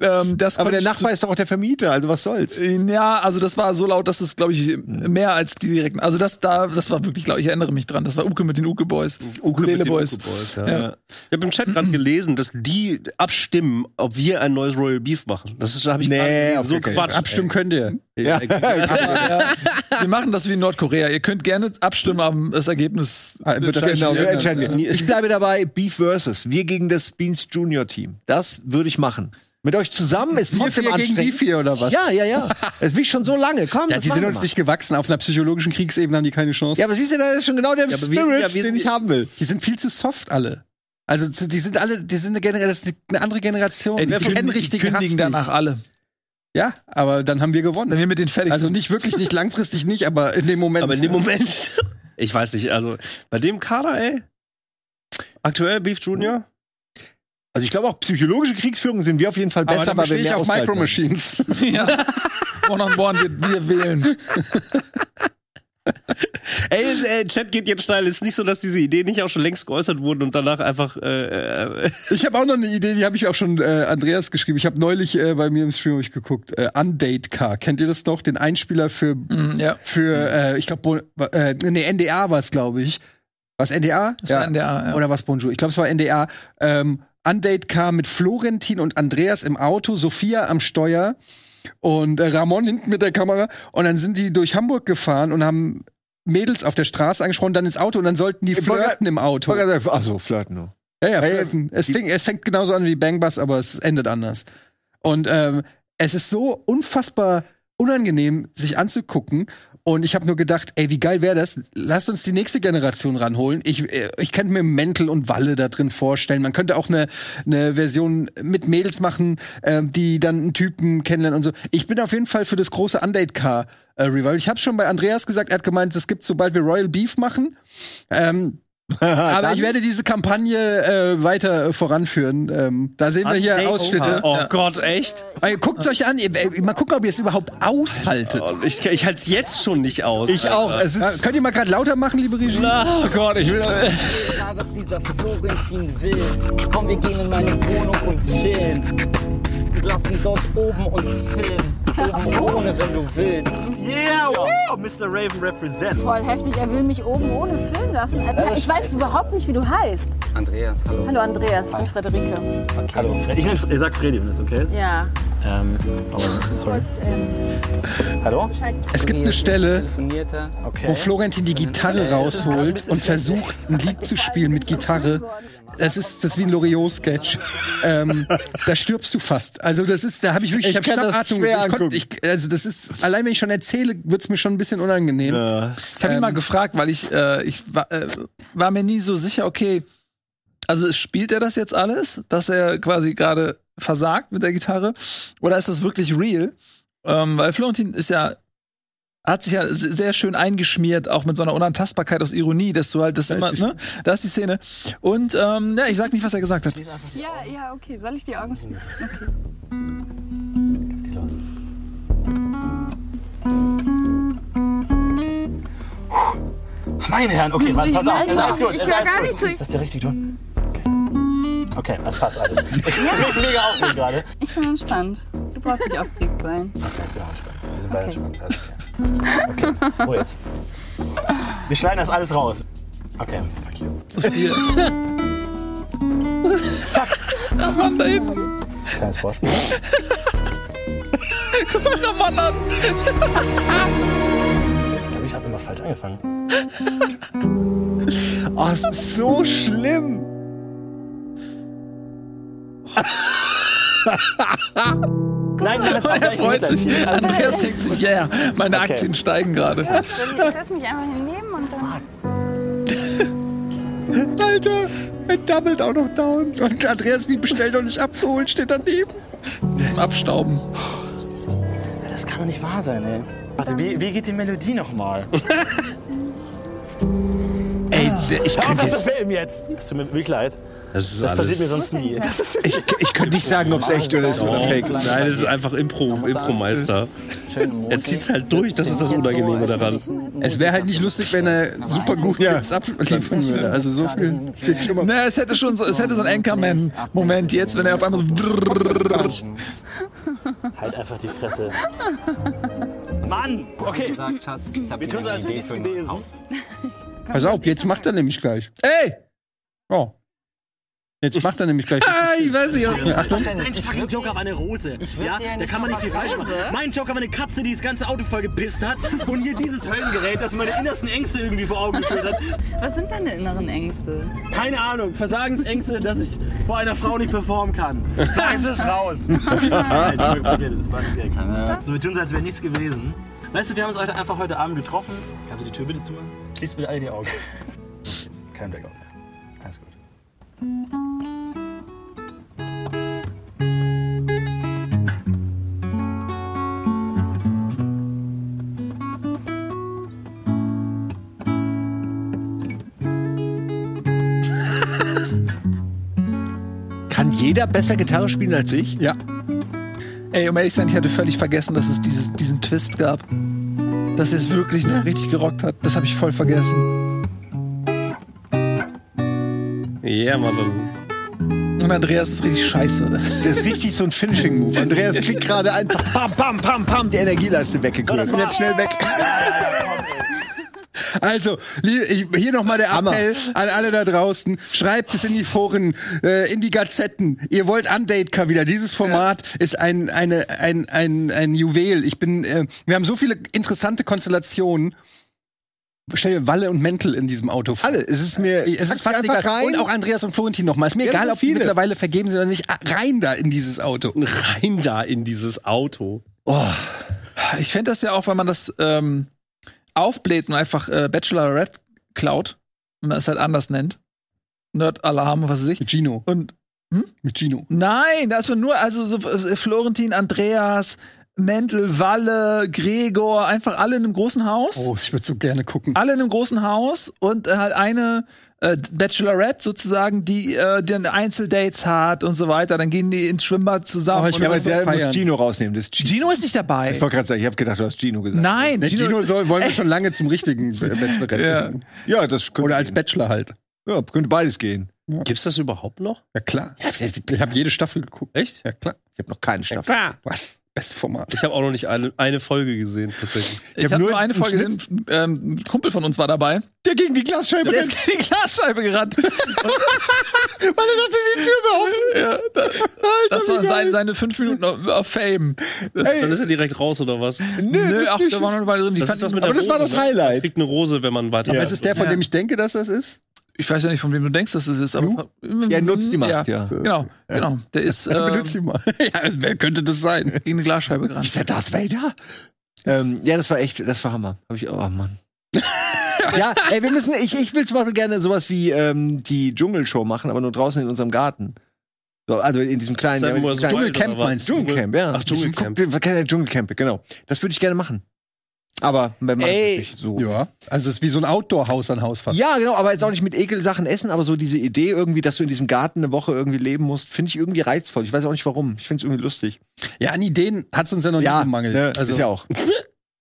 Ähm, das Aber konnte der ich Nachbar ist doch auch der Vermieter, also was soll's. Ja, also das war so laut, dass es, glaube ich, mehr als die direkten. Also das da, das war wirklich laut. Ich erinnere mich dran. Das war Uke mit den Uke Boys. Uke mit den Boys. Uke Boys, ja. Ja. Ich habe im Chat gerade gelesen, dass die abstimmen, ob wir ein neues Royal Beef machen. Das ist, hab ich Nee, gerade gelesen. so auf keinen Quatsch. Fall. Abstimmen könnt ihr. ey. Ja, Ja. Wir machen das wie in Nordkorea. Ihr könnt gerne abstimmen, aber das Ergebnis Ah, wird das entscheidet genau- ihr. Wir entscheiden wir. Ich bleibe dabei, Beef versus. Wir gegen das Beans Junior Team. Das würde ich machen. Mit euch zusammen ist Wir trotzdem vier gegen die anstrengend. vier oder was? Ja, ja, ja. Es will schon so lange. Komm, Ja, das die machen sind wir uns mal. nicht gewachsen. Auf einer psychologischen Kriegsebene haben die keine Chance. Ja, aber siehst du, da ist schon genau der Ja, aber wir sind Spirit, ja- wir den sind- ich haben will. Die sind viel zu soft alle. Also zu- die sind alle, die sind eine, Genera das ist eine andere Generation. Ey, die kündigen- die kündigen danach alle. Ja, aber dann haben wir gewonnen. Wenn wir mit den fertig Also nicht wirklich, nicht langfristig nicht, aber in dem Moment. Aber in dem Moment, ich weiß nicht, also bei dem Kader, ey, aktuell Beef Junior. Also ich glaube auch psychologische Kriegsführung sind wir auf jeden Fall Aber besser, dann weil stehe wir ich mehr auf Micro ausgehalten haben. Machines. Ja. One on one, wir, wir wählen. Ey, ey, Chat geht jetzt steil. Es ist nicht so, dass diese Ideen nicht auch schon längst geäußert wurden und danach einfach. Äh, äh, Ich habe auch noch eine Idee, die habe ich auch schon äh, Andreas geschrieben. Ich habe neulich äh, bei mir im Stream hab ich geguckt. Äh, Undate Car. Kennt ihr das noch? Den Einspieler für, Hm, ja. für äh, ich glaube, äh, nee, NDA war es, glaube ich. Was NDA? Das war NDA, ja. Oder was Bonjour? Ich glaube, es war NDA. Ähm, Undate Car mit Florentin und Andreas im Auto, Sophia am Steuer und äh, Ramon hinten mit der Kamera. Und dann sind die durch Hamburg gefahren und haben Mädels auf der Straße angesprochen, dann ins Auto und dann sollten die flirten im Auto. Achso, flirten also, nur. Ja, ja, flirten. es, fing, es fängt genauso an wie Bang Bus, aber es endet anders. Und ähm, es ist so unfassbar unangenehm, sich anzugucken. Und ich habe nur gedacht, ey, wie geil wäre das? Lasst uns die nächste Generation ranholen. Ich, äh, ich könnte mir Mäntel und Walle da drin vorstellen. Man könnte auch eine, eine Version mit Mädels machen, ähm, die dann einen Typen kennenlernen und so. Ich bin auf jeden Fall für das große Undate-Car. Äh, Revival. Ich habe schon bei Andreas gesagt, er hat gemeint, es gibt, sobald wir Royal Beef machen, ähm, aber ich werde diese Kampagne äh, weiter äh, voranführen. Ähm, da sehen wir hier Ausschnitte. Oh Gott, echt? Ey, Äh, guckt's euch an. Ihr- ey, Mal gucken, ob ihr es überhaupt aushaltet. Ich, ich halte es jetzt schon nicht aus. Ich auch. Es ist Könnt ihr mal gerade lauter machen, liebe Regie? Na, oh Gott, ich will. Klar, was dieser Florentin will. Komm, wir gehen in meine Wohnung und chillen. Wir lassen dort oben uns filmen. Oben ohne, wenn du willst. Yeah, wow, Mr. Raven represent. Voll heftig, er will mich oben ohne filmen lassen. Alter, ich weiß überhaupt nicht, wie du heißt. Andreas, hallo. Hallo Andreas, ich bin Frederike. Hallo, Fre- ich, nenn, ich sag Freddy, wenn das okay ist. Ja. Ähm, aber, sorry. Hallo? Es gibt eine Stelle, Okay. wo Florentin die Gitarre rausholt und versucht, ein Lied zu spielen mit Gitarre. Das ist das ist wie ein Loriot-Sketch. ähm, da stirbst du fast. Also das ist, da habe ich wirklich, Ich hab kann das Schnappatmung. schwer ich angucken. konnte, ich, also das ist, allein wenn ich schon erzähle, wird's mir schon ein bisschen unangenehm. Ich habe ihn mal gefragt, weil ich, äh, ich war, äh, war mir nie so sicher, okay, also spielt er das jetzt alles, dass er quasi gerade versagt mit der Gitarre? Oder ist das wirklich real? Ähm, weil Florentin ist ja, hat sich ja s- sehr schön eingeschmiert, auch mit so einer Unantastbarkeit aus Ironie, dass du halt das immer, ne? Da ist die Szene. Und ähm, ja, ich sag nicht, was er gesagt hat. Ja, ja, okay. Soll ich die Augen schließen? Ist okay. Meine Herren, okay, warte, pass auf, ist alles gut. Ich ist höre alles gar gut. nicht zu. Ist das der richtige Ton? Okay, okay das passt alles. Ich bin mega aufgeregt gerade. Ich bin entspannt. Du brauchst nicht aufgeregt sein. Wir sind beide schon okay. okay, Ruhe jetzt. Wir schneiden das alles raus. Okay, fuck you. Ach, Mann, da hinten. Kleines Vorspiel. Guck mal, der Mann an. Ich glaube, ich habe immer falsch angefangen. Oh, es ist so schlimm. Nein, nein, das er freut sich. Alles gut. Andreas denkt sich, ja, ja, meine Okay. Aktien steigen gerade. Ich setze mich einfach hinnehmen und dann. Alter, er doubled auch noch down. Und Andreas wie bestellt noch nicht abgeholt, steht daneben. Zum Abstauben. Das kann doch nicht wahr sein, ey. Warte, wie, wie geht die Melodie nochmal? Ey, ich Hör auf, das zu filmen jetzt. Es tut mir wirklich leid. Das ist Das passiert mir alles. sonst nie. Das ist Ich, ich könnte nicht sagen, ob es echt oder ist oder Oh, fake. nein, das ist einfach Impro, Impromeister. Er zieht's halt durch, das ist das Unangenehme daran. Es wäre halt nicht lustig, wenn er super gut jetzt abliefern würde. Also so viel. steht schon mal- Na, es hätte schon so, es hätte so einen Anchorman-Moment jetzt, wenn er auf einmal so. Halt einfach die Fresse. Mann! Okay. Wir tun so, als wäre nichts gewesen. Pass auf, jetzt macht er nämlich gleich. Ey! Oh. Jetzt macht er nämlich gleich. Ah, ich weiß nicht. ob- Achtung. Dein fucking Joker war eine Rose. würd ja, dir da nicht kann man mal nicht viel was falsch machen. Rose. Mein Joker war eine Katze, die das ganze Auto vollgepisst hat. Und hier dieses Höllengerät, das meine innersten Ängste irgendwie vor Augen geführt hat. Was sind deine inneren Ängste? Keine Ahnung, Versagensängste, dass ich vor einer Frau nicht performen kann. Sagen Sie es raus. Nein, Entschuldigung, forget it, das war ein Gag. So, wir tun so, als wäre nichts gewesen. Weißt du, wir haben uns heute einfach heute Abend getroffen. Kannst du die Tür bitte zumachen? Schließ bitte alle die Augen. Jetzt, Kein Blackout mehr. Alles gut. Kann jeder besser Gitarre spielen als ich? Ja. Ey, um ehrlich zu sein, ich hatte völlig vergessen, dass es dieses, diesen Twist gab. Dass er es wirklich noch richtig gerockt hat. Das habe ich voll vergessen. Yeah, Motherloo. Und Andreas ist richtig scheiße. Das ist richtig so ein Finishing-Move. Andreas kriegt gerade einfach pam, pam, pam, pam, die Energieleiste weggekürzt. Und jetzt schnell weg. Also, liebe- ich- hier nochmal der Appell an alle da draußen. Schreibt es in die Foren, äh, in die Gazetten. Ihr wollt Undate wieder. Dieses Format ist ein, eine, ein, ein, ein Juwel. Ich bin, äh, wir haben so viele interessante Konstellationen. Stell dir Walle und Mäntel in diesem Auto vor. Alle, es ist es mir pack sie ist fast einfach egal. rein. Und auch Andreas und Florentin nochmal. Ist mir Wir haben egal, so ob die viele. mittlerweile vergeben sind oder nicht. Ah, Rein da in dieses Auto. Rein da in dieses Auto. Oh. Ich fände das ja auch, wenn man das ähm, aufbläht und einfach äh, Bachelor Red klaut, wenn man es halt anders nennt. Nerd Alarm, was weiß ich. Mit Gino. Und hm? Mit Gino. Nein, das war nur, also so, äh, Florentin, Andreas, Mendel, Walle, Gregor, einfach alle in einem großen Haus. Oh, ich würde so gerne Ah, gucken. Alle in einem großen Haus und äh, halt eine äh, Bachelorette sozusagen, die äh, dann Einzeldates hat und so weiter. Dann gehen die ins Schwimmbad zusammen. und ja, aber so der feiern. muss Gino rausnehmen. Das ist Gino. Gino ist nicht dabei. Ich wollte gerade sagen, ich habe gedacht, du hast Gino gesagt. Nein, Nee, Gino, soll, wollen wir schon lange zum richtigen äh, Bachelorette. Ja, das könnte Oder als Bachelor halt. Ja, könnte beides gehen. Gibt's das überhaupt noch? Ja, klar. Ich habe jede Staffel geguckt. Echt? Ja, klar. Ich habe noch keine Staffel. klar. Was? Beste Format. Ich habe auch noch nicht eine, eine Folge gesehen, tatsächlich. Ich habe hab nur eine Folge gesehen, ähm, ein Kumpel von uns war dabei. Der gegen die Glasscheibe Der ist gegen die Glasscheibe gerannt. Und- ja, da, das waren seine, seine fünf Minuten auf, auf Fame. Das, dann ist er direkt raus, oder was? Nö, das ist ach, nicht- da waren noch beide drin. Die Das fanden ist das ihn- mit aber der das war Rose, das ne? Highlight. Kriegt eine Rose, wenn man weiter. Aber es ist der, von dem ich denke, dass das ist? ich weiß ja nicht, von wem du denkst, dass es ist. Aber Ja, nutzt die Macht, ja. Genau, genau. Der ist Ja, ähm, benutzt die mal. ja, wer könnte das sein? gegen die Glasscheibe gerannt. Ist der Darth Vader? Ähm, ja, das war echt, das war Hammer. Hab ich, oh Mann. ja, ey, wir müssen, ich, ich will zum Beispiel gerne sowas wie ähm, die Dschungelshow machen, aber nur draußen in unserem Garten. So, also in diesem kleinen, Seven ja, in Wonders diesem kleinen Wild Dschungelcamp oder was? meinst du? Dschungelcamp, ja. Ach, Dschungelcamp. Diesem- guck, Wir kennen ja Dschungelcamp, genau. Das würde ich gerne machen. Aber wenn man Ey. nicht so. Ja. Also es ist wie so ein Outdoor-Haus an Haus fast. Ja, genau, aber jetzt auch nicht mit Ekelsachen essen, aber so diese Idee irgendwie, dass du in diesem Garten eine Woche irgendwie leben musst, finde ich irgendwie reizvoll. Ich weiß auch nicht warum. Ich finde es irgendwie lustig. Ja, an Ideen hat es uns ja noch nie gemangelt. ne, also, ist ja auch.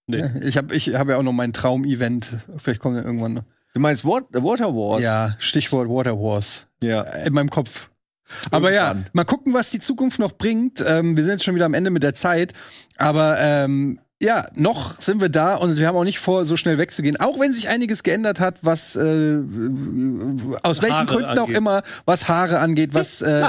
Nee. Ich habe ich hab ja auch noch mein Traum-Event. Vielleicht kommen wir irgendwann noch. Du meinst Wat- Water Wars? Ja, Stichwort Water Wars. Ja. In meinem Kopf. Aber ja, Irgendwann. mal gucken, was die Zukunft noch bringt. Ähm, wir sind jetzt schon wieder am Ende mit der Zeit. Aber ähm, ja, noch sind wir da und wir haben auch nicht vor, so schnell wegzugehen. Auch wenn sich einiges geändert hat, was äh, aus welchen Haare Gründen auch angeht. immer, was Haare angeht, was äh,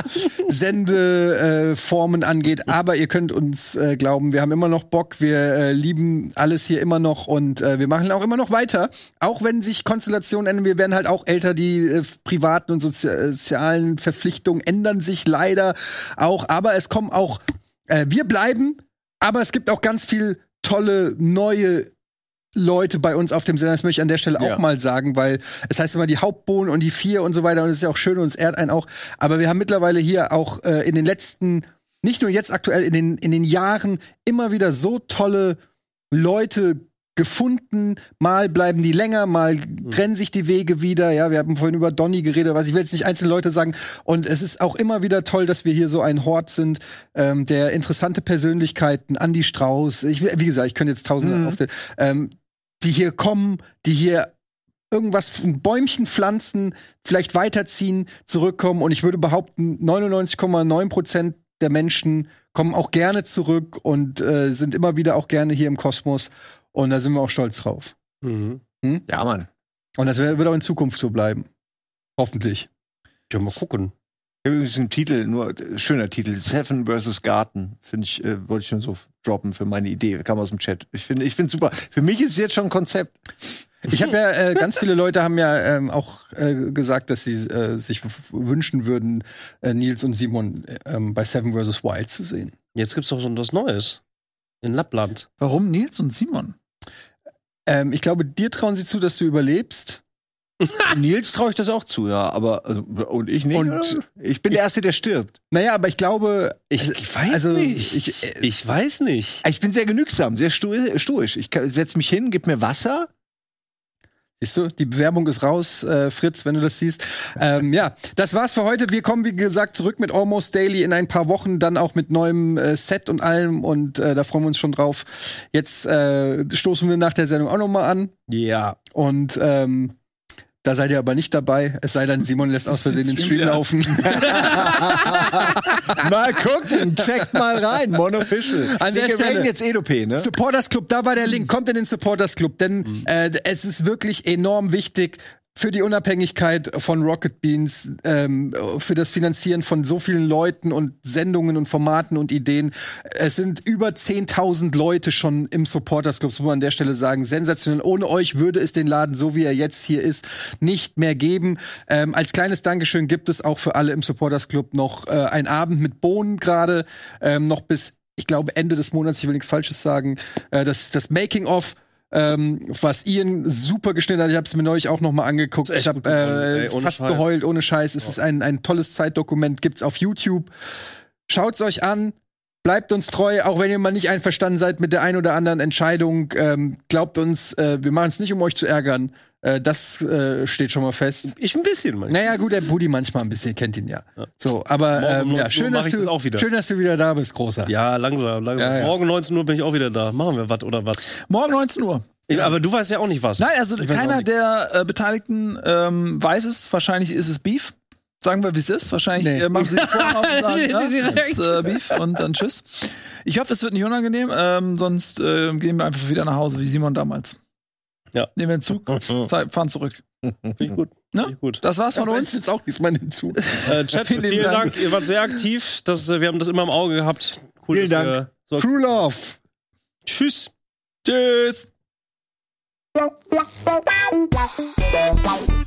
Sendeformen äh, Formen angeht. Aber ihr könnt uns äh, glauben, wir haben immer noch Bock, wir äh, lieben alles hier immer noch und äh, wir machen auch immer noch weiter. Auch wenn sich Konstellationen ändern, wir werden halt auch älter, die äh, privaten und sozi sozialen Verpflichtungen ändern sich leider auch. Aber es kommen auch, äh, wir bleiben, aber es gibt auch ganz viel tolle neue Leute bei uns auf dem Sender. Das möchte ich an der Stelle auch mal sagen, weil es heißt immer die Hauptbohnen und die vier und so weiter und es ist ja auch schön und es ehrt einen auch. Aber wir haben mittlerweile hier auch äh, in den letzten, nicht nur jetzt aktuell, in den, in den Jahren immer wieder so tolle Leute gefunden. Mal bleiben die länger, mal trennen sich die Wege wieder. Ja, wir haben vorhin über Donny geredet, was ich will jetzt nicht einzelne Leute sagen. Und es ist auch immer wieder toll, dass wir hier so ein Hort sind, ähm, der interessante Persönlichkeiten, Andy Strauß, ich, will- wie gesagt, ich könnte jetzt tausende Mhm. aufzählen, ähm, die hier kommen, die hier irgendwas, ein Bäumchen pflanzen, vielleicht weiterziehen, zurückkommen. Und ich würde behaupten, 99,9 Prozent der Menschen kommen auch gerne zurück und äh, sind immer wieder auch gerne hier im Kosmos. Und da sind wir auch stolz drauf. Mhm. Ja, Mann. Und das wird auch in Zukunft so bleiben. Hoffentlich. Ja, mal gucken. Ich habe übrigens einen Titel, nur äh, schöner Titel, Seven vs. Garten, finde ich, äh, wollte ich nur so droppen für meine Idee, kam aus dem Chat. Ich finde, ich finde super. Für mich ist es jetzt schon ein Konzept. Ich habe ja, äh, ganz viele Leute haben ja ähm, auch äh, gesagt, dass sie äh, sich w- wünschen würden, äh, Nils und Simon äh, ähm, bei Seven vs. Wild zu sehen. Jetzt gibt's doch schon was Neues. In Lappland. Warum Nils und Simon? Ähm, ich glaube, dir trauen sie zu, dass du überlebst. Nils traue ich das auch zu, ja, aber also, und ich nicht. Und ich bin der Erste, der stirbt. Naja, aber ich also, glaube, ich, Also, weiß nicht. Ich, äh, weiß nicht. Ich bin sehr genügsam, sehr sto- stoisch. Ich setze mich hin, gib mir Wasser. Siehst du, die Bewerbung ist raus, äh, Fritz, wenn du das siehst. Ähm, ja, das war's für heute. Wir kommen, wie gesagt, zurück mit Almost Daily in ein paar Wochen, dann auch mit neuem äh, Set und allem und äh, da freuen wir uns schon drauf. Jetzt äh, stoßen wir nach der Sendung auch nochmal an Ja. und ähm, da seid ihr aber nicht dabei, es sei denn, Simon lässt aus Versehen den Stream laufen. Mal gucken, checkt mal rein, Monofficial. An Wir der Stelle. gewinnen jetzt EDP, ne? Supporters Club, da war der Link. Kommt in den Supporters Club, denn äh, es ist wirklich enorm wichtig für die Unabhängigkeit von Rocket Beans, ähm, für das Finanzieren von so vielen Leuten und Sendungen und Formaten und Ideen. Es sind über 10.000 Leute schon im Supporters Club, das muss man an der Stelle sagen. Sensationell. Ohne euch würde es den Laden, so wie er jetzt hier ist, nicht mehr geben. Ähm, als kleines Dankeschön gibt es auch für alle im Supporters Club noch äh, einen Abend mit Bohnen gerade, ähm, noch bis ich glaube, Ende des Monats, ich will nichts Falsches sagen, äh, das, das Making-of, ähm, was Ian super geschnitten hat. Ich habe es mir neulich auch noch mal angeguckt. echt Ich habe gut geworden, äh, ey, ohne fast Scheiß. geheult, ohne Scheiß. Es ist ein, ein tolles Zeitdokument, gibt's auf YouTube. Schaut's euch an. Bleibt uns treu, auch wenn ihr mal nicht einverstanden seid mit der ein oder anderen Entscheidung. Ähm, glaubt uns, äh, wir machen es nicht, um euch zu ärgern. Äh, das äh, steht schon mal fest. Ich ein bisschen manchmal. Naja, gut, der Buddy manchmal ein bisschen kennt ihn ja. So, aber Morgen um 19 ähm, ja, Uhr schön, mach dass ich du, das auch wieder. schön, dass du wieder da bist, großer. Ja, langsam, langsam. Ja, ja. Morgen 19 Uhr bin ich auch wieder da. Machen wir was oder was? Morgen 19 Uhr. Aber du weißt ja auch nicht was. Nein, also Ich weiß auch keiner nicht. der äh, Beteiligten ähm, weiß es. Wahrscheinlich ist es Beef. Sagen wir, wie es ist. Wahrscheinlich Nee. äh, machen sie die Vorhand auf und sagen, ja, Direkt. es ist äh, Beef und dann tschüss. Ich hoffe, es wird nicht unangenehm. Ähm, sonst äh, gehen wir einfach wieder nach Hause, wie Simon damals. Ja. Nehmen wir den Zug, zei- fahren zurück. Finde ich gut. Ne? Finde ich gut. Das war's von Ja, uns. jetzt auch diesmal hinzu. Äh, Chat, Vielen vielen, lieben Dank. Dank. Ihr wart sehr aktiv. Das, äh, wir haben das immer im Auge gehabt. Cool, Vielen dass Dank. ihr so True Love. Tschüss. Tschüss. Bye.